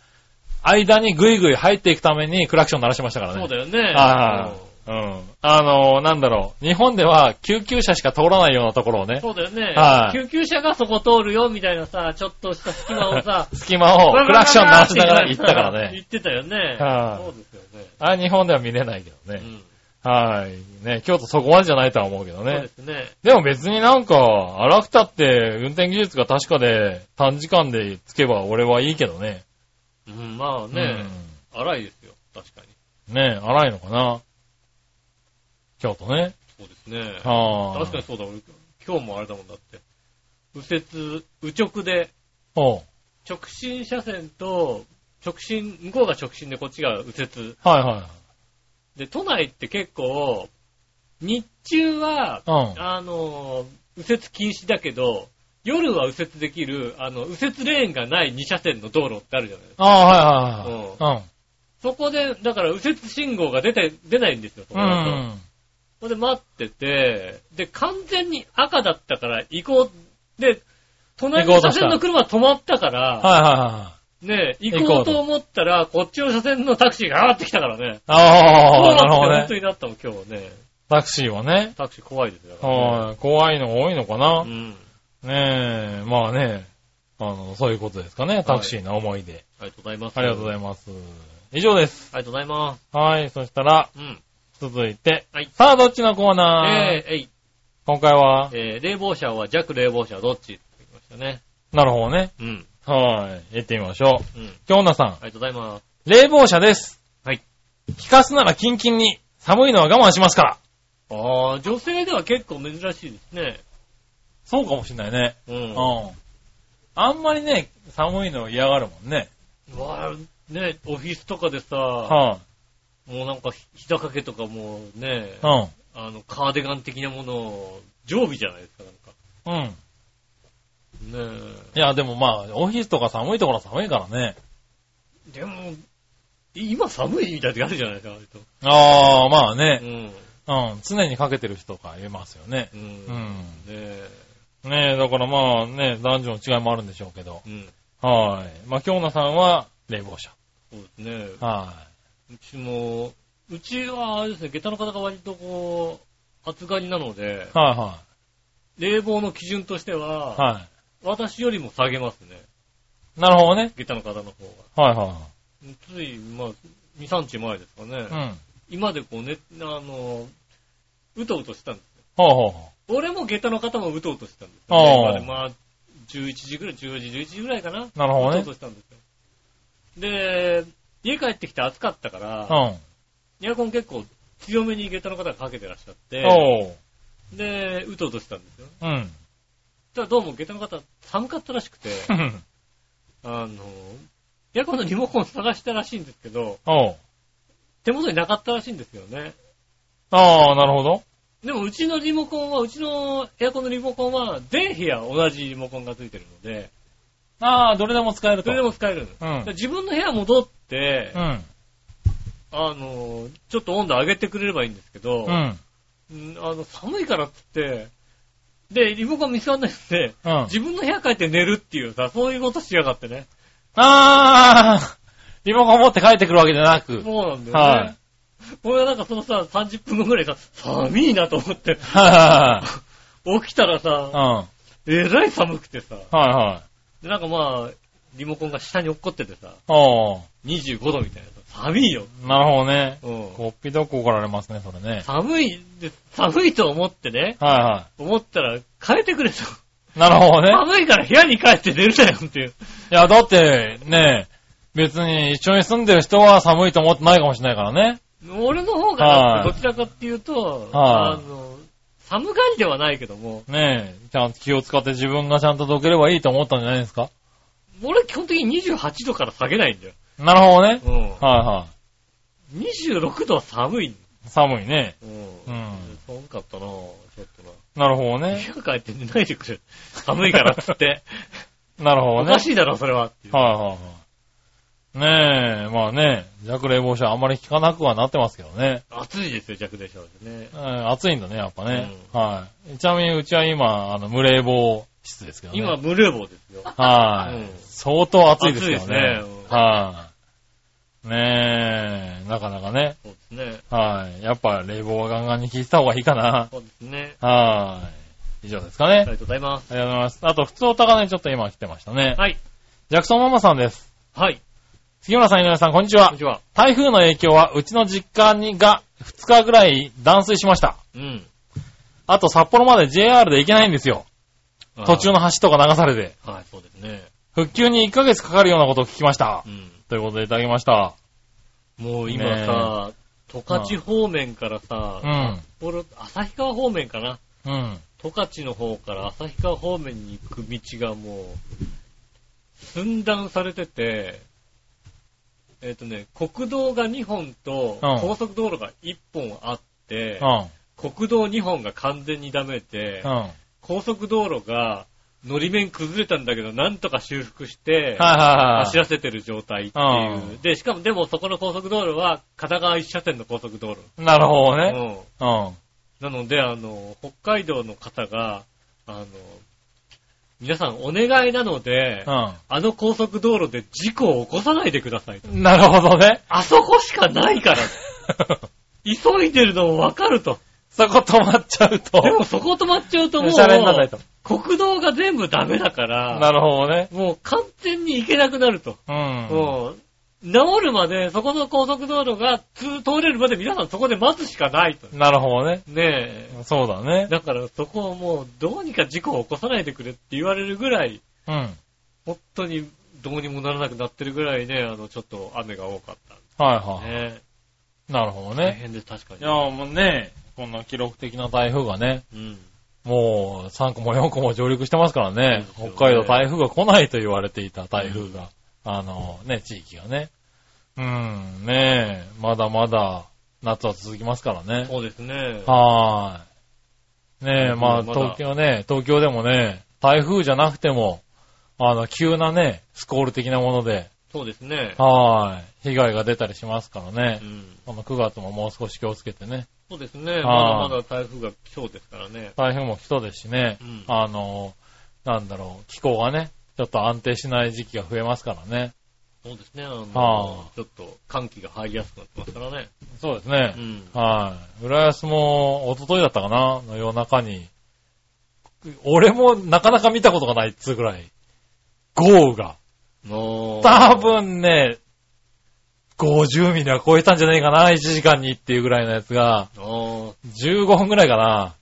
Speaker 3: 間にぐいぐい入っていくためにクラクション鳴らしましたからね。
Speaker 2: そうだよね。
Speaker 3: は
Speaker 2: う
Speaker 3: いはい。うん。あのーなんだろう。日本では救急車しか通らないようなところを
Speaker 2: ん
Speaker 3: ね、
Speaker 2: そうだよね。
Speaker 3: はい、
Speaker 2: 救急車がそこ通るよ、みたいなさ、ちょっとした隙間をさ
Speaker 3: 隙間をクラクション鳴らしながら行ったからね。
Speaker 2: 行ってたよね。
Speaker 3: はい
Speaker 2: そうですよね。
Speaker 3: あれ日本では見れないけど
Speaker 2: う
Speaker 3: ね。
Speaker 2: ん
Speaker 3: はい。ね、京都そこまでじゃないとは思うけど
Speaker 2: そうで
Speaker 3: ね。
Speaker 2: すね。
Speaker 3: でも別になんか、荒くたって運転技術が確かで短時間でつけば俺はいいけどね。
Speaker 2: うん、まあね、荒いですよ、確かに。
Speaker 3: うんね荒いのかな。京都ね。
Speaker 2: そうですね。
Speaker 3: はあ。
Speaker 2: 確かにそうだ、俺今日もあれだもんだって。右折、右直で、
Speaker 3: おう
Speaker 2: 直進車線と、直進、向こうが直進でこっちが右折。
Speaker 3: はいは
Speaker 2: で、都内って結構、日中は、
Speaker 3: い。うん。
Speaker 2: あのー、右折禁止だけど、夜は右折できる、あの、右折レーンがない2車線の道路ってあるじゃないですか。
Speaker 3: ああ、はいはいはい。
Speaker 2: そこで、だから右折信号が出て、出ないんですよ、そこ
Speaker 3: う
Speaker 2: だと
Speaker 3: ん。うん。
Speaker 2: それで待ってて、で、完全に赤だったから行こう。で、隣の車線の車止まったから、
Speaker 3: はいはいはい。
Speaker 2: ね、行こうと思ったら、こっちの車線のタクシーが上がってきたからね。
Speaker 3: ああ、なるほど
Speaker 2: 本当
Speaker 3: ね。
Speaker 2: になったもん、今日はね。
Speaker 3: タクシーはね。
Speaker 2: タクシー怖いですよ。だからね
Speaker 3: はい。怖いのが多いのかな
Speaker 2: う。ん。
Speaker 3: ねえ、まあね。あの、そういうことですかね。タクシーの思い出。
Speaker 2: ありがとうございます。
Speaker 3: ありがとうござ
Speaker 2: ま
Speaker 3: います。以上で
Speaker 2: す。
Speaker 3: す。
Speaker 2: ありがとうございます。
Speaker 3: はい。そしたら、
Speaker 2: うん。
Speaker 3: 続いて。
Speaker 2: はい
Speaker 3: さあ、どっちのコーナー、
Speaker 2: えー、えい、
Speaker 3: 今回は、
Speaker 2: えー、冷房車は弱冷房車はどっちって言いましたね。
Speaker 3: なるほどね。
Speaker 2: うん。
Speaker 3: はい。行ってみましょう。
Speaker 2: うん。
Speaker 3: 京奈さん、
Speaker 2: ありがとうございます。
Speaker 3: 冷房車です。
Speaker 2: はい。
Speaker 3: 引かすならキンキンに。寒いのは我慢しますから。
Speaker 2: ああ、女性では結構珍しいですね。
Speaker 3: そうかもしんないね。
Speaker 2: うん。
Speaker 3: うん。あんまりね、寒いの嫌がるもんね。
Speaker 2: わあ、ね、オフィスとかでさ、
Speaker 3: は
Speaker 2: もうなんかひ膝掛けとかもうね、
Speaker 3: い、うん。
Speaker 2: あの、カーディガン的なものを常備じゃないですか、
Speaker 3: うん。
Speaker 2: なんか。ね
Speaker 3: いや、でもまあ、オフィスとか寒いところは寒いからね。
Speaker 2: え。でも、い今寒いみたいな時あるじゃないですか、割と。
Speaker 3: ああ、まあ
Speaker 2: う
Speaker 3: ね。
Speaker 2: ん。
Speaker 3: うん。常にかけてる人とかいますよね。
Speaker 2: う。
Speaker 3: うんん。
Speaker 2: ねえ。
Speaker 3: ねえ、だからまあね、男女の違いもあるんでしょうけど。
Speaker 2: うん。
Speaker 3: はい。まあ、京奈さんは冷房車。
Speaker 2: そうですね。
Speaker 3: は
Speaker 2: うちも、うちはあれですね、下駄の方が割とこう、厚がりなので、
Speaker 3: い。はいは
Speaker 2: 冷房の基準としては、
Speaker 3: い。は
Speaker 2: 私よりも下げますね、
Speaker 3: い。なるほどね。
Speaker 2: 下駄の方の方が。
Speaker 3: はいは
Speaker 2: つい、まあ、2、3日前ですかね。
Speaker 3: い。うん。
Speaker 2: 今でこうね、あの、うとうとしてたんです。
Speaker 3: ほうほうほ
Speaker 2: 俺も下駄の方もうとうとしてたんです
Speaker 3: ああ
Speaker 2: よ、ね。今でまあ、11時ぐらい、14時、11時ぐらいかな。
Speaker 3: う。なるほ
Speaker 2: うとう
Speaker 3: どね
Speaker 2: と。したんですよ。で、家帰ってきて暑かったから、
Speaker 3: う
Speaker 2: エアコン結構強めに下駄の方がかけてらっしゃって
Speaker 3: ん。、おう。
Speaker 2: で、うとうとしてたんですよ。
Speaker 3: うん。
Speaker 2: ただどうも下駄の方寒かったらしくて、あの、エアコンのリモコン探したらしいんですけど、
Speaker 3: おう。
Speaker 2: 手元になかったらしいんですよね。
Speaker 3: ああ、なるほど。
Speaker 2: でもうちのリモコンは、うちのエアコンのリモコンは、全部屋同じリモコンがついてるので、
Speaker 3: ああ、どれでも使える
Speaker 2: そ
Speaker 3: と。
Speaker 2: れでも使えるの。
Speaker 3: うん
Speaker 2: だから自分の部屋戻って、
Speaker 3: うん。
Speaker 2: あの、ちょっと温度上げてくれればいいんですけど
Speaker 3: う、ん。
Speaker 2: うんあの寒いからっつって、で、リモコン見つかんないんで、
Speaker 3: うん。
Speaker 2: 自分の部屋帰って寝るっていうさ、そういうことしやがってね。
Speaker 3: ああ リモコン持って帰ってくるわけじゃなく。
Speaker 2: そうなんだよね。
Speaker 3: はい
Speaker 2: 俺はなんかそのさ、30分後ぐらいさ、寒いなと思 って、
Speaker 3: は
Speaker 2: 起きたら
Speaker 3: い
Speaker 2: さ、
Speaker 3: はい。
Speaker 2: えらい寒くてさ、
Speaker 3: うん。はいはい。
Speaker 2: で、なんかまあ、リモコンが下に落っこっててさ、
Speaker 3: おう。
Speaker 2: 25度みたいな。寒いよ。
Speaker 3: なるほどね。
Speaker 2: うん
Speaker 3: こっぴどく怒られますね、それね。
Speaker 2: 寒い、で寒いと思ってね、
Speaker 3: はいは
Speaker 2: 思ったら変えてくれと。
Speaker 3: い。なるほどね。
Speaker 2: 寒いから部屋に帰って寝るなよっていう。
Speaker 3: いや、だって、ね、別に一緒に住んでる人は寒いと思ってないかもしれないからね。
Speaker 2: 俺の方がだっ
Speaker 3: はい
Speaker 2: てどちらかっていうと、
Speaker 3: はい
Speaker 2: あの、寒がりではないけども、
Speaker 3: ねえ、ちゃんと気を使って自分がちゃんとどければいいと思ったんじゃないですか
Speaker 2: 俺基本的に28度から下げないんだよ。
Speaker 3: なるほどね。
Speaker 2: うん。
Speaker 3: はいは
Speaker 2: 26度は寒い。
Speaker 3: い。寒いね。
Speaker 2: うん。
Speaker 3: うん
Speaker 2: 寒かったなぁ、ちょっとな。
Speaker 3: なるほどね。
Speaker 2: 部屋帰って寝ないでくれ。寒いからっつって。
Speaker 3: なるほ
Speaker 2: お
Speaker 3: どね。
Speaker 2: かしいだろ、それはっていう。
Speaker 3: はいはいはい。ねえ、まあね、弱冷房車あんまり効かなくはなってますけどね。
Speaker 2: 暑いですよ、弱電車はね。
Speaker 3: うん暑いんだね、やっぱね。はい。ちなみにうちは今、あの、無冷房室ですけどね。
Speaker 2: 今、無冷房ですよ。
Speaker 3: は
Speaker 2: うん
Speaker 3: い。相当暑いですけ
Speaker 2: 暑いで
Speaker 3: どね
Speaker 2: すね。うん
Speaker 3: はい。ねえ、なかなかね。
Speaker 2: そうですね。
Speaker 3: はい。やっぱ冷房はガンガンに効いてた方がいいかな。
Speaker 2: そうですね。
Speaker 3: はい。以上ですか
Speaker 2: あ
Speaker 3: ね
Speaker 2: り。がとうございます。
Speaker 3: ありがとうございます。あと、普通歌がね、ちょっと今来てましたね。
Speaker 2: はい。
Speaker 3: ジャクソンママさんです。
Speaker 2: はい。
Speaker 3: 杉村さん、井上さん、こんにち
Speaker 2: こ
Speaker 3: は
Speaker 2: んに。ちは。
Speaker 3: 台風の影響は、うちの実家にが2日ぐらい断水しました。
Speaker 2: うん。
Speaker 3: あと、札幌まで JR で行けないんですよ。途中の橋とか流されて。
Speaker 2: あー。はい、そうですね。
Speaker 3: 復旧に1ヶ月かかるようなことを聞きました。
Speaker 2: うん。
Speaker 3: ということでいただきました。
Speaker 2: もう今さ、十勝方面からさ、
Speaker 3: うん。
Speaker 2: 札幌旭川方面かな。
Speaker 3: うん。
Speaker 2: 十勝の方から旭川方面に行く道がもう、寸断されてて、えっ、とね、国道が2本と、
Speaker 3: うん
Speaker 2: 高速道路が1本あって
Speaker 3: う、ん。
Speaker 2: 国道2本が完全にダメで、
Speaker 3: うん。はい
Speaker 2: 高速道路が、のり面崩れたんだけど、なんとか修復して、
Speaker 3: はい
Speaker 2: 走らせてる状態っていう。
Speaker 3: うん
Speaker 2: で、しかも、でもそこの高速道路は、片側一車線の高速道路。
Speaker 3: い。なるほどね。
Speaker 2: うん
Speaker 3: うん。
Speaker 2: なので、あの、北海道の方が、あの、皆さんお願いなので、
Speaker 3: う
Speaker 2: あの高速道路で事故を起こさないでくださいと。
Speaker 3: ん。なるほどね。
Speaker 2: あそこしかないから。急いでるのもわかると。
Speaker 3: そこ止まっちゃうと。
Speaker 2: でもそこ止まっちゃうともう、
Speaker 3: シャレにならないと。
Speaker 2: 国道が全部ダメだから、
Speaker 3: なるほどね。
Speaker 2: もう完全に行けなくなると。
Speaker 3: うん。
Speaker 2: もう治るまで、そこの高速道路が通通れるまで皆さんそこで待つしかないと。
Speaker 3: なるほどね。
Speaker 2: ね
Speaker 3: そうだ
Speaker 2: え。
Speaker 3: ね。
Speaker 2: だからそこをもうどうにか事故を起こさないでくれって言われるぐらい、
Speaker 3: うん。
Speaker 2: 本当にどうにもならなくなってるぐらいね、あの、ちょっと雨が多かったん
Speaker 3: はい
Speaker 2: で
Speaker 3: は
Speaker 2: ね。
Speaker 3: い。なるほど
Speaker 2: 大
Speaker 3: ね。
Speaker 2: 変です、確かに。
Speaker 3: いや、もうね、こんな記録的な台風がね、
Speaker 2: うん。
Speaker 3: もう3個も4個も上陸してますからね。
Speaker 2: そうですよね
Speaker 3: 北海道台風が来ないと言われていた台風が、あのね、地域がね。うん、ねえ、まだまだ夏は続きますからね。
Speaker 2: そうですね。
Speaker 3: はーい。ねえ、
Speaker 2: うん
Speaker 3: まあ
Speaker 2: まだ
Speaker 3: 東京ね、東京でもね、台風じゃなくても、あの、急なね、スコール的なもので、
Speaker 2: そうですね。
Speaker 3: はーい。被害が出たりしますからね
Speaker 2: う。ん。
Speaker 3: この9月ももう少し気をつけてね。
Speaker 2: そうですね。
Speaker 3: あ
Speaker 2: まだ
Speaker 3: ー
Speaker 2: まだ台風が来そうですからね。
Speaker 3: 台風も来そうですしね。
Speaker 2: うん
Speaker 3: あの、なんだろう、気候がね、ちょっと安定しない時期が増えますからね。
Speaker 2: そうですね。あの、
Speaker 3: は
Speaker 2: ちょっと寒気が入りやすくなってますからね。
Speaker 3: そうですね
Speaker 2: う。ん。
Speaker 3: はい。浦安も、一昨日だったかなの夜中に。俺もなかなか見たことがないっつうぐらい。豪雨が。
Speaker 2: もう
Speaker 3: 多分ね、50ミリは超えたんじゃないかな ?1 時間にっていうぐらいのやつが、
Speaker 2: ああ、
Speaker 3: 15分ぐらいかな。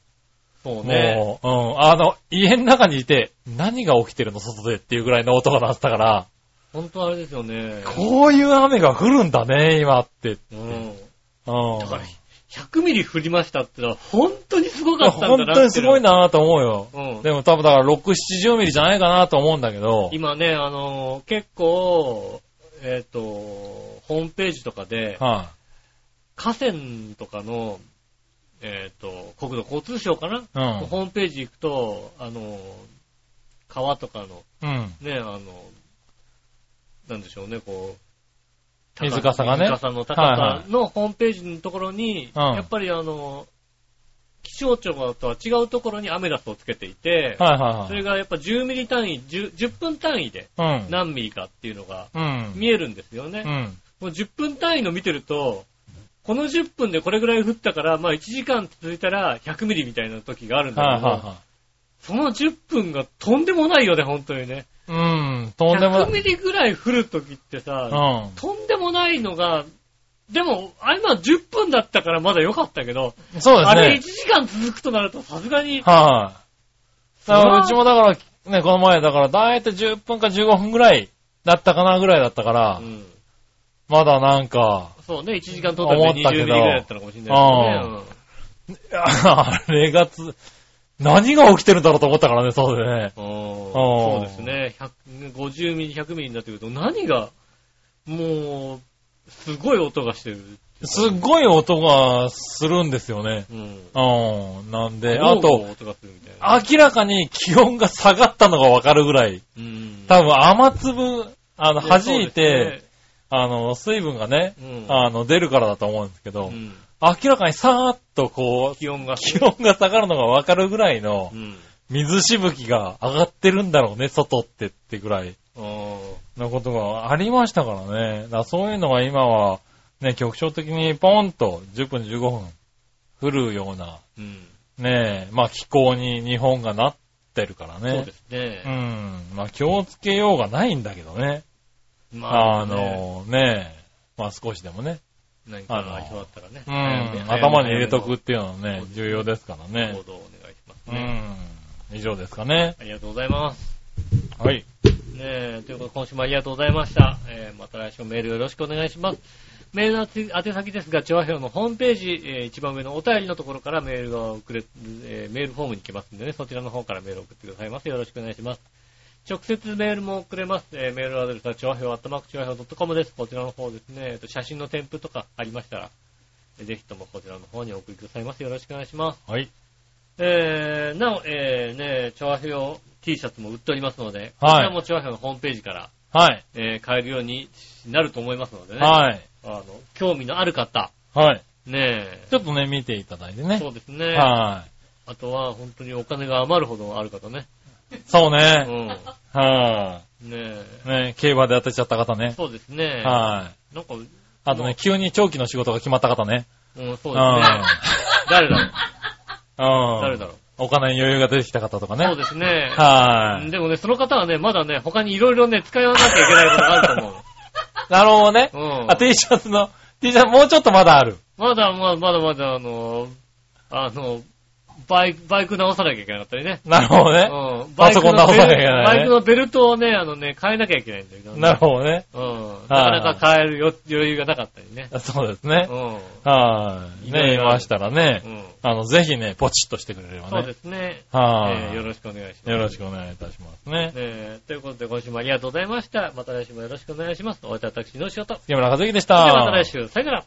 Speaker 2: そうね。
Speaker 3: もう、うん、あの、家の中にいて、何が起きてるの外でっていうぐらいの音が鳴ってたから、
Speaker 2: 本当あれですよね。
Speaker 3: こういう雨が降るんだね、今って。
Speaker 2: うん。
Speaker 3: うん。
Speaker 2: だから、100ミリ降りましたってのは、本当にすごかったんだ
Speaker 3: 本
Speaker 2: なって。
Speaker 3: 当にすごい。なと思うよ。
Speaker 2: うん。
Speaker 3: でも多分だから6、70ミリじゃないかなと思うんだけど、
Speaker 2: 今ね、あのー結構、えっ、と、ホームページとかで、
Speaker 3: は
Speaker 2: 河川とかの、えっ、と、国土交通省かな、
Speaker 3: い、うん。
Speaker 2: ホームページ行くと、あのー川とかの、
Speaker 3: うん。
Speaker 2: ね、あの、なんでしょうね、こう、高
Speaker 3: 水かさがね
Speaker 2: 水かさの高
Speaker 3: はいは
Speaker 2: さのホームページのところに、
Speaker 3: うん
Speaker 2: やっぱりあの、気象庁とは違うところにアメダスをつけていて、
Speaker 3: はいは
Speaker 2: そ
Speaker 3: い
Speaker 2: れがやっぱ10ミリ単位10、10分単位で
Speaker 3: はい。うん。
Speaker 2: 何ミリかっていうのが
Speaker 3: うん。
Speaker 2: 見えるんですよ
Speaker 3: う
Speaker 2: ね。
Speaker 3: ん。
Speaker 2: もう10分単位の見てると、この10分でこれぐらい降ったから、まあ1時間続いたら100ミリみたいな時があるんだ
Speaker 3: はい
Speaker 2: けど、
Speaker 3: は
Speaker 2: その10分がとんでもないよね、本当にね。
Speaker 3: いはい。うん。とんでもな
Speaker 2: 100
Speaker 3: い。
Speaker 2: ミリぐらい降るときって
Speaker 3: う
Speaker 2: さ、
Speaker 3: ん。
Speaker 2: とんでもないのが、でも、あ今10分だったからまだ良かったけど、
Speaker 3: そうです
Speaker 2: あれ1
Speaker 3: ね。
Speaker 2: 時間続くとなるとさすがに、
Speaker 3: はい、だか
Speaker 2: そう
Speaker 3: らうちもだから、ね、この前だから、だいたい10分か15分ぐらいだったかなぐらいだったから、
Speaker 2: うん
Speaker 3: まだなんか、
Speaker 2: そうね、1時間トータルで
Speaker 3: 思った
Speaker 2: 20
Speaker 3: け
Speaker 2: ミ
Speaker 3: ど
Speaker 2: リぐらいだったのかもしれないですね。
Speaker 3: あれがつ、何が起きてるんだろうと思ったからね、そうでね。
Speaker 2: うんうん
Speaker 3: あ
Speaker 2: そうですね、100 50ミリ、100ミリになってくると何が、もう、すごい音がしてる。
Speaker 3: すっごい音がするんですよね。
Speaker 2: うん。
Speaker 3: うん。なんで、あ
Speaker 2: ゴーゴ
Speaker 3: と、
Speaker 2: ー音がするみたいな。
Speaker 3: 明らかに気温が下がったのがわかるぐらい、
Speaker 2: うん
Speaker 3: 多分雨粒、あの、弾いて、あの、水分がね、
Speaker 2: うん
Speaker 3: あの、出るからだと思うんですけ
Speaker 2: う
Speaker 3: ど、
Speaker 2: ん、
Speaker 3: 明らかにさーっとこう、
Speaker 2: 気温が。
Speaker 3: 気温が下がるのがわかるぐらいの
Speaker 2: う、ん。
Speaker 3: 水しぶきが上がってるんだろうね、外ってってぐらい
Speaker 2: うん
Speaker 3: のことがありましたからね。だからそういうのが今は、ね、局所的にポンと10分15分降るような、
Speaker 2: うん。
Speaker 3: ねえ、まあ気候に日本がなってるからね。
Speaker 2: そうですね。
Speaker 3: うん。まあ気をつけようがないんだけどね。
Speaker 2: ま
Speaker 3: あ
Speaker 2: ね
Speaker 3: のねえ、まあ少しでもね、
Speaker 2: 何かが必要だったらね。
Speaker 3: うん
Speaker 2: 早め早め
Speaker 3: 頭に入れとくっていうのは
Speaker 2: そう
Speaker 3: ね
Speaker 2: で、すね
Speaker 3: 重要ですからね
Speaker 2: 行。動をお願いします
Speaker 3: う
Speaker 2: ね。
Speaker 3: ん。以上ですかね。
Speaker 2: ありがとうございます。
Speaker 3: はい。
Speaker 2: ねえ、ということで今週もありがとうございました。えーまた来週もメールよろしくお願いします。メールの宛宛先ですが、調和表のホームページ、えー一番上のお便りのところからメールが送れ、えーメールフォームに来ますんでね、そちらの方からメールを送ってくださいませ。よろしくお願いします。直接メールも送れます。えーメールアドレスは、調和表、アットマーク調和表 .com です。こちらの方ですね、えっと写真の添付とかありましたら、えーぜひともこちらの方にお送りくださいませ。よろしくお願いします。
Speaker 3: はい。
Speaker 2: えー、なお、えー、ね、調和表 T シャツも売っておりますので、こち
Speaker 3: はい
Speaker 2: らも調和表のホームページから、
Speaker 3: はい。
Speaker 2: えー、買えるようになると思いますのでね。
Speaker 3: はい。
Speaker 2: あの、興味のある方、
Speaker 3: はい。
Speaker 2: ね
Speaker 3: ちょっとね、見ていただいてね。
Speaker 2: そうですね。
Speaker 3: は
Speaker 2: あとは、本当にお金が余るほどある方ね。
Speaker 3: い。そう
Speaker 2: う
Speaker 3: ね。
Speaker 2: ん。ね
Speaker 3: は
Speaker 2: え。
Speaker 3: い。ね、競馬で当てちゃった方ね。
Speaker 2: そうですね。
Speaker 3: はい。
Speaker 2: なんか、うん、
Speaker 3: あとね、急に長期の仕事が決まった方ね。
Speaker 2: そうです
Speaker 3: う
Speaker 2: ね
Speaker 3: ん。。
Speaker 2: 誰だろう
Speaker 3: うん
Speaker 2: 誰だろう
Speaker 3: お金に余裕が出てきた方とかね。
Speaker 2: そうですね。
Speaker 3: はい。
Speaker 2: でもね、その方はね、まだね、他にいろいろね、使いなきゃいけないことがあると思う。
Speaker 3: なるほどね。
Speaker 2: うん
Speaker 3: あ、T シャツの、T シャツもうちょっとまだある。
Speaker 2: まだまだまだまだあの、あの、バイク、バイク直さなきゃいけなかったりね。
Speaker 3: なるほどね。
Speaker 2: うん。
Speaker 3: パソコン直さなきゃいけないね
Speaker 2: バイクのベルトをね、あのね、変えなきゃいけないんだけど、
Speaker 3: なるほどね。
Speaker 2: ほど。うん。なかなか変えるよ余裕がなかったりね。
Speaker 3: そうです
Speaker 2: う
Speaker 3: ね。
Speaker 2: ん。
Speaker 3: はい。
Speaker 2: いろ
Speaker 3: ね、
Speaker 2: い
Speaker 3: い
Speaker 2: ろある
Speaker 3: ましたらね
Speaker 2: う、ん。
Speaker 3: あの、ぜひね、ポチッとしてくれれば
Speaker 2: そう
Speaker 3: ね
Speaker 2: で。すね。え
Speaker 3: は
Speaker 2: ー
Speaker 3: い。
Speaker 2: よ
Speaker 3: よ
Speaker 2: ろしくお願いします。
Speaker 3: ろし
Speaker 2: く。
Speaker 3: くお願いいたしますね。
Speaker 2: えーということで、今週もありがとうございました。また来週もよろしくお願いします。お会いいたい私、の仕事。
Speaker 3: 杉村和之でし
Speaker 2: そ
Speaker 3: た。
Speaker 2: れではまた来週、さよなら。